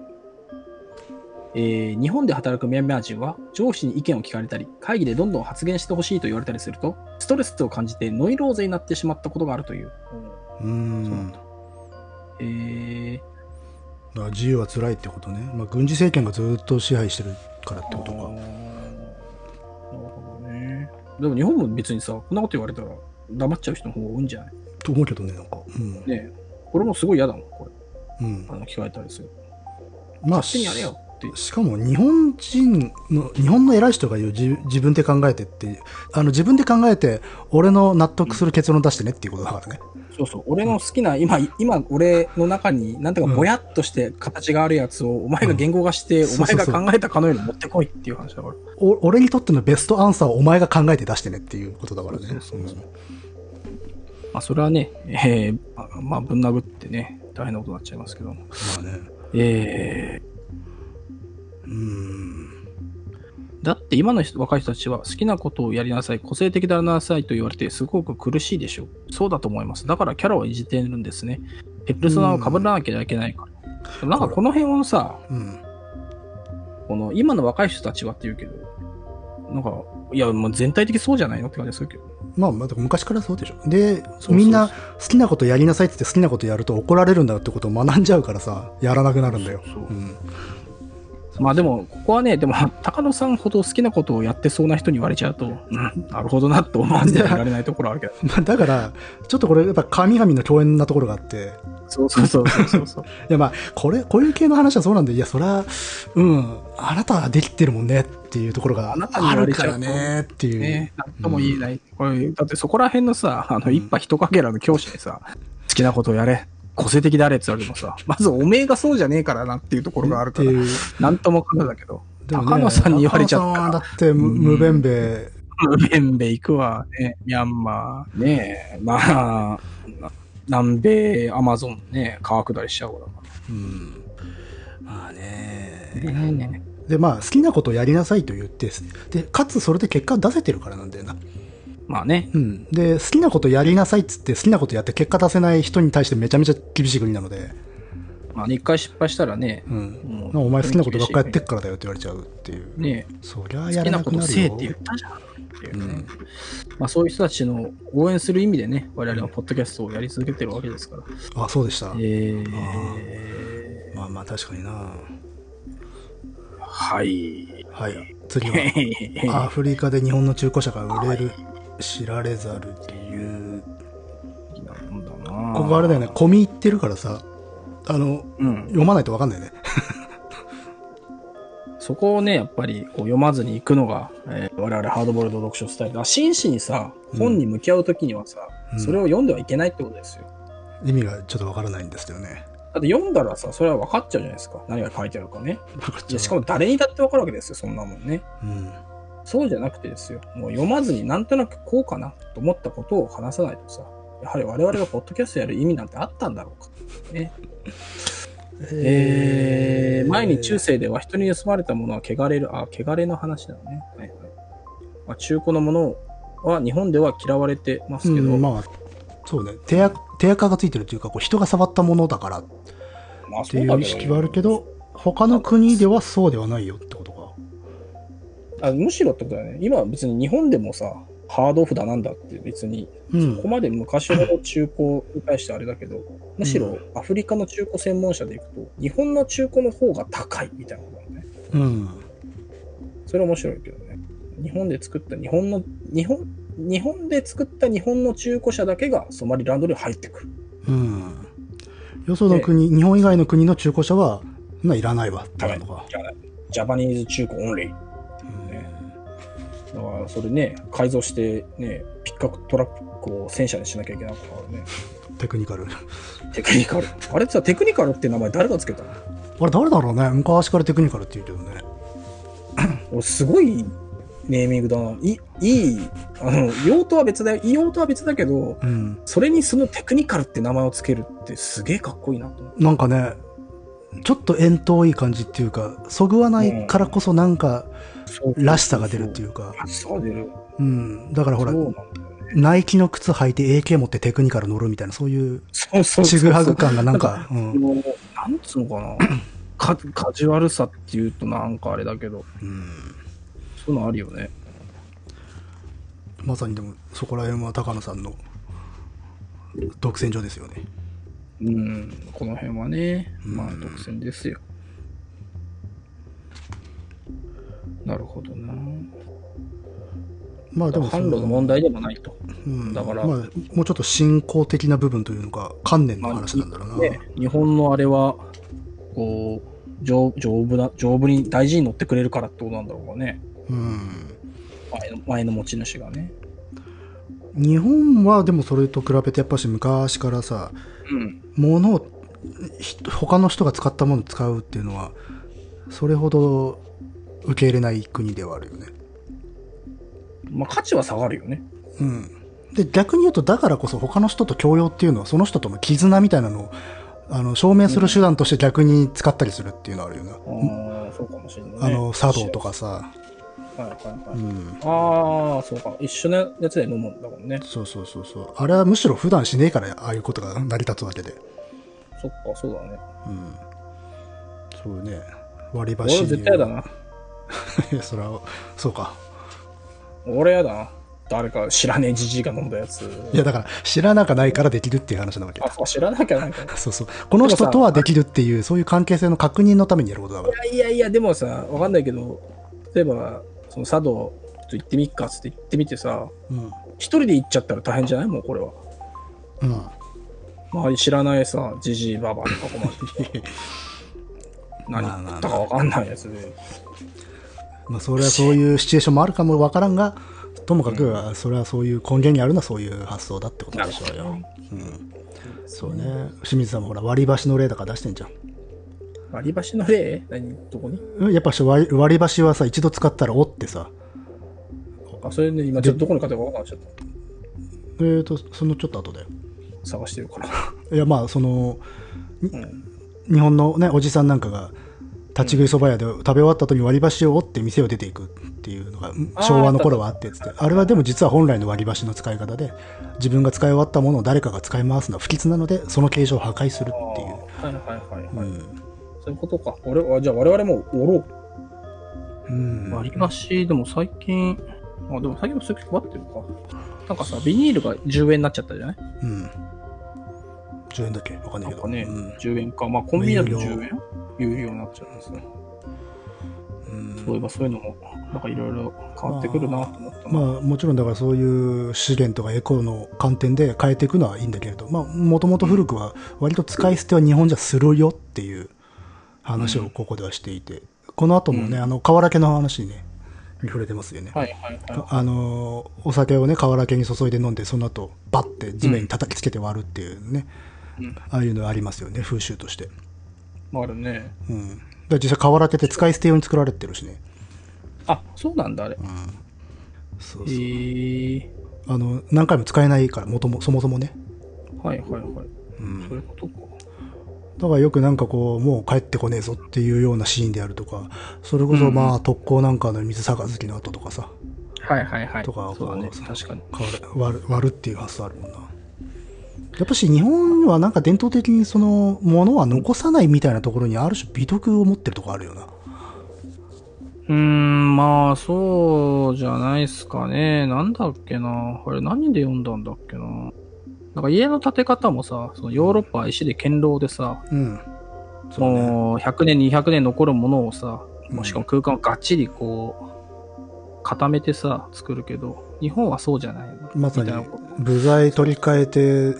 えー、日本で働くミャンマー人は上司に意見を聞かれたり会議でどんどん発言してほしいと言われたりするとストレスを感じてノイローゼになってしまったことがあるという、うそうなんん。だえー、だから自由は辛いってことね。まあ、軍事政権がずっと支配してるからってことあーなか。るほどね。でも日本も別にさ、こんなこと言われたら黙っちゃう人の方が多いんじゃないと思うけどね、なんか。うん。ねえ俺もすごい嫌だもん、これ。うんあ。の、聞かれたりする。まあ、勝手にやれよって。しかも日本人の、日本の偉い人が言う自自分で考えてっていう、あの自分で考えて、俺の納得する結論出してねっていうことだからね。そうそう。俺の好きな、今、今、俺の中に、なんていうか、うんぼやっとして形があるやつを、お前が言語化して、うんお前がそうそうそう考えたかのように持ってこいっていう話だから。お俺にとってのベストアンサーをお前が考えて出してねっていうことだからね。そうそうそうま あ、それはね、えーまあ、まあ、ぶん殴ってね、大変なことになっちゃいますけども。うんまあね。えー、うん。だって今の人若い人たちは好きなことをやりなさい、個性的でありなさいと言われてすごく苦しいでしょう。そうだと思います。だからキャラをいじってるんですね。ペルソナを被らなきゃいけないから。でもなんかこの辺をさ、うん。この今の若い人たちはって言うけど、なんか、いや、もう全体的そうじゃないのって感じがするけど。まあ、まあ、だから昔からそうでしょ。で、うみんな好きなことやりなさいって言って好きなことやると怒られるんだってことを学んじゃうからさ、やらなくなるんだよ。そううん。まあでも、ここはね、でも、高野さんほど好きなことをやってそうな人に言われちゃうと、うん、なるほどなって思わずてられないところあるけど。まあ だから、ちょっとこれやっぱ神々の共演なところがあって、 そうそうそうそうそう。いやまあ、これ、こういう系の話はそうなんで、いや、そりゃ、うん、あなたはできてるもんねっていうところがあなたにあ言わるれちかゃうらとねっていう。ね、なんとも言えない。これ、だってそこら辺のさ、あの、一派一かけらの教師にさ、好きなことをやれ、個性的であれって言われてもさ、まずおめえがそうじゃねえからなっていうところがあるってから、いう。なんともかんだだけど、 でもね高野さんに言われちゃった高野さんはだって、むうん無弁弁、ムベンベ行くわ、ね、ミャンマー、ねえ、まあ、な南米、アマゾンね、川下りしちゃうわうん。まあね。だから。ねで、まあ、好きなことをやりなさいと言って、で、かつそれで結果出せてるからなんだよな。まあね、うん。で、好きなことやりなさいっつって、好きなことやって結果出せない人に対してめちゃめちゃ厳しい国なので、まあね、一回失敗したらねう、。もうんお前好きなことばっかやってっからだよって言われちゃうっていう。ねそりゃえ好やきらななこくとなるせえってよ。言ったじゃんっていううねん。まあ、そういう人たちの応援する意味でね、我々はポッドキャストをやり続けてるわけですから。あ、そうでした。えー、ーまあまあ確かにな。はい。、はい。次 はアフリカで日本の中古車が売れる、知られざる理由。なんだなここあれだよね、込み入ってるからさ、あの、うん。読まないとわかんないね。そこをね、やっぱりこう読まずに行くのが、えー我々ハードボールド読書スタイルだ。真摯にさ、本に向き合うときにはさ、うんそれを読んではいけないってことですよ。意味がちょっとわからないんですけどね。だって読んだらさ、それは分かっちゃうじゃないですか。何が書いてあるかね。いやしかも誰にだって分かるわけですよ、そんなもんね。うん。そうじゃなくてですよ、もう読まずになんとなくこうかなと思ったことを話さないとさ、やはり我々がポッドキャストやる意味なんてあったんだろうか。ね、えー、前に中世では人に盗まれたものは汚れる、あ、汚れの話だね。はいはいまあ、中古のものは日本では嫌われてますけど、うんままあ、そうね。手垢手垢がついてるというか、こう人が触ったものだからっあていう意識はあるけど、他の国ではそうではないよってことか。あ、むしろってことだよね。今は別に日本でもさ、ハードオフだなんだって別にうこんこ。まで昔の中古に対してあれだけど、むしろアフリカの中古専門社でいくと、日本の中古の方が高いみたいなことなのね。うん。それ面白いけどね。日本で作った日本の、日本、日本で作った日本の中古車だけがソマリランドに入ってくる。うん。よその国、日本以外の国の中古車は、そんないらないわってなのか。じゃない。ジャパニーズ中古オンリー。だからそれね、改造してね、ピックアップトラックを戦車にしなきゃいけなかったからね。うんテクニカル。 テクニカル。あれさ、テクニカルって名前誰がつけたのあれ、誰だろうね。昔からテクニカルって言うけどね。俺すごいネーミングだないいいあの用途は別だよいい用途は別だけどうん。それにそのテクニカルって名前をつけるってすげえかっこいいなと思うなんかね、ちょっと遠遠い感じっていうか、そぐわないからこそなんか、そうらしさが出るっていうか。らしさが出る。うん。だからほらそ、うなんだよナイキの靴履いて AK 持ってテクニカル乗るみたいな、そういうそうそうそうちぐはぐ感がなんか、うあん。のなんつうのかなかカジュアルさっていうとなんかあれだけどうんそういうのあるよねまさにでも、そこら辺は高野さんの独占上ですよね。うんこの辺はねまあうん独占ですよなるほどなまあでもそれ販は、路の問題でもないとうん、だからまあ、もうちょっと信仰的な部分というのか、観念の話なんだろうな。ね日本のあれはこう丈夫丈夫な丈夫に大事に乗ってくれるからってことなんだろうかねうん。前の前の持ち主がね日本はでもそれと比べてやっぱし昔からさ、うん物をひ他の人が使ったものを使うっていうのはそれほど受け入れない国ではあるよね。まあ価値は下がるよねうん、で逆に言うとだからこそ他の人と共用っていうのはその人との絆みたいなのをあの証明する手段として逆に使ったりするっていうのはあるよな。ああそうかもしれない、ね、あの茶道とかさ、はいはいはうい、ん、ああ、そうか。一緒のやつで飲むんだもんね。そうそうそうそうあれはむしろ普段しねえからああいうことが成り立つわけで、そっか、そうだね。うん、そうね割り俺箸は絶対やだな。 いやそれはそうか俺やだな。誰か知らねえじじいが飲んだやつ。いやだから知らなかないからできるっていう話なわけあ、そうか知らなきゃなんか。 そうそうこの人とはできるっていうそういう関係性の確認のためにやることだからいやいやいや、でもさ、わかんないけど、例えば、その茶道、ちょっと行ってみっかっつって行ってみてさ、うん一人で行っちゃったら大変じゃないもうこれは。うん周り知らないさ、じじいばばに囲まれて。何まあまあまあ食ったかわかんないやつで。まあそれはそういうシチュエーションもあるかもわからんがともかくそれはそういう根源にあるのはそういう発想だってことでしょうよ、うん、そうね清水さんもほら割り箸の例だから出してんじゃん割り箸の例何どこにうんやっぱし割割り箸はさ一度使ったら折ってさあ、それね、今ちょっとどこに買ったかわかんないちょっとえーとそのちょっと後で探してる から。いやまあそのうん日本のねおじさんなんかが立ち食いそば屋で食べ終わった後に割り箸を折って店を出ていくっていうのがうんあー昭和の頃はあってっつってあれはでも実は本来の割り箸の使い方で自分が使い終わったものを誰かが使い回すのは不吉なのでその形状を破壊するっていう、はいはいはい、うはいんそういうことか。俺は、じゃあ我々もおろう。うん、割り箸、でも最近、あ、でも最近もそういう配ってるか。なんかさ、ビニールが10円になっちゃったじゃないうん、10円だっけわかんないなんけどかね、うん10円か。まあコンビニだと有料10円有料になっちゃうんですね。うんそういえばそういうのも、なんかいろいろ変わってくるなと思ったな。まあもちろんだからそういう資源とかエコの観点で変えていくのはいいんだけれどもともと古くは割と使い捨ては日本じゃするよっていう話をここではしていて、この後もね、うんあの瓦家の話にね触れてますよね、はいはいはああのお酒をね瓦家に注いで飲んでその後バッて地面に叩きつけて割るっていうね、い。うん。ああいうのありますよね風習として、まああるね。うん、だから実際瓦家って使い捨て用に作られてるしね、あ、そうなんだ、あれ。うん、そえうそうー。あの何回も使えないからもともそもそもね、はいはいはい。うんそういうことか。だからよくなんかこう、もう帰ってこねえぞっていうようなシーンであるとか、それこそまあ特攻なんかの水杯の後とかさ、はいはいはい。とかそうだね。こう確かに。割る割る割るっていう発想あるもんな。やっぱし日本はなんか伝統的にその物は残さないみたいなところにある種美徳を持ってるとこあるよな。うーん、まあ、そうじゃないっすかね。なんだっけな。あれ、何で読んだんだっけな。なんか家の建て方もさ、そのヨーロッパは石で堅牢でさ、うん。その100年、200年残るものをさ、もうしかも空間をがっちりこう、固めてさ、作るけど、日本はそうじゃないの。まさみにたいなこと部材取り替えて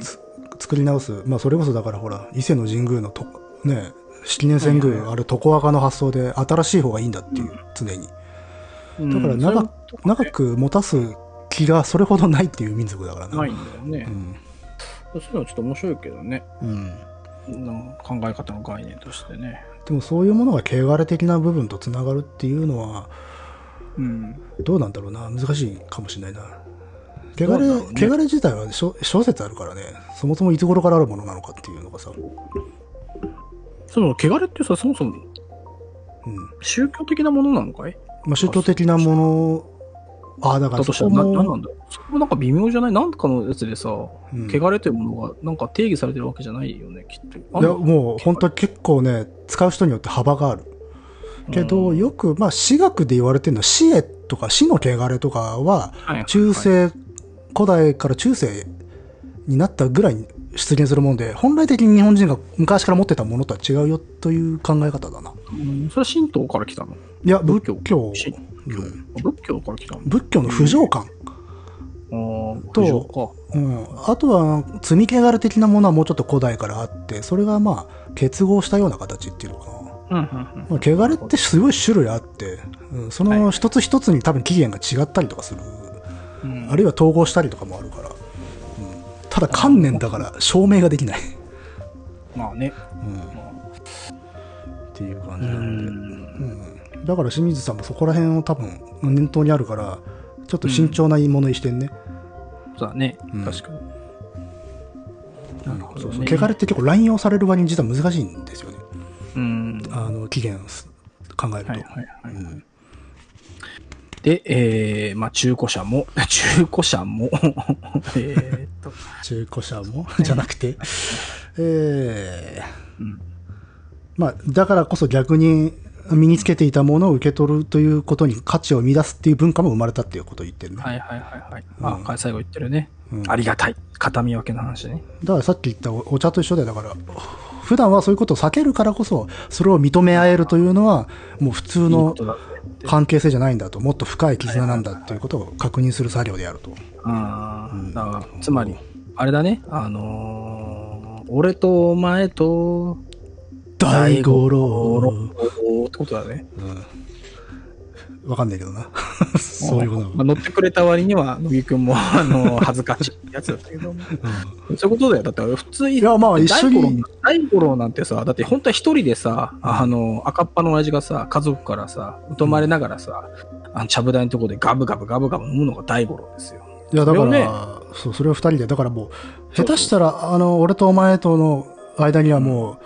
つ作り直す。まあそれこそだからほら、伊勢の神宮のと、ね、式年遷はいは宮、あれ床垢の発想で新しい方がいいんだっていう、うん常に。うんだからそれ長もく長く持たす気がそれほどないっていう民族だからな。ないんだよねう。ん。そういうのちょっと面白いけどね。うん。なんか考え方の概念としてね。でもそういうものが汚れ的な部分とつながるっていうのは、うん。どうなんだろうな。難しいかもしれないな。ど汚うなれ、んだろうね汚れ自体は諸諸説あるからね。そもそもいつ頃からあるものなのかっていうのがさ。その、汚れってさ、そもそもうん。宗教的なものなのかいまあ、宗教的なもの、ああ、だかだらとそしたら、こななんなも、んだろうそこもなんか微妙じゃないなんかのやつでさ、うん汚れというものがなんか定義されてるわけじゃないよね、きっと。あいや、もう本当結構ね、使う人によって幅がある。けど、うんよく、まあ、私学で言われてるのは、死へとか死の汚れとかは、はいはい中世、古代から中世になったぐらいに出現するもんで、本来的に日本人が昔から持ってたものとは違うよという考え方だな。うんそれは神道から来たのいや、仏仏教教、しうん仏教から来たの仏教の不浄感。ああ、と不浄か。うん、あとは積み汚れ的なものはもうちょっと古代からあってそれがまあ結合したような形っていうのかな、うんうんまあ、汚れってすごい種類あって、うん、その一つ一つに多分起源が違ったりとかする、うんうんあるいは統合したりとかもあるから、うん、ただ観念だから証明ができない、まあね。うん、っまあていう感うじなんで、んうん、だから清水さんもそこら辺を多分念頭にあるからちょっと慎重なものにしてんね、そうだね。うん確かに。なるほどそうねそう汚れって結構乱用される割に実は難しいんですよねうん。あの期限をす考えると、はいはいはい。うんで、えー、まあ中古車も、 中古車も、 えーっと、中古車もじゃなくて、えーうんまあ、だからこそ逆に身につけていたものを受け取るということに価値を生み出すっていう文化も生まれたっていうことを言ってるね、はいはいはいはい。うまんあ、最後言ってるね。うんありがたい。片見分けの話ね。だからさっき言ったおお茶と一緒だよだから普段はそういうことを避けるからこそそれを認め合えるというのはもう普通いいこのとだねって関係性じゃないんだともっと深い絆なんだということを確認する作業であると、ああ、うんだから、つまり、あれだね、あのー、俺とお前と大五五郎郎ってことだね。うんわかんないけど な。そういうことなのまあ、乗ってくれた割には、乃木くんも、あのー恥ずかしいやつだったけど、そういうことだよ。だって、普通いいや、まあ一緒に。。大五郎なんてさ、だって本当は一人でさ、あの、赤っ端の親父がさ、家族からさ、疎まれながらさ、あの、ちゃぶ台のとこでガブガブガブガブ飲むのが大五郎ですよ。いや、だから、それをそう、それを二人で、だからもう、そ下うそう手したら、あの、俺とお前との間にはもう、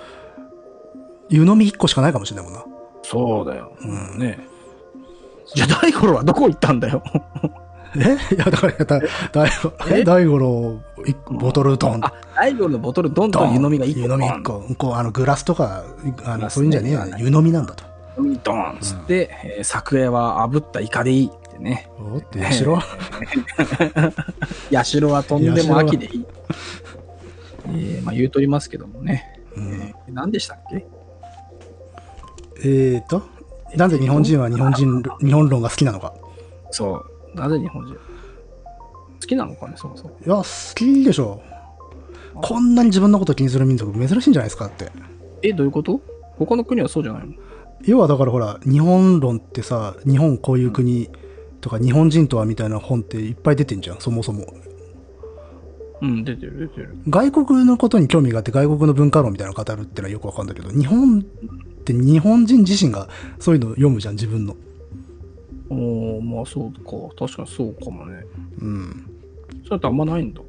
湯飲み一個しかないかもしれないもんな。そうだよ。ううん、ねじゃあ大五郎はどこ行ったんだよ。え いや、だから、だ大五ええ大五郎、一個ボトルドン。あ、大五郎のボトルどんどドンん湯飲みが一個。湯飲み一個。こう、あの、グラスとか、グあラの、スねそういうんじゃねえよいら。ない湯飲みなんだと。ドンドンっつって、えー昨夜は炙ったイカでいいってね。おって、しろ。ヤシロはとんでも秋でいい。えーまあ言うとりますけどもね。うんえー何でしたっけえーと、なんで日本人は日本人、日本論が好きなのか。そう。なぜ日本人好きなのかね、そもそも。いや、好きでしょ。こんなに自分のこと気にする民族珍しいんじゃないですかって。え、どういうこと他の国はそうじゃないの要はだからほら、日本論ってさ、日本こういう国とか日本人とはみたいな本っていっぱい出てんじゃん、そもそも。うん、出てる、出てる。外国のことに興味があって外国の文化論みたいなの語るってのはよくわかんだけど、日本って日本人自身がそういうの読むじゃん、自分の。おー、まあそうか。確かにそうかもね。うん。それってあんまないんだ。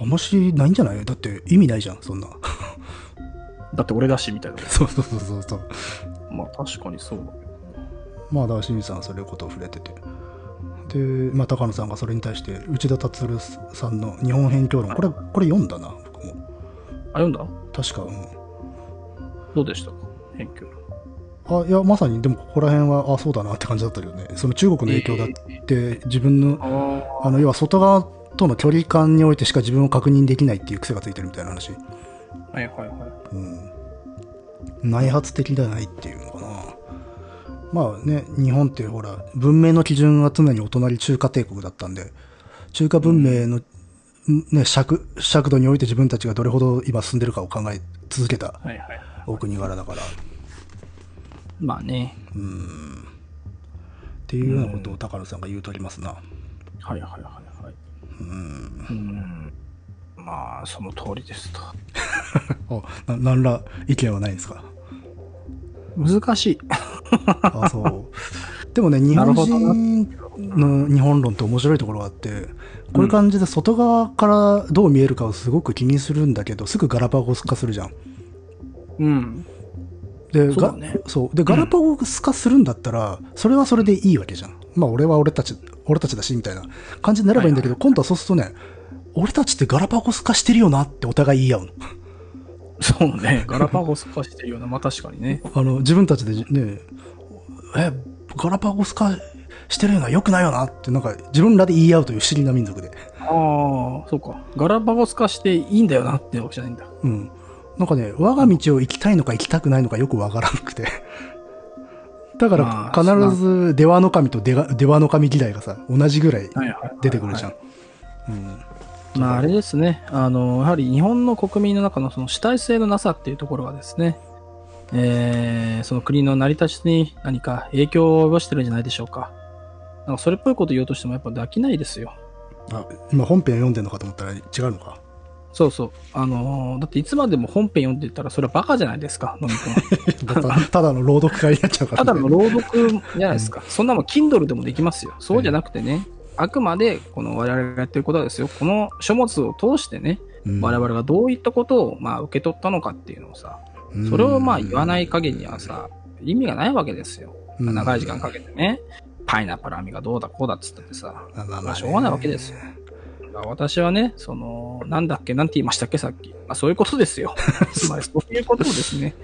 あんましないんじゃないだって意味ないじゃん、そんな。だって俺だし、みたいな。そうそうそうそうそう。まあ確かにそうだけど。まあ、だから清水さんはそういうことを触れてて。で、まあ、高野さんがそれに対して、内田達郎さんの日本辺境論、これ、これ読んだな、僕も。あ、読んだ確か、うん。どうでしたか偏見。あ、いや、まさに、でもここら辺は、あ、そうだなって感じだったけどね。その中国の影響だって、自分の、ああの、要は外側との距離感においてしか自分を確認できないっていう癖がついてるみたいな話。あ。はいはいはうん。内発的ではないっていうのかな。まあね、日本ってほら、文明の基準は常にお隣中華帝国だったんで、中華文明の、ね、尺、尺度において自分たちがどれほど今進んでるかを考え続けたい。はいはい。お国柄だから、まあね。うん。っていうようなことを高野さんが言うとおりますな。はいはいはいはい。うん。うん。まあ、その通りですと。あ、な、なんら意見はないですか難しい。あ、そう。で もね、日本人の日本論って面白いところがあって、こういう感じで外側からどう見えるかをすごく気にするんだけど、すぐガラパゴス化するじゃん。うん。でそうだがねそうでガラパゴス化するんだったら、それはそれでいいわけじゃん。まあ、俺は俺たち、俺たちだし、みたいな感じになればいいんだけど、今度はそうするとね、俺たちってガラパゴス化してるよなってお互い言い合うの。 そうね。ガラパゴス化してるような、まあ確かにね。あの、自分たちでね、え、ガラパゴス化してるよな、良くないよなって、なんか自分らで言い合うという不思議な民族で。ああ、そうか。ガラパゴス化していいんだよなってわけじゃないんだ。うん。なんかね、我が道を行きたいのか行きたくないのかよくわからなくて。 だかまらあ必ず、出羽の神と出が出羽の神嫌いがさ、同じぐらはいいはいはい出てくるじゃん。まあ、あれですね、あのやはり日本の国民の中のその主体性のなさっていうところがですね、えーその国の成り立ちに何か影響を及ぼしてるんじゃないでしょうか。なんかそれっぽいこと言おうとしてもやっぱできないですよ。あ今本編読んでるのかと思ったら違うのか。そうそう。あのーだっていつまでも本編読んでたらそれはバカじゃないですか、のみ君はただ ただの朗読会になっちゃうから、ただの朗読じゃないですか。そんなもん Kindle でもできますよ。そうじゃなくてね、あくまでこの我々がやってることはですよ。この書物を通してね、うん我々がどういったことをまあ受け取ったのかっていうのをさ、うんそれをまあ言わない限りにはさ、意味がないわけですよ。うん長い時間かけてね、パイナップル編みがどうだこうだっつったってさ、まあまあまあねまあしょうがないわけですよ。だから私はね、その、なんだっけ、なんて言いましたっけ、さっき。まあそういうことです よ。つまりそういうことをですね、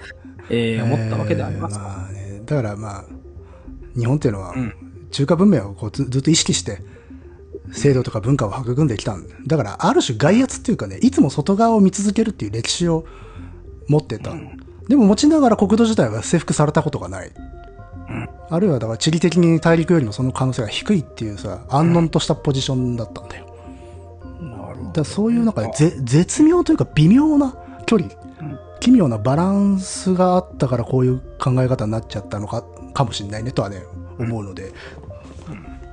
えー思ったわけでありますえ。ーまあね、だからまあ日本っていうのはうん中華文明をこうずずっと意識して制度とか文化を育んできたんだだからある種外圧っていうかねいつも外側を見続けるっていう歴史を持ってた、でも持ちながら国土自体は征服されたことがない、あるいはだから地理的に大陸よりもその可能性が低いっていうさ安穏としたポジションだったんだよ、なるだからそういう中でぜ絶妙というか微妙な距離、うん奇妙なバランスがあったからこういう考え方になっちゃったのかかもしれないねとはね思うので、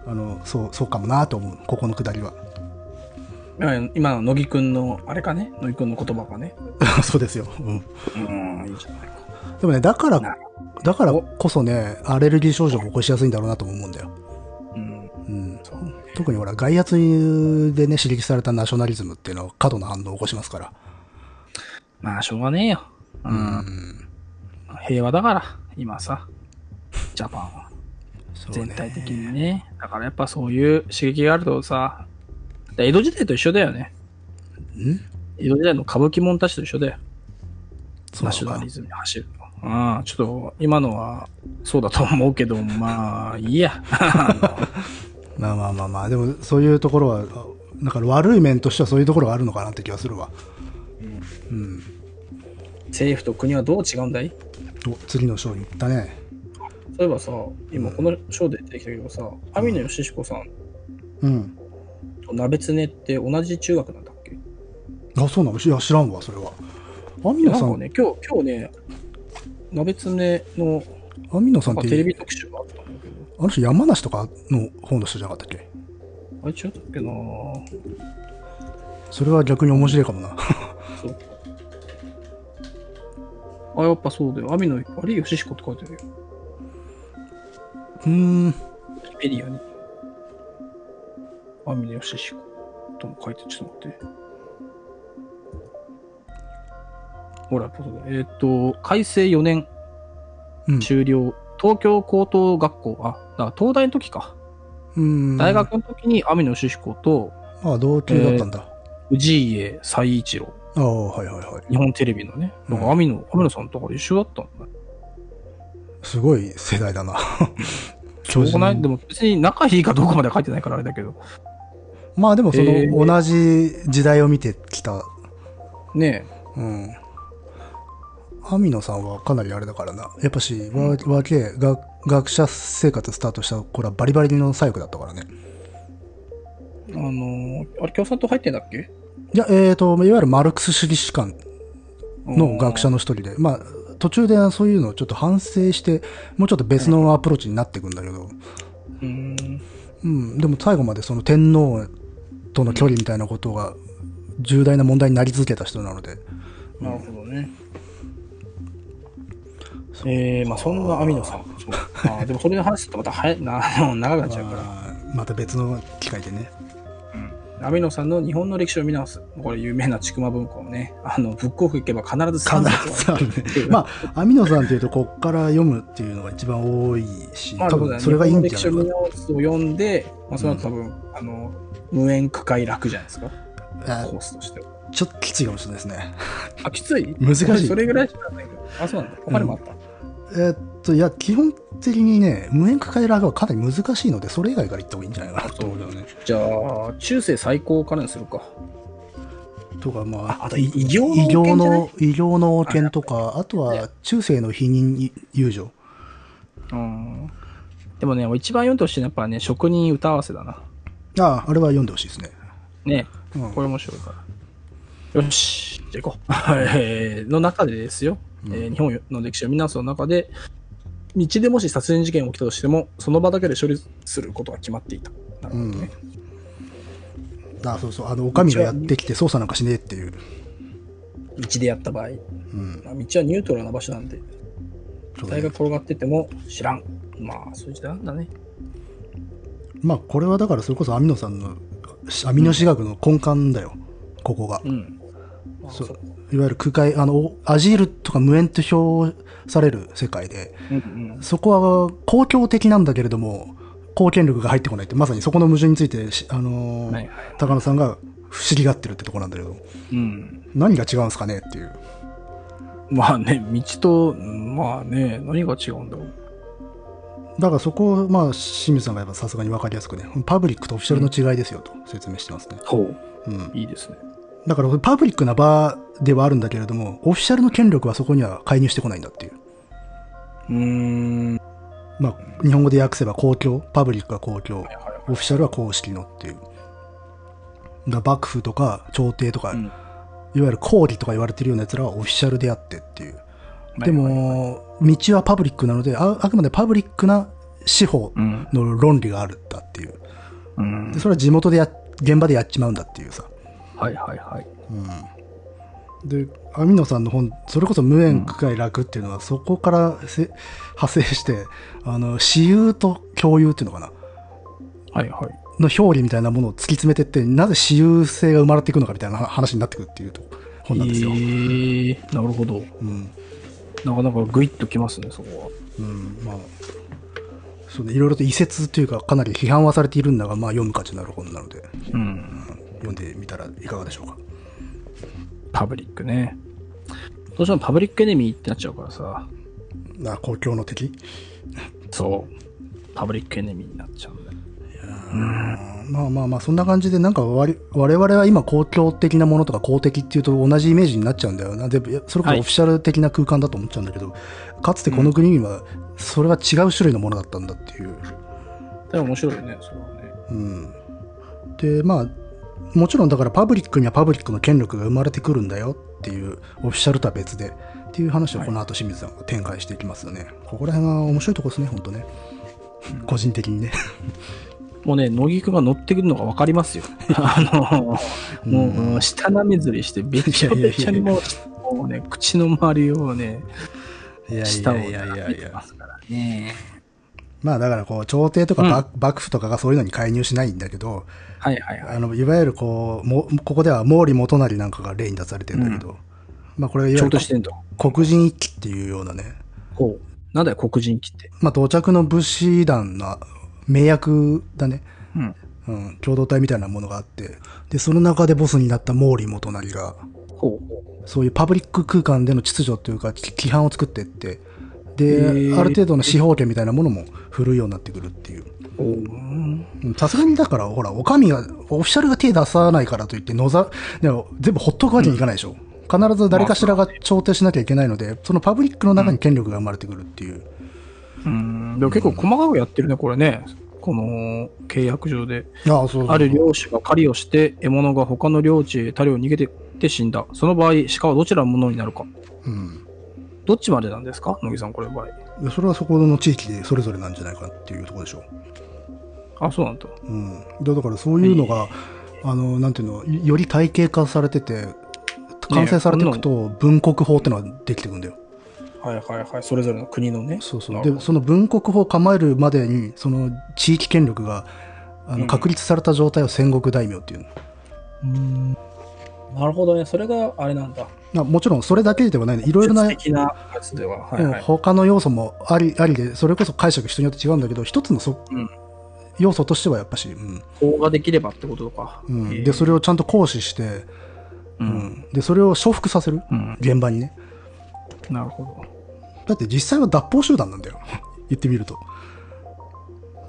あのそうそうかもなと思うここのくだりは 今の乃木くんの、あれかね、乃木くんの言葉がね。そうですよ、うん、うん、いいじゃないか。でもねだからなるだからこそねアレルギー症状も起こしやすいんだろうなとも思うんだよ、うん、うん、そうね。特にほら外圧でね刺激されたナショナリズムっていうのは過度な反応を起こしますからまあしょうがねえよ。うんうん平和だから、今さ、ジャパンはそうね全体的にね。だからやっぱそういう刺激があるとさ、だ江戸時代と一緒だよね。ん江戸時代の歌舞伎者たちと一緒だよ。そうナなショのナかリズムに走るのは。うん、ちょっと今のはそうだと思うけど、まあいいや。 まあまあまあまあ、でもそういうところは、なんか悪い面としてはそういうところがあるのかなって気がするわ。うん。政府と国はどう違うんだいお、次の章に行ったね。そういえばさ、今この章で出てきたけどさ、網野義彦さんうん。と鍋常って同じ中学なんだっけあ、そうなのいや、知らんわ、それは。アミなノんさかん、ね、今日、今日ね、鍋常のアミノさんまっあテレビて、特集があったんだけど、あの人山梨とかの方の人じゃなかったっけあれ違ったっけなぁそれは逆に面白いかもな。そう。あ、やっぱそうだよ。網の、あれ、ヨシシコって書いてあるよ。うーん。ウィキペディアに。網のヨシシコとも書いて、ちょっと待って。ほら、そうだえーっ、と、改正4年うん終了、東京高等学校、あ、だから東大の時か。うん。大学の時に網野義彦とまあ、同級だったんだ。氏家斎一郎、ああ、はいはいはい。日本テレビのね、なんか網野、網野さんとか一緒だったんだねすごい世代だな。 しょうがない巨人でも別に仲いいかどうかまでは書いてないからあれだけど。まあでもそえのー同じ時代を見てきたねうん。網野さんはかなりあれだからな。やっぱし、わ、わけ、学、学者生活スタートした頃はバリバリの左翼だったからね。え。あのーあれ共産党入ってんだっけいや、えーと、いわゆるマルクス主義士官の学者の。の一人で、まあ、途中でそういうのをちょっと反省して、もうちょっと別のアプローチになっていくんだけど、うん。うん、でも最後までその天皇との距離みたいなことが重大な問題になり続けた人なので、なるほどね。えー、まあそんな網野さん。そうあ ーでも それの話するとまた早いな、長くなっちゃうから。まあまた別の機会でね。うんアミノさんの日本の歴史を見直す。これ有名なちくま文庫をね、あの、ブックオフ行けば必ず必3冊ずあるね。 まあ、アミノさんっていうと、こっから読むっていうのが一番多いし、まあ、多分それがいいんじ日ゃな本の歴い史を見直すを読んで、まあ、その後多分、あの、無縁区会楽じゃないですか、かな。コースとしては。あちょっときついかもしれないですね。あ、きつい難しい俺それぐらいしかないけど。あ、そうなんだ。他にもあった。えーっと、いや、基本的にね、無縁抱えラグはかなり難しいので、それ以外から言った方がいいんじゃないかなと思うよね。じゃあ、中世最高からにするか。とか、まあ、あと、異形異王権形じゃないの、異形の王権とか、あとは中世の否認友情。うん。でもね、一番読んでほしいのはやっぱね、職人歌合わせだな。ああ、あれは読んでほしいですね。ね、うんこれ面白いから。よし、じゃあ行こう。えーの中でですよ、えー日本の歴史を見直すの中で、道でもし殺人事件が起きたとしても、その場だけで処理することが決まっていた。なるほどね。ああそうそう、あの、おかみがやってきて捜査なんかしねえっていう。道でやった場合、うん。まあ、道はニュートラルな場所なんで、そう体だねが転がってても知らん。まあ、そういう時代なんだね。まあ、これはだから、それこそアミノさんの、アミノ私学の根幹だよ。ここが。うん。まあ、そそうう。いわゆる空海、あの、おアジールとか無縁と表される世界で、うんうん。そこは公共的なんだけれども、貢献力が入ってこないって、まさにそこの矛盾についてし、あのーはい高野さんが不思議がってるってとこなんだけど、うん。何が違うんですかねっていう。まあね、道と、うんまあね、何が違うんだろう。だからそこを、まあ、清水さんがやっぱさすがに分かりやすくね、パブリックとオフィシャルの違いですよと説明してますね。ほう。うん。いいですね。だからパブリックな場ではあるんだけれども、オフィシャルの権力はそこには介入してこないんだっていう。うーん。まあ、日本語で訳せば公共、パブリックは公共はい、はいオフィシャルは公式のっていう。だから幕府とか朝廷とか、うんいわゆる公儀とか言われてるような奴らはオフィシャルであってっていう。ではいはいはい、も、道はパブリックなので、ああくまでパブリックな司法うん。の論理があるんだっていう。うんでそれは地元でや、現場でやっちまうんだっていうさ。はいはいはい。で、網野さんの本、それこそ無縁区会楽っていうのは、そこからせ派生して、あの、私有と共有っていうのかな。はいはい。の表裏みたいなものを突き詰めてって、なぜ私有性が生まれていくのかみたいな話になってくるっていうと本なんですよ。えー、なるほど。うん。なかなかグイッときますね、そこうん。まあ、そうね、いろいろと移説というか、かなり批判はされているんだが、まあ読む価値のある本なので、は。うん。読んでみたらいかがでしょうか。パブリックね。どうしてもパブリックエネミーってなっちゃうからさ。な、公共の敵そう。パブリックエネミーになっちゃうんだよ。まあまあまあ、そんな感じで、なんか我我々は今公共的なものとか公的っていうと同じイメージになっちゃうんだよな。で、それはこそいオフィシャル的な空間だと思っちゃうんだけど、かつてこの国にはそれは違う種類のものだったんだっていう。でも面白いよね、それはね。うん。で、まあ、もちろんだからパブリックにはパブリックの権力が生まれてくるんだよっていう、オフィシャルとは別で。っていう話をこの後清水さんが展開していきますよね。ここら辺が面白いとこですね、本当ね。個人的 にね。もうね、乃木くんが乗ってくるのが分かりますよ。 あの、もう、うん舌なめずりして、べちゃべちゃにもう、もうね、口の周りをね、いや舌をね舐めてますからね。まあだからこう、朝廷とか幕,、幕府とかがそういうのに介入しないんだけど、はいはいはい。あの、いわゆるこう、もここでは毛利元就なんかが例に出されてるんだけど、まあこれがいわちょゆうどるしてんだ。黒人一揆っていうようなね、ほう。なんだよ、黒人期って。まあ到着の武士団の名役だね、うん。うん、共同体みたいなものがあって、で、その中でボスになった毛利元就が、ほうほそういうパブリック空間での秩序というか、き規範を作っていって、へで、ーある程度の司法権みたいなものも振るうようになってくるっていう。う。ほうん。さすがにだから、ほら、お上が、オフィシャルが手出さないからといって、野ざ、でも全部ほっとくわけにいかないでしょ。必ず誰かしらが調停しなきゃいけないので、そのパブリックの中に権力が生まれてくるっていう。うん。でも結構細かくやってるね、これね。この契約上で。ああ、そうある領主が狩りをして、獲物が他の領地へ狩りを逃げてって死んだ。その場合、鹿はどちらのものになるか。うん。どっちまでなんですか乃木さん、これ場合。でそれはそこの地域でそれぞれなんじゃないかっていうところでしょあ、そうなんだ。う。うん。でだからそういうのが、あの、なんていうの、より体系化されてて、完成されていくと、文国法ってのができてくんだよ。はいはいはい。それぞれの国のね。そうそう。なるで、ほどその文国法を構えるまでに、その地域権力があうのん確立された状態を戦国大名っていうの、うんなるほどね。それがあれなんだ。まあ、もちろんそれだけではないねいろいろな説的なやつでは。はいうんはい。他の要素もありありでそれこそ解釈人によって違うんだけど一つのそ、うん要素としてはやっぱし、うん法ができればってことか。うんえーでそれをちゃんと行使して、う。うんんでそれを承服させるうん。現場にねなるほだって実際は脱法集団なんだよ言ってみるとど。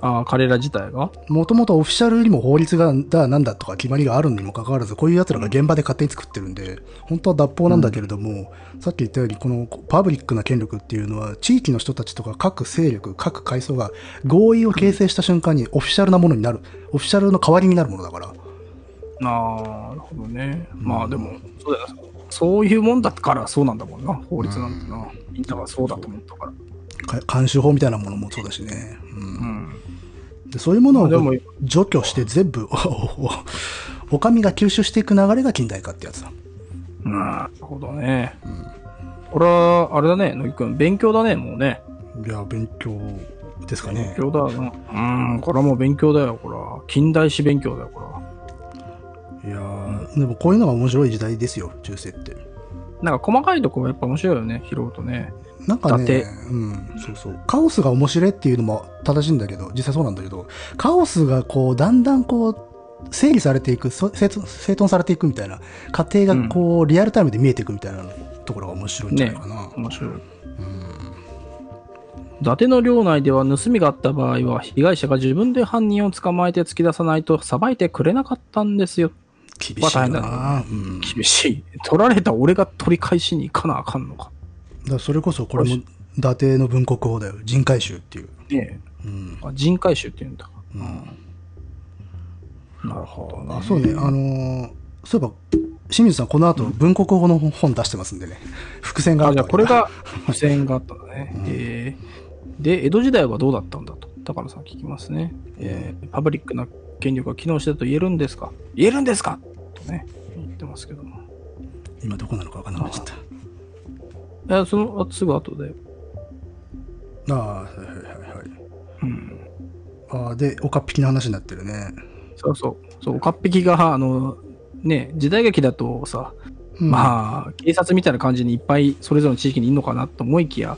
ああ、彼ら自体がもともとオフィシャルにも法律がだなんだとか決まりがあるのにもかかわらずこういうやつらが現場で勝手に作ってるんで本当は脱法なんだけれども、さっき言ったようにこのパブリックな権力っていうのは地域の人たちとか各勢力各階層が合意を形成した瞬間にオフィシャルなものになるオフィシャルの代わりになるものだからなるほどね。まあでも、そうだよな。そういうもんだからそうなんだもんな。法律なんてな。みんながそうだと思ったから。か監修法みたいなものもそうだしね、うんうん。でそういうものをまあでこもう除去して全部お上が吸収していく流れが近代化ってやつだなるほどね。これは、あれだね、野木くん。勉強だね、もうね。いや勉強ですかね勉強だよな。うん、これはもう勉強だよ、これは。近代史勉強だよ、これは。いやー、でもこういうのが面白い時代ですよ、中世って。なんか細かいとこはやっぱ面白いよね、拾うとね。なんか伊達ね、うん、そうそう。カオスが面白いっていうのも正しいんだけど、実際そうなんだけど、カオスがこう、だんだんこう、整理されていく、そ整頓整頓されていくみたいな、過程がこう、リアルタイムで見えていくみたいなところが面白いんじゃないかな。面白い。伊達の領内では盗みがあった場合は被害者が自分で犯人を捕まえて突き出さないと裁いてくれなかったんですよ。厳しいよまあ大変だな。うん。だか厳しい。取られた俺が取り返しに行かなあかんのか。らそれこそこれも、伊達の文国法だよ。人海衆っていう。ねうえ。んあ人海衆って言うんだ。なるほどな。そうね、あのーそういえば、清水さん、この後、文国語の本出してますんでね。伏線がああ、るじかゃあらこれ が付箋があったんだね。えーで、江戸時代はどうだったんだと。高野さん聞きますね。えーパブリックな権力が機能してたと言えるんですか言えるんですかとね、言ってますけども。今どこなのかわからなくなっちゃった。いや、その、あすぐ後で。ああ、はいはいはいはい。うん。ああ、で、岡っ引きの話になってるね。そうそう。そう、岡っ引きが、あの、ね、時代劇だとさ、うんまあ、警察みたいな感じにいっぱいそれぞれの地域にいるのかなと思いきや、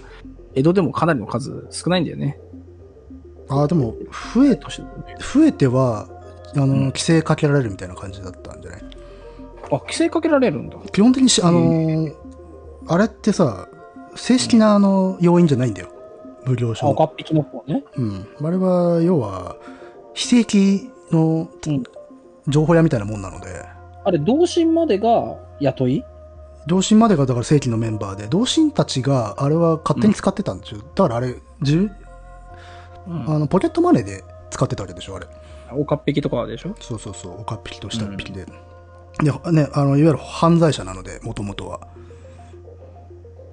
江戸でもかなりの数少ないんだよね。ああ、でも、増え、年々ね増えては、あのーうん規制かけられるみたいな感じだったんじゃないあ、規制かけられるんだ。基本的にし、あのーあれってさ、正式な、あの、要因じゃないんだよ。奉行所の岡っ引きの方ね。うん、あれは要は非正規のうん情報屋みたいなもんなのであれ、同心までが雇い同心までがだから正規のメンバーで同心たちがあれは勝手に使ってたんですよ、だからあれ自うん。あのポケットマネーで使ってたわけでしょあれ岡っ引きとかでしょそうそうそう岡っ引きと下っ引きで、でねあのいわゆる犯罪者なのでもともとは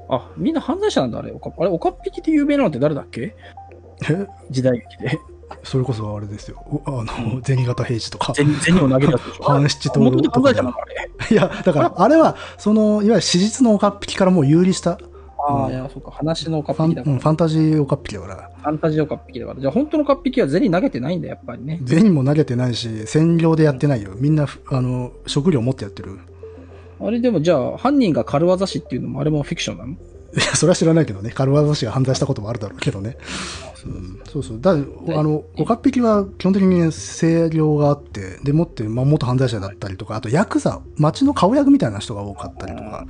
あ、みんな犯罪者なんだ、あれ。岡あれ、岡っ引きって有名なのって誰だっけえ時代劇で。それこそあれですよおあの銭形平次と か銭銭を投げたやつでしょ。半七とあ元々犯罪者なんだ、あれ。いやだからあれはそのいわゆる史実の岡っ引きからもう有利したフああ、いや、そうか。話の岡っァ引きン,だうん、から。ファンタジー岡っ引きだからファンタジー岡っ引きだから。じゃあ、本当の岡っ引きは銭投げてないんだ、やっぱりね。銭も投げてないし、専業でやってないよ。みんな、ふあの、食料持ってやってる。あれ、でもじゃあ、犯人が軽業師っていうのも、あれもフィクションなのいや、それは知らないけどね。軽業師が犯罪したこともあるだろうけどね。うんそうそう。だあの、岡っ引きは基本的にね声量があって、で、もって、まあ、元犯罪者だったりとか、あとヤクザ、町の顔役みたいな人が多かったりとか。なる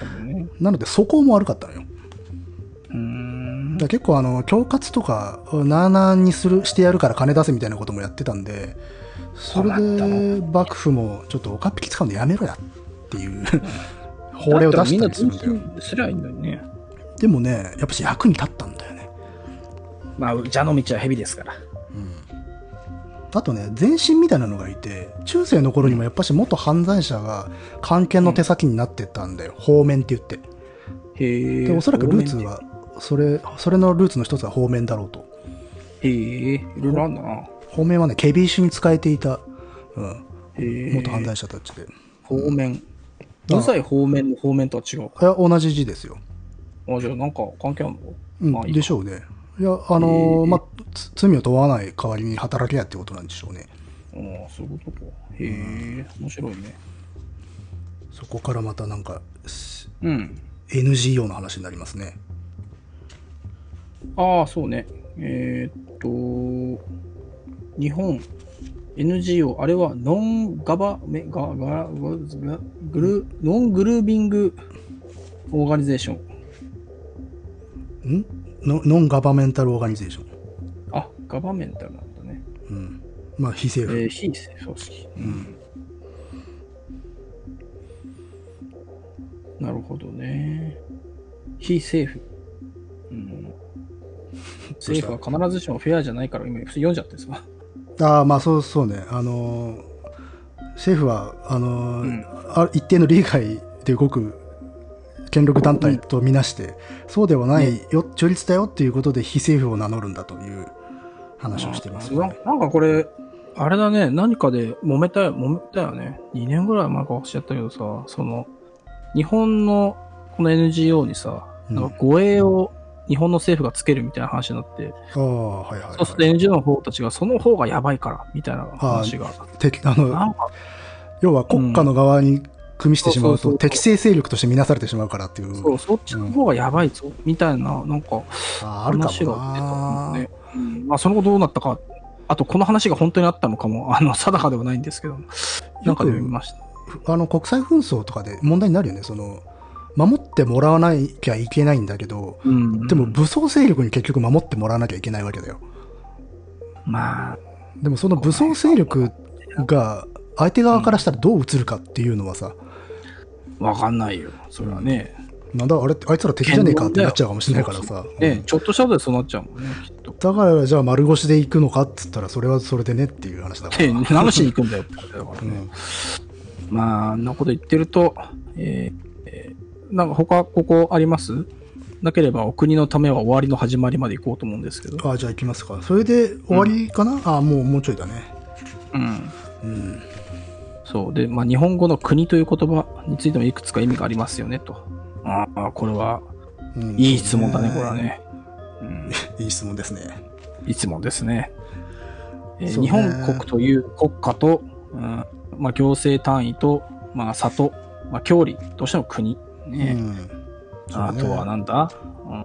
ほどね。なので、素行も悪かったのよ。うーんだか。ら結構、あの、恐喝とか、なあなあにする、してやるから金出せみたいなこともやってたんで、それ困ったで、幕府も、ちょっと岡っ引き使うのやめろやっていう、法令を出したりするんだだ。っよたらみんな通信すりゃいいのにね。でもね、やっぱし役に立ったんだよね。まあ、蛇の道は蛇ですから。あとね、前身みたいなのがいて、中世の頃にもやっぱし元犯罪者が官憲の手先になってたんだよ。方面って言って。へえ。で、おそらくルーツ方面は、それ、それのルーツの一つは方面だろうと。で。へえ、いろいろあんだな。方面はね、ケビーシュに使えていた、うん、へえ。元犯罪者たちで。方面。うるさい方面の方面とは違うか。いや、同じ字ですよ。あ、じゃあ、なんか関係あるのうんまあいいかでしょうね。いや、あのーまあ、つ罪を問わない代わりに働けやってことなんでしょうね。ああ、そういうことか。へえ、面白いね。そこからまたなんかしうん。 NGO の話になりますねああ、そうね。えーっと、日本 NGO、あれはノンガバメ、ガ、ガ、ガ、ガグル、ノングルービングオーガニゼーション。んノノンガバメンタルオーガニゼーション、あ、ガバメンタルなんだね。うん、まあ非え政府、ー、非政府組織。うん。なるほどね。非政府。うん。どうした政府は必ずしもフェアじゃないから、今読んじゃってさ。ああまあそうそうねあのー政府はあのーうんあ一定の利害で動く権力団体とみなして、そうではないよ中立だよっていうことで非政府を名乗るんだという話をしてますよねななんかこれ、あれだね、何かで揉めたよ、揉めたよね。2年ぐらい前かおっしゃったけどさ、その、日本のこの NGO にさ、うんなんか護衛を日本の政府がつけるみたいな話になって、ああはいはい、そうするとはい NGO の方たちがその方がやばいから、みたいな話が。敵あのなんか、要は国家の側に組みしてしまうそうそうそとう適正勢力として見なされてしまうからっていうそう、そっちの方がやばいぞ、みたいな、なんか、あーあるか話がも出たんな、だよね。うんまあ、その後どうなったか、あと、この話が本当にあったのかも、あの、定かではないんですけど、なんかで見ました。あの国際紛争とかで問題になるよねその守ってもらわなきゃいけないんだけどうんでも武装勢力に結局守ってもらわなきゃいけないわけだよまあ、でもその武装勢力が相手側からしたらどう映るかっていうのはさ、わかんないよ。それはね。なんだあれあいつら敵じゃねえかってなっちゃうかもしれないからさ、うねんちょっとしたことでそうなっちゃうもんね、きっと。 だからじゃあ丸腰で行くのかっつったらそれはそれでねっていう話だから、で、何しに行くんだよってことだからうね。んまあ、あんなこと言ってると、えーえーなんか他、ここありますなければ、お国のためは終わりの始まりまで行こうと思うんですけど。あじゃあ行きますかそれで終わりかな、あもうもうちょいだねうん。うんそう。で、まあ、日本語の国という言葉についてもいくつか意味がありますよね、と。ああ、これは、うんいい質問だね、これはね。うん。いい質問ですねいつもですね。えーそう日ね本国という国家と、うんまあ、行政単位と、まあ、里、まあ、郷里としての国、うねんそうねあとはなんだ、うん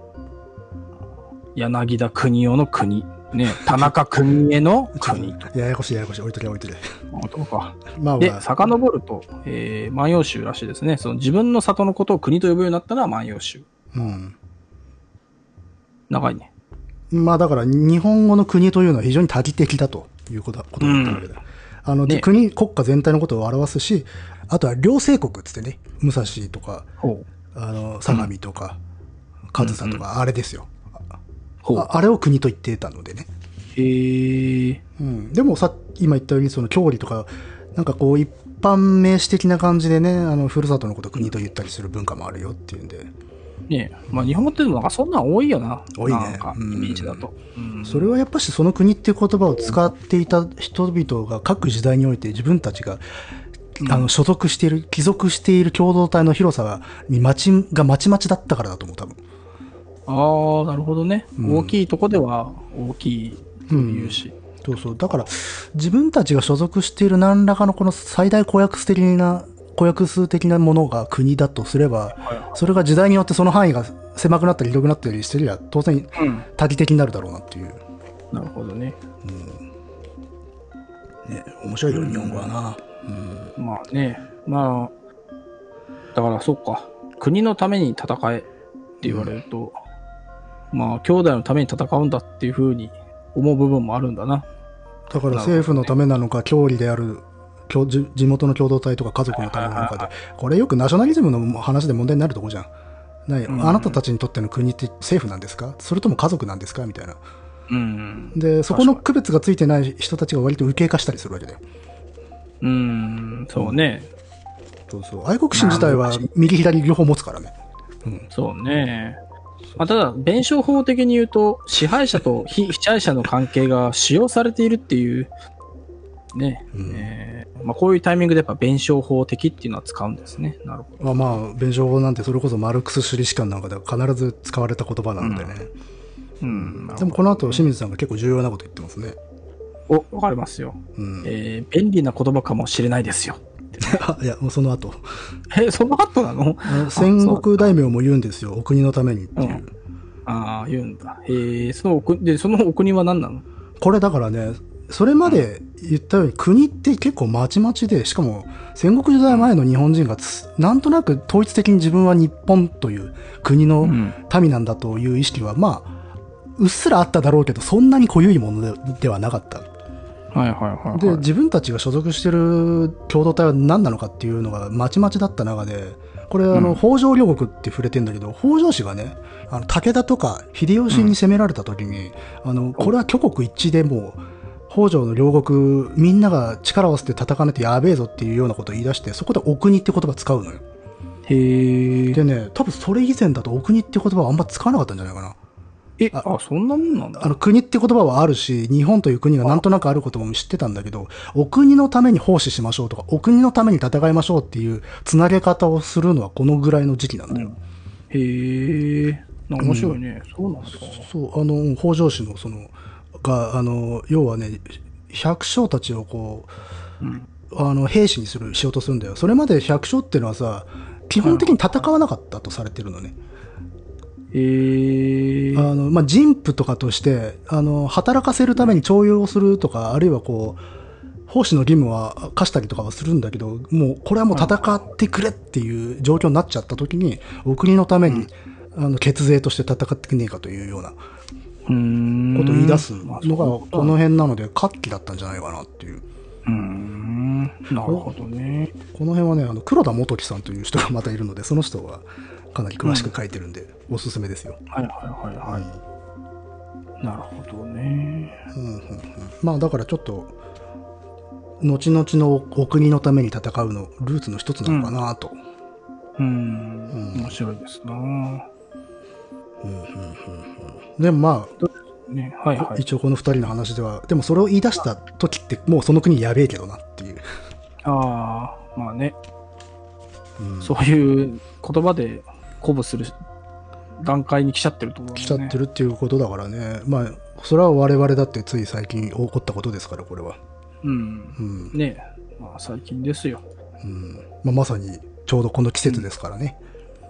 柳田国夫の国、ね、田中国へ の国と。ややこしいややこしい置いとけ置いとけ あとかまあまで、あ遡ると、えー万葉集らしいですね。その自分の里のことを国と呼ぶようになったのは万葉集。うん長いね。まあだから日本語の国というのは非常に多義的だということだことだったわけだ、あのでね国国家全体のことを表すしあとは両政国っつってね武蔵とかほう。あの相模とか、上総とか、あれですよほうあ。あれを国と言ってたのでね、へー。うん、でもさ今言ったようにその郷里とかなんかこう一般名詞的な感じでねあのふるさとのことを国と言ったりする文化もあるよっていうんでねえ、まあ日本語ってでもなんかそんなん多いよな。多いねなんかイうんメージだと。うんそれはやっぱしその国っていう言葉を使っていた人々が各時代において自分たちが、あの所属している帰属している共同体の広さがにまちがまちまちだったからだと思う多分ああ、なるほどね、うん大きいとこでは大きいというし。そうそうだから自分たちが所属している何らかのこの最大公約数的な公約数的なものが国だとすればはそれが時代によってその範囲が狭くなったり広くなったりしてりゃ当然いうん。多義的になるだろうなっていう、なるほどね。ね、面白いよ日本語はな、まあね、まあ、だからそっか、国のために戦えって言われると、まあ兄弟のために戦うんだっていうふうに思う部分もあるんだな。だから政府のためなのか、郷里である郷地地元の共同体とか家族のためなのかで、これよくナショナリズムの話で問題になるとこじゃん。ないんあなたたちにとっての国って政府なんですかそれとも家族なんですかみたいな。うん。で、そこの区別がついてない人たちが割と右傾化したりするわけだよ。うん、そうね。そうそう。愛国心自体は右左両方持つからね。そうね。まあ、ただ、弁証法的に言うと、支配者 と被被害者の関係が使用されているっていう、ね、うんえーまあ、こういうタイミングでやっぱ弁証法的っていうのは使うんですね。なるほど。まあまあ、弁証法なんてそれこそマルクス主義士官なんかでは必ず使われた言葉なんでね。うん、なるでほもこの後、清水さんが結構重要なこと言ってますね。どお、わかりますよ。うん。えー便利な言葉かもしれないですよ。 あいや、もうその後。え、その後なのあ戦国大名も言うんですよ。お国のためにっていう。うんああ、言うんだ。えー、そのお国、で、そのお国は何なのこれだからね、それまで言ったように国って結構まちまちで、しかも戦国時代前の日本人がつなんとなく統一的に自分は日本という国のん民なんだという意識は、まあ、うっすらあっただろうけど、そんなに濃ゆいものでではなかった。はいはいはい、で、はい。自分たちが所属してる共同体は何なのかっていうのがまちまちだった中で、これ、あうんの、北条領国って触れてんだけど、北条氏がね、あの、武田とか秀吉に攻められた時に、あの、これは挙国一致でもう、北条の両国、みんなが力を合わせて戦わないとやべえぞっていうようなことを言い出して、そこでお国って言葉使うのよ。へーでね、多分それ以前だとお国って言葉はあんま使わなかったんじゃないかな。え、あそんなもんなんだ。あの国って言葉はあるし、日本という国がなんとなくあることも知ってたんだけど、お国のために奉仕しましょうとか、お国のために戦いましょうっていうつなげ方をするのはこのぐらいの時期なんだよ。へえ、なんか面白いね。そうなんですか。そう、あの、北条氏のその、が、あの、要はね、百姓たちをこうん。う、あの、兵士にする、しようとするんだよ。それまで百姓っていうのはさ、基本的に戦わなかったとされてるのね。へえ、あのまあ、人夫とかとしてあの働かせるために徴用をするとかあるいはこう奉仕の義務は課したりとかはするんだけどもうこれはもう戦ってくれっていう状況になっちゃった時にお国のために、あの血税として戦ってくねえかというようなこうーん。とを言い出すのまあがそうこの辺なので活気だったんじゃないかなっていううーん。なるほどね。この辺はねあの黒田元樹さんという人がまたいるのでその人はかなり詳しく書いてるんで、おすすめですよ。はいはいはいはい。なるほどね。うんうんうんまあだからちょっと後々のお国のために戦うのルーツの一つなのかなと、うん。うん面白いですな。でもまね、はいあ、はい。一応この二人の話ではでもそれを言い出した時ってもうその国やべえけどなっていう、ああ、まあね、うんそういう言葉で鼓舞する段階に来ちゃってると思う、ね。来ちゃってるっていうことだからねまあそれは我々だってつい最近起こったことですからこれは、うんう。んねまあ最近ですよ。うんまあ、まさにちょうどこの季節ですからね、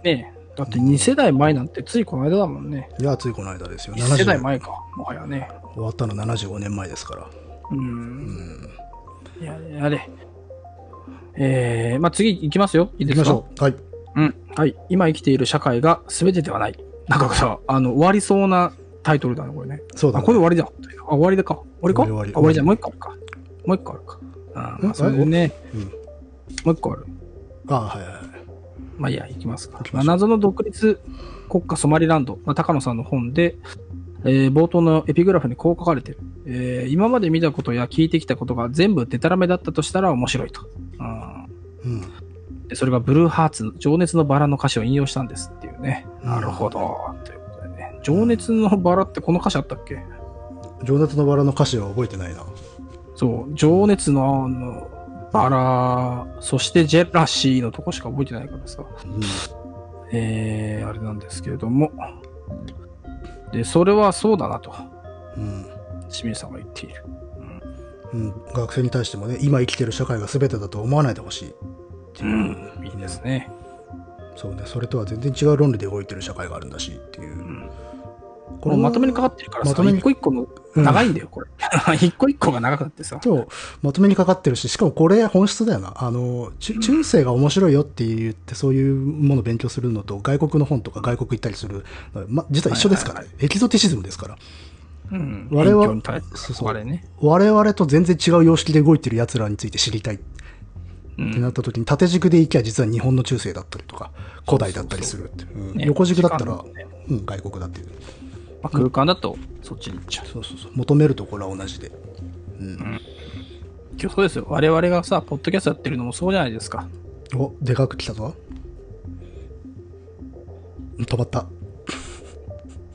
ねだって2世代前なんてついこの間だもんね。いやついこの間ですよ1世代70前か、もはやね。終わったの75年前ですから、う。うんん、やれやれ。えー、まあ次行きますよ。いい行できすましかょうはいうん。はい。今生きている社会が全てではない。なんかさ、あの、終わりそうなタイトルだね、これね。そうだ、あ、ねこれ、終わりだ。あ、終わりだか。終わりか終わり終わりあ終わりじゃん。もう一個あるか。もう一個あるか。あー、まあ、えそれでね、うんもう一個ある。あはいはいはいまあいいや、行きますか行。きままあ、しょ謎うの独立国家ソマリランド、まあ、高野さんの本で、えー冒頭のエピグラフにこう書かれてる、えー今まで見たことや聞いてきたことが全部デタラメだったとしたら面白いと。うんうんでそれがブルーハーツ、情熱のバラの歌詞を引用したんですっていうね。うんなるほど。ということでね。情熱のバラってこの歌詞あったっけ情熱のバラの歌詞は覚えてないな。そう、情熱のあのバラ、そしてジェラシーのとこしか覚えてないからさ。えー、あれなんですけれども。で、それはそうだなと、うん。清水さんが言っている。うん。学生に対してもね、今生きてる社会が全てだと思わないでほしいっていう。いいですね。そうね、それとは全然違う論理で動いてる社会があるんだしっていう。んここれれまとめにかかっってるからさ、まとめに一個一個のうん長いんだよ、これ。 一個一個が長くなってさ。そうまとめにかかってるし、しかもこれ本質だよな。あの、中中世が面白いよって言って、そういうものを勉強するのと、外国の本とか外国行ったりする、ま、実は一緒ですから、ねエキゾティシズムですから。うん。我々勉強に対そうすそるうあれね。我々と全然違う様式で動いてる奴らについて知りたい。うってんなった時に縦軸でいきゃ実は日本の中世だったりとか古代だったりするっていううんね横軸だった時間らの、ねまうん、外国だっていうあ空間だとそっちに行っちゃう。そうそうそう求めるところは同じで、うん今日そうですよ。我々がさ、ポッドキャストやってるのもそうじゃないですか。おでかく来たぞ止まった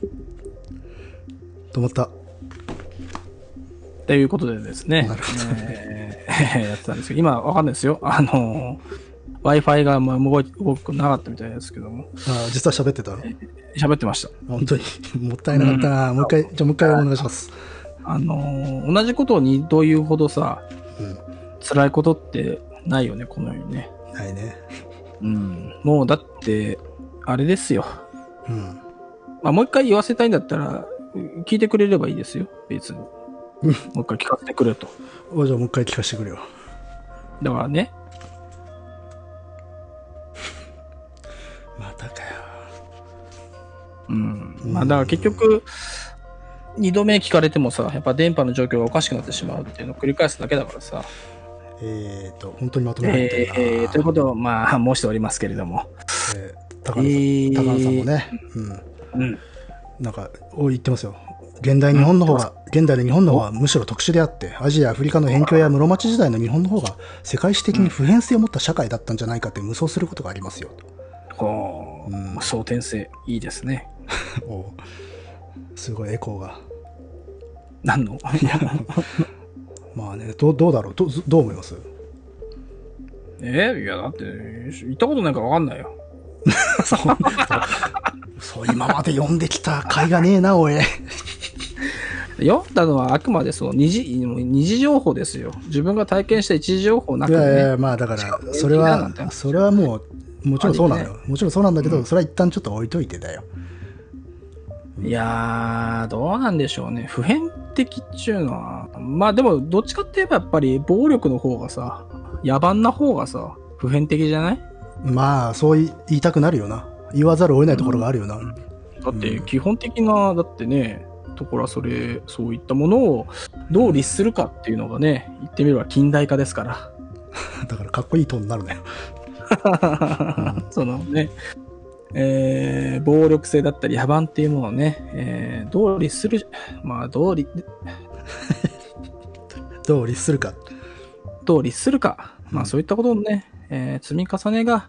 止まったということでですね。なるほえー やってたんですけど、今わかんないですよ。あのー、Wi-Fi がまあ動い動くなかったみたいですけども、あ実は喋ってたの喋ってました。 本当にもったいなかったな、もう一回じゃあもう一回お願いしますあのー同じことを二度言うほどさ、うん。辛いことってないよね、この世にね。ないね。うん。もうだって、あれですよ。うん。まあ、もう一回言わせたいんだったら、う聞いてくれればいいですよ、別に。もうんう一回聞かせてくれと。おじゃあもう一回聞かせてくれよ。だからね、またかよ。うん。うんまあ、だから結局、二度目聞かれてもさ、やっぱ電波の状況がおかしくなってしまうっていうのを繰り返すだけだからさ。えーと、本当にまとめられてえるな。ーえーということを、まあ、申しておりますけれども。えー高野さえん、ー高野さんもね、うん。うん。なんか、お言ってますよ。現代日本の方が、現代の日本の方はむしろ特殊であって、アジア、アフリカの辺境や室町時代の日本の方が、世界史的に普遍性を持った社会だったんじゃないかって無双することがありますよ。こう、うん総転生、いいですね。とおうすごいエコーが。何のいや、まあね、どうどうだろうどうどう思います えいや、だって、行ったことないからわかんないよ。そう、今まで読んできた甲斐がねえな、おい。読んだのはあくまでそう二次もう二次情報ですよ。自分が体験した一次情報なくいね。やいやまあだかしらかも、それ映画なんは、てそれはもう、もちろんそうなのあよ。もちろんそうなんだけど、それは一旦ちょっと置いといてだよ。いやー、どうなんでしょうね。普遍的っちゅうのは。まあでも、どっちかって言えばやっぱり暴力の方がさ、野蛮な方がさ、普遍的じゃないまあ、そう言いたくなるよな。言わざるを得ないところがあるよな。だって、基本的な、だってね、ところはそれ、そういったものをどう律するかっていうのがね、言ってみれば近代化ですから。だから、かっこいいトーンになるね。 そのね、えー暴力性だったり野蛮っていうものをね、えー、どう律する、まあ、どうりどう律するか。どう律するか、まうあ、んそういったことのね、えー積み重ねが、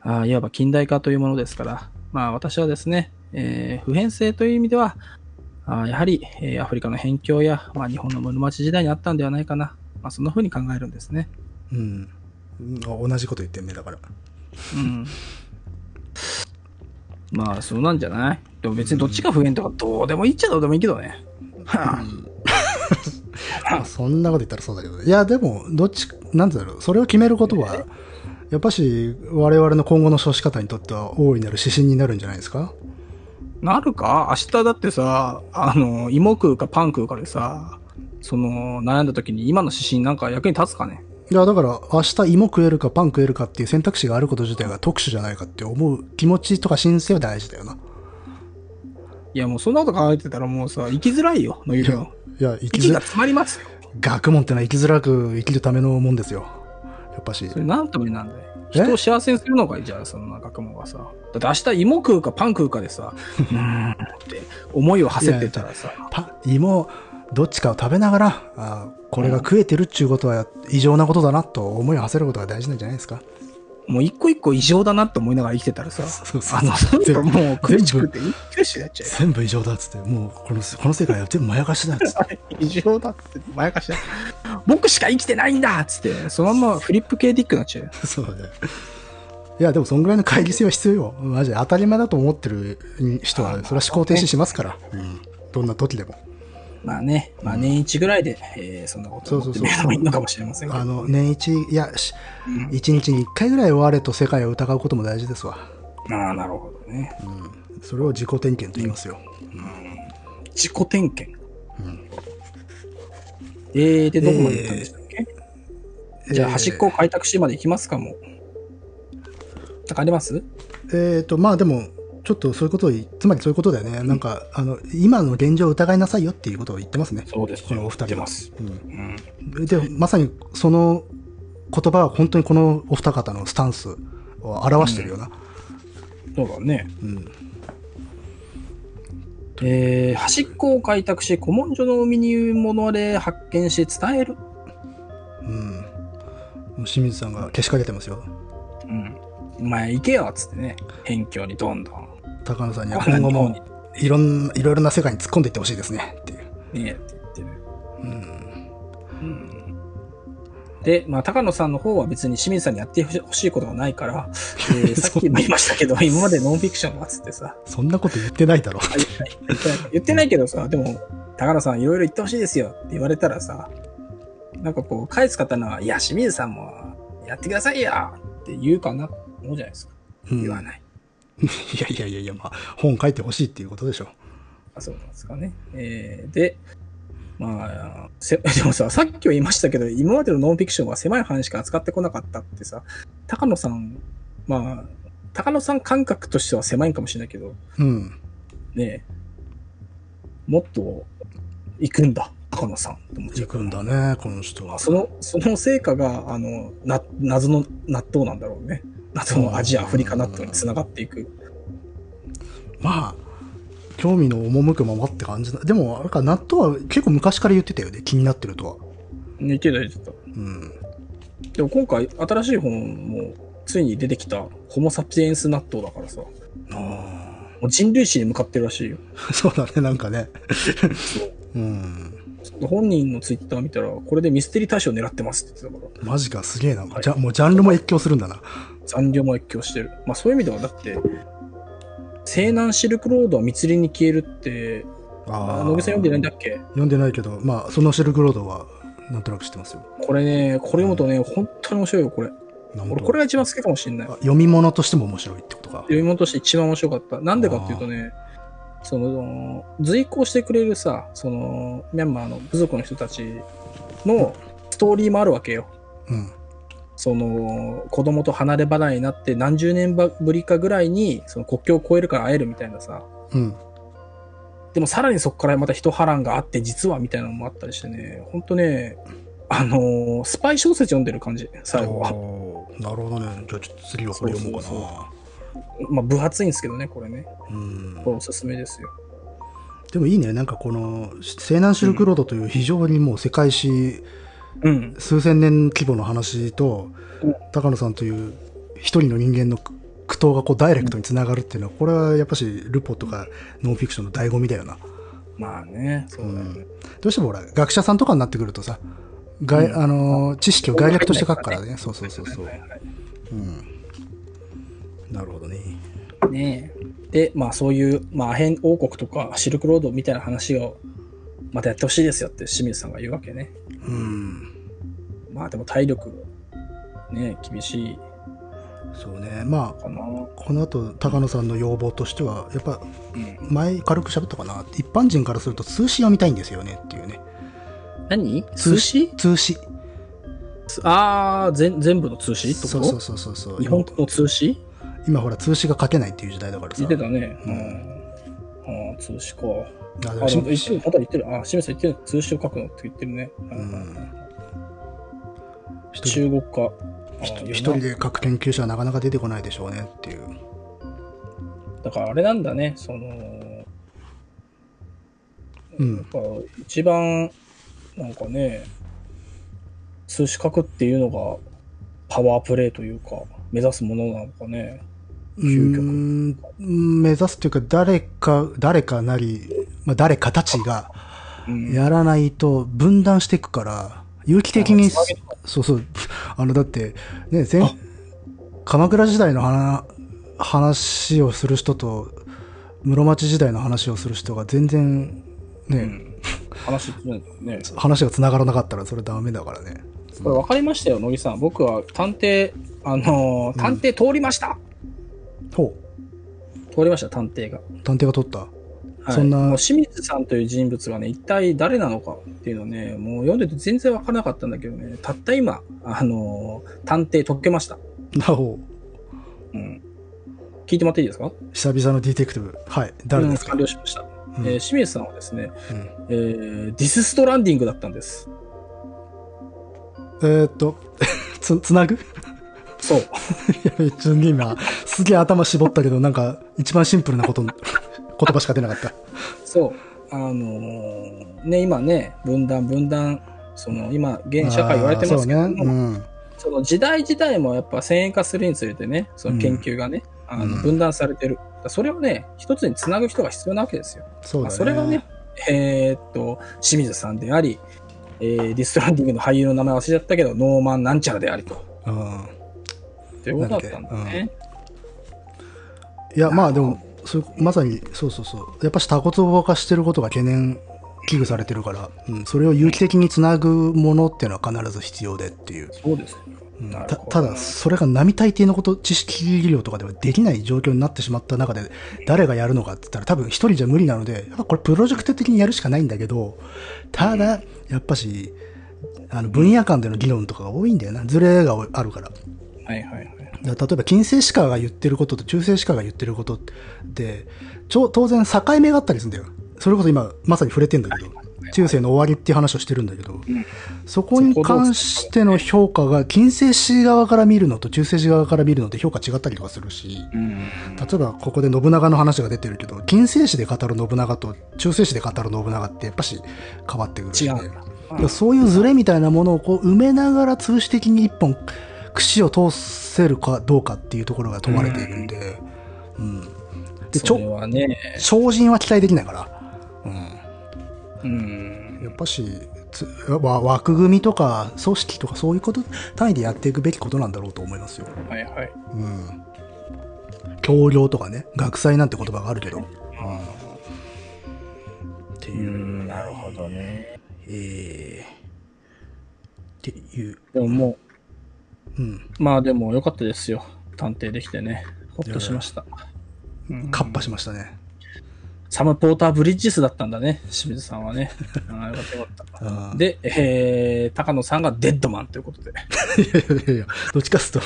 あーいわば近代化というものですから、まあ、私はですね、えー普遍性という意味では、あーやはり、えーアフリカの辺境や、まあ、日本の室町時代にあったんではないかな、まあ、そんな風に考えるんですね。うん。同じこと言ってんね、だから。うんまあそうなんじゃないでも別にどっちが不遍とかどうでもいいっちゃどうでもいいけどね。 まあそんなこと言ったらそうだけど。いや、でも、どっち、なんつうんだろう。それを決めることは、やっぱし、我々の今後の少子化にとっては大いなる指針になるんじゃないですかなるか明日だってさ、あの、芋食うかパン食うかでさ、その悩んだ時に今の指針なんか役に立つかねいや、だから、明日芋食えるかパン食えるかっていう選択肢があること自体が特殊じゃないかって思う気持ちとか心性は大事だよな。いやもうそんなこと考えてたらもうさ、生きづらいよ、のいるよ。いや、生き息づがら、詰まりますよ。学問ってのは生きづらく生きるためのもんですよ。やっぱしそ。れ何のためなんだよ。え人を幸せにするのかいじゃあ、その学問はさ。だって明日芋食うかパン食うかでさ、 うーんって思いを馳せてたらさ。パ芋、どっちかを食べながら、あーこれが食えてるっちゅうことは異常なことだなと思いを馳せることが大事なんじゃないですか。もう一個一個異常だなって思いながら生きてたらさ、そうそうあの、なん全 か部もう食いしくて一挙手になっちゃうよ。全部異常だっつって、もうこのこの世界は全部まやかしだっつって。異常だっつって、まやかしだ。僕しか生きてないんだっつって、そのままフリップ系ディックになっちゃうよ。 そうだよ。いや、でもそんぐらいの会議性は必要よ。マジで当たり前だと思ってる人は、それは思考停止しますから。うん。どんな時でも。まあね、まあ年一ぐらいで、えーそんなことを思ってみるのもいいのかもしれませんけど。あの、年一、いや、し一日に一回ぐらい我と世界を疑うことも大事ですわ。ああ、なるほどね。うん。それを自己点検と言いますよ。自己点検。えー、で、どこまで行ったんでしたっけ、じゃあ、端っこを開拓しまで行きますか、もう。なんかありますえっ、と、まあでも、ちょっとそういうことを言い、つまりそういうことだよね。なんか、あの、今の現状を疑いなさいよっていうことを言ってますね。そうですよこのお二人は言ってます。うんうん。でまさにその言葉は本当にこのお二方のスタンスを表してるよな、そうだね。うんえー端っこを開拓し古文書の海に物で発見し伝える、うんもう清水さんがけしかけてますようん、お前行けよっつってね辺境にどんどん、高野さんには高野さん今後の方にもいろんないろいろな世界に突っ込んでいってほしいですねっていう、ねえって言ってる、うん、うん、で、まあ、高野さんの方は別に清水さんにやってほしいことがないから、え ーさっきも言いましたけど今までノンフィクションだっつってさ そんなこと言ってないだろう言ってないけどさでも高野さんいろいろ言ってほしいですよって言われたらさ、なんかこう、返す方が、いや、清水さんもやってくださいよって言うかな、思うじゃないですか。うん 言わない。いやいやいやいや、まあ、本書いてほしいっていうことでしょ。あそうなんですかね。えーで、まあ、せ でもさ、さっきは言いましたけど、今までのノンフィクションは狭い範囲しか扱ってこなかったってさ、高野さん、まあ、高野さん感覚としては狭いんかもしれないけど、うん。ねえもっと行くんだ、高野さんって思っちゃう行くんだね、この人は。その、その成果が、あの、な、謎の納豆なんだろうね。謎のアジア、アフリカ納豆につながっていく。まあ、興味の赴くままって感じだ。でも、あれか、納豆は結構昔から言ってたよね、気になってるとは。似てた、似てた。うん。でも今回、新しい本も、ついに出てきた、ホモ・サピエンス納豆だからさ、もあう人類史に向かってるらしいよ。あ。 そうだね、なん かね。うん。ちょっと本人のツイッター見たら、これでミステリー大賞狙ってますって言ってたから、マジか、すげえな。じゃ、もうジャンルも越境するんだな。残量も越境してる。まあそういう意味では、だって、西南シルクロードは密林に消えるって、あ野木さん読んでないんだっけ読んでないけど、まあ、そのシルクロードは、なんとなく知ってますよ。これね、これ読むとね、本当に面白いよ、これ。なんと俺、これが一番好きかもしんないあ。読み物としても面白いってことか。読み物として一番面白かった。なんでかっていうとね、その、随行してくれるさ、その、ミャンマーの部族の人たちのストーリーもあるわけよ。うん。その、子供と離れ離れになって何十年ばぶりかぐらいに、その国境を越えるから会えるみたいなさ。うん。でもさらにそこからまた一波乱があって、実はみたいなのもあったりしてね、ほんとね、あのースパイ小説読んでる感じ、最後は。おーなるほどね。じゃあ、ちょっと次はこれ読もうかな。そうまあ、分厚いんですけどね、これね。うんこれおすすめですよ。でもいいね、なんかこの西南シルクロードという非常にもう世界史うん。数千年規模の話とうん、高野さんという一人の人間の苦苦闘がこうダイレクトにつながるっていうのは、これはやっぱしルポとかノンフィクションの醍醐味だよな。まあね、そうだよね。どうしてもほら、学者さんとかになってくるとさ、外うんあのー知識を概略として書くからね。そうそうそうそう。うん。なるほどね。ねえで、まあそういう、まあ、アヘン王国とかシルクロードみたいな話をまたやってほしいですよって清水さんが言うわけね。うん。まあでも体力、ねえ厳しいそうね。まあ、かな。この後、高野さんの要望としては、やっぱうん、前軽く喋ったかな一般人からすると通信を見たいんですよねっていうね何通通詞通信ああ、全全部の通詞ってことそうそうそうそうそう日本今語の通詞今ほら通信が書けないっていう時代だからさ言ってたね。ううんん。ああ、通詞か。あであ、もでしも言ってる、また言ってる。あ、清水さん言ってる。通詞を書くのって言ってるね。ん一人中国化。あ一人いいな一人で書く研究者はなかなか出てこないでしょうねっていうだからあれなんだね、その、うんやっぱ一番、なんかね、数資格っていうのがパワープレイというか、目指すものなのかね。究極うーん目指すというか誰か誰かなり、まあ、誰かたちがうん、やらないと分断していくから有機的あにつなげるそうそう あのだってね前鎌倉時代の話話をする人と室町時代の話をする人が全然ね、うん話するんだよね。話が繋がらなかったらそれダメだからねこれ分かりましたよ、野木さん。僕は探偵、あのー探偵通りました、ほ通りました、探偵が。う探偵が取ったはい、そんなもう清水さんという人物がね、一体誰なのかっていうのね、もう読んでて全然わからなかったんだけどね、たった今、あのー探偵解けました。なおうん。聞いてもらっていいですか久々のディテクティブはい誰ですか、うん完了しました。うんえー清水さんはですね、うんえーディスストランディングだったんです。えー、っと つつなぐいそう。やめっちゃ今すげえ頭絞ったけどなんか一番シンプルなこ と言葉しか出なかったそう。あのーね、今ね、分断、分断、その、今、現社会言われてますけあどーもそうね、うんその時代自体もやっぱ先鋭化するにつれてね、その研究がね、あうんの分断されてる。だからそれをね、一つにつなぐ人が必要なわけですよ。そうまだあねそれがね、えーっと、清水さんであり、えーディストランディングの俳優の名前忘れちゃったけど、ノーマンなんちゃらでありと。うんということだったんだね。いやまあでもそうまさにそうそうそうやっぱしタコツボ化してることが懸念危惧されてるから、うん、それを有機的につなぐものっていうのは必ず必要でっていう。そうですね。うんなるたほどただ、それが並大抵のこと、知識量とかではできない状況になってしまった中で、誰がやるのかって言ったら、多分一人じゃ無理なので、やっぱこれプロジェクト的にやるしかないんだけど、ただ、やっぱし、あの分野間での議論とかが多いんだよな。ズレがあるから。はいはいはい。だから例えば近世史家が言ってることと中世史家が言ってることでちょ当然境目があったりするんだよそれこそ今まさに触れてんだけど中世の終わりっていう話をしてるんだけど、そこに関しての評価が近世史側から見るのと中世史側から見るのって評価違ったりとかするしうん。例えばここで信長の話が出てるけど近世史で語る信長と中世史で語る信長ってやっぱし変わってくるんで違うんだだからそういうズレみたいなものをこう埋めながら通詞的に一本櫛を通せるかどうかっていうところが問われているんで、うんでちそれょはね、超人は期待できないから、うん。やっぱしつわ枠組みとか組織とかそういうこと単位でやっていくべきことなんだろうと思いますよ。はいはい。うん、教養とかね学祭なんて言葉があるけど、っていう、ん、なるほどね。えーっていう、でももうん、う、まあでも良かったですよ。探偵できてね。ほっとしました。カッパしましたね。サム・ポーター・ブリッジスだったんだね、清水さんは ね。ああ、よかったよかっあーた。で、えー、高野さんがデッドマンということで。い やいやいや、どっちかっすと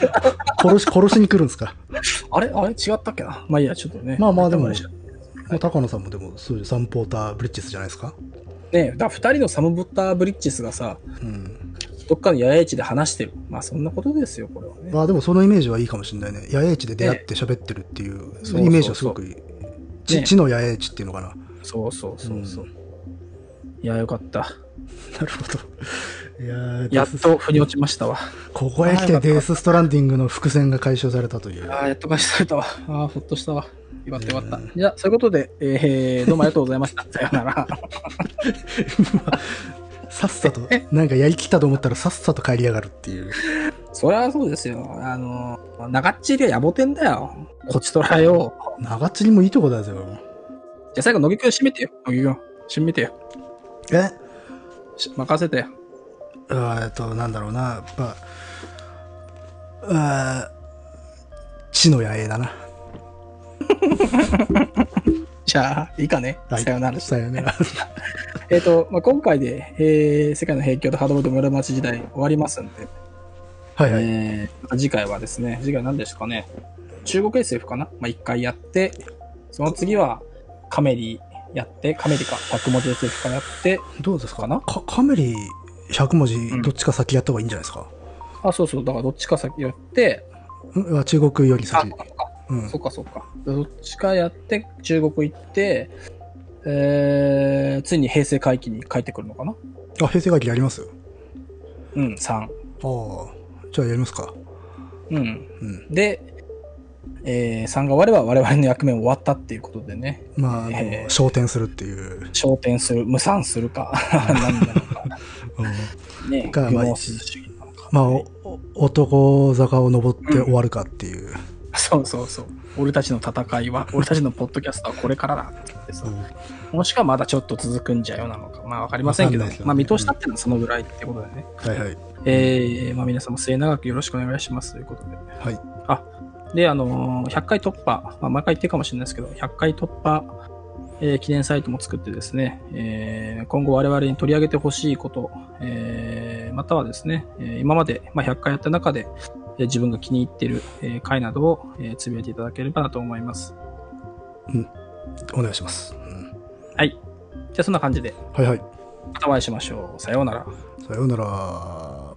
殺し、 殺しに来るんですか。あれあれ違ったっけなまあいいや、ちょっとね。まあまあでも頭にしちゃったもう高野さんもでも、そういうサンポーターブリッジスじゃないですか。ねだから二人のサム・ポーター・ブリッジスがさ、うん。どっかの野営地で話してる。まあそんなことですよ、これはね。まあでもそのイメージはいいかもしれないね。野営地で出会って喋ってるっていう、そういうイメージはすごくいい。そう地ね地の野営地っていうのかな。そうそうそうそう。いや、よかった。なるほど。いやーやっデスと腑に落ちましたわ。ここへ来てデースストランディングの伏線が解消されたという。ああ、やっと返しされたわ。ああ、ほっとしたわ。よかったよかった。じゃあ、そういうことで、えー、どうもありがとうございました。さようなら。さっ さと、なんかやりきったと思ったらさっさと帰りやがるっていう。そりゃそうですよ。あの、長っちりは野暮天だよ。こっちとらよ。長釣りもいいとこだぜ。じゃあ最後、乃木くん締めてよ。乃木くん、締めてよ。えし任せてよ。うーんえっと、なんだろうな、やっぱ、うーん地の野営だな。じゃあ、いいかね。はいさよなら。さよなら。えっ、と、まあ、今回で、えー、世界の平均とハードボード室町時代終わりますんで、 はいはい。えーまた次回はですね、次回何ですかね。中国 SF かなまあ、一回やって、その次はカメリやって、カメリか、100文字 SF かやって、どうですかかなかカメリ100文字ん、どっちか先やった方がいいんじゃないですか、あ、そうそう、だからどっちか先やって、うん、あ中国よりあ、そ先っ。か。うんそ。っかそっか。どっちかやって、中国行って、えー、ついに平成回帰に帰ってくるのかなあ、平成会議やりますうん、3。ああ。じゃあやりますか。うん。うん。で、えー、3が終われば我々の役目終わったっていうことでね、まあ、あのえー昇天するっていう。昇天する、無産するか、 何なのか、うん ね、か不まあ毛主義なのか。まあ、おお男坂を登って終わるかっていう。そうそうそう。俺たちの戦い は、俺たちのポッドキャストはこれからだって言ってさう、んもしくはまだちょっと続くんじゃよなのか、まあわかりませんけど、わかんないですよねまあ見通したっていうのはそのぐらいってことでね。はいはい。えーまあ、皆さんも末永くよろしくお願いしますということで。はい。あ、で、あのー100回突破、まあ、毎回言ってるかもしれないですけど、100回突破、えー記念サイトも作ってですね、えー今後我々に取り上げてほしいこと、えーまたはですね、えー今まで、まあ、100回やった中で、えー自分が気に入っている、えー回などを、えーつぶやいていただければなと思います。お願いします。うん、はい。じゃあそんな感じで、はいはい。またお会いしましょう。さようなら。さようなら。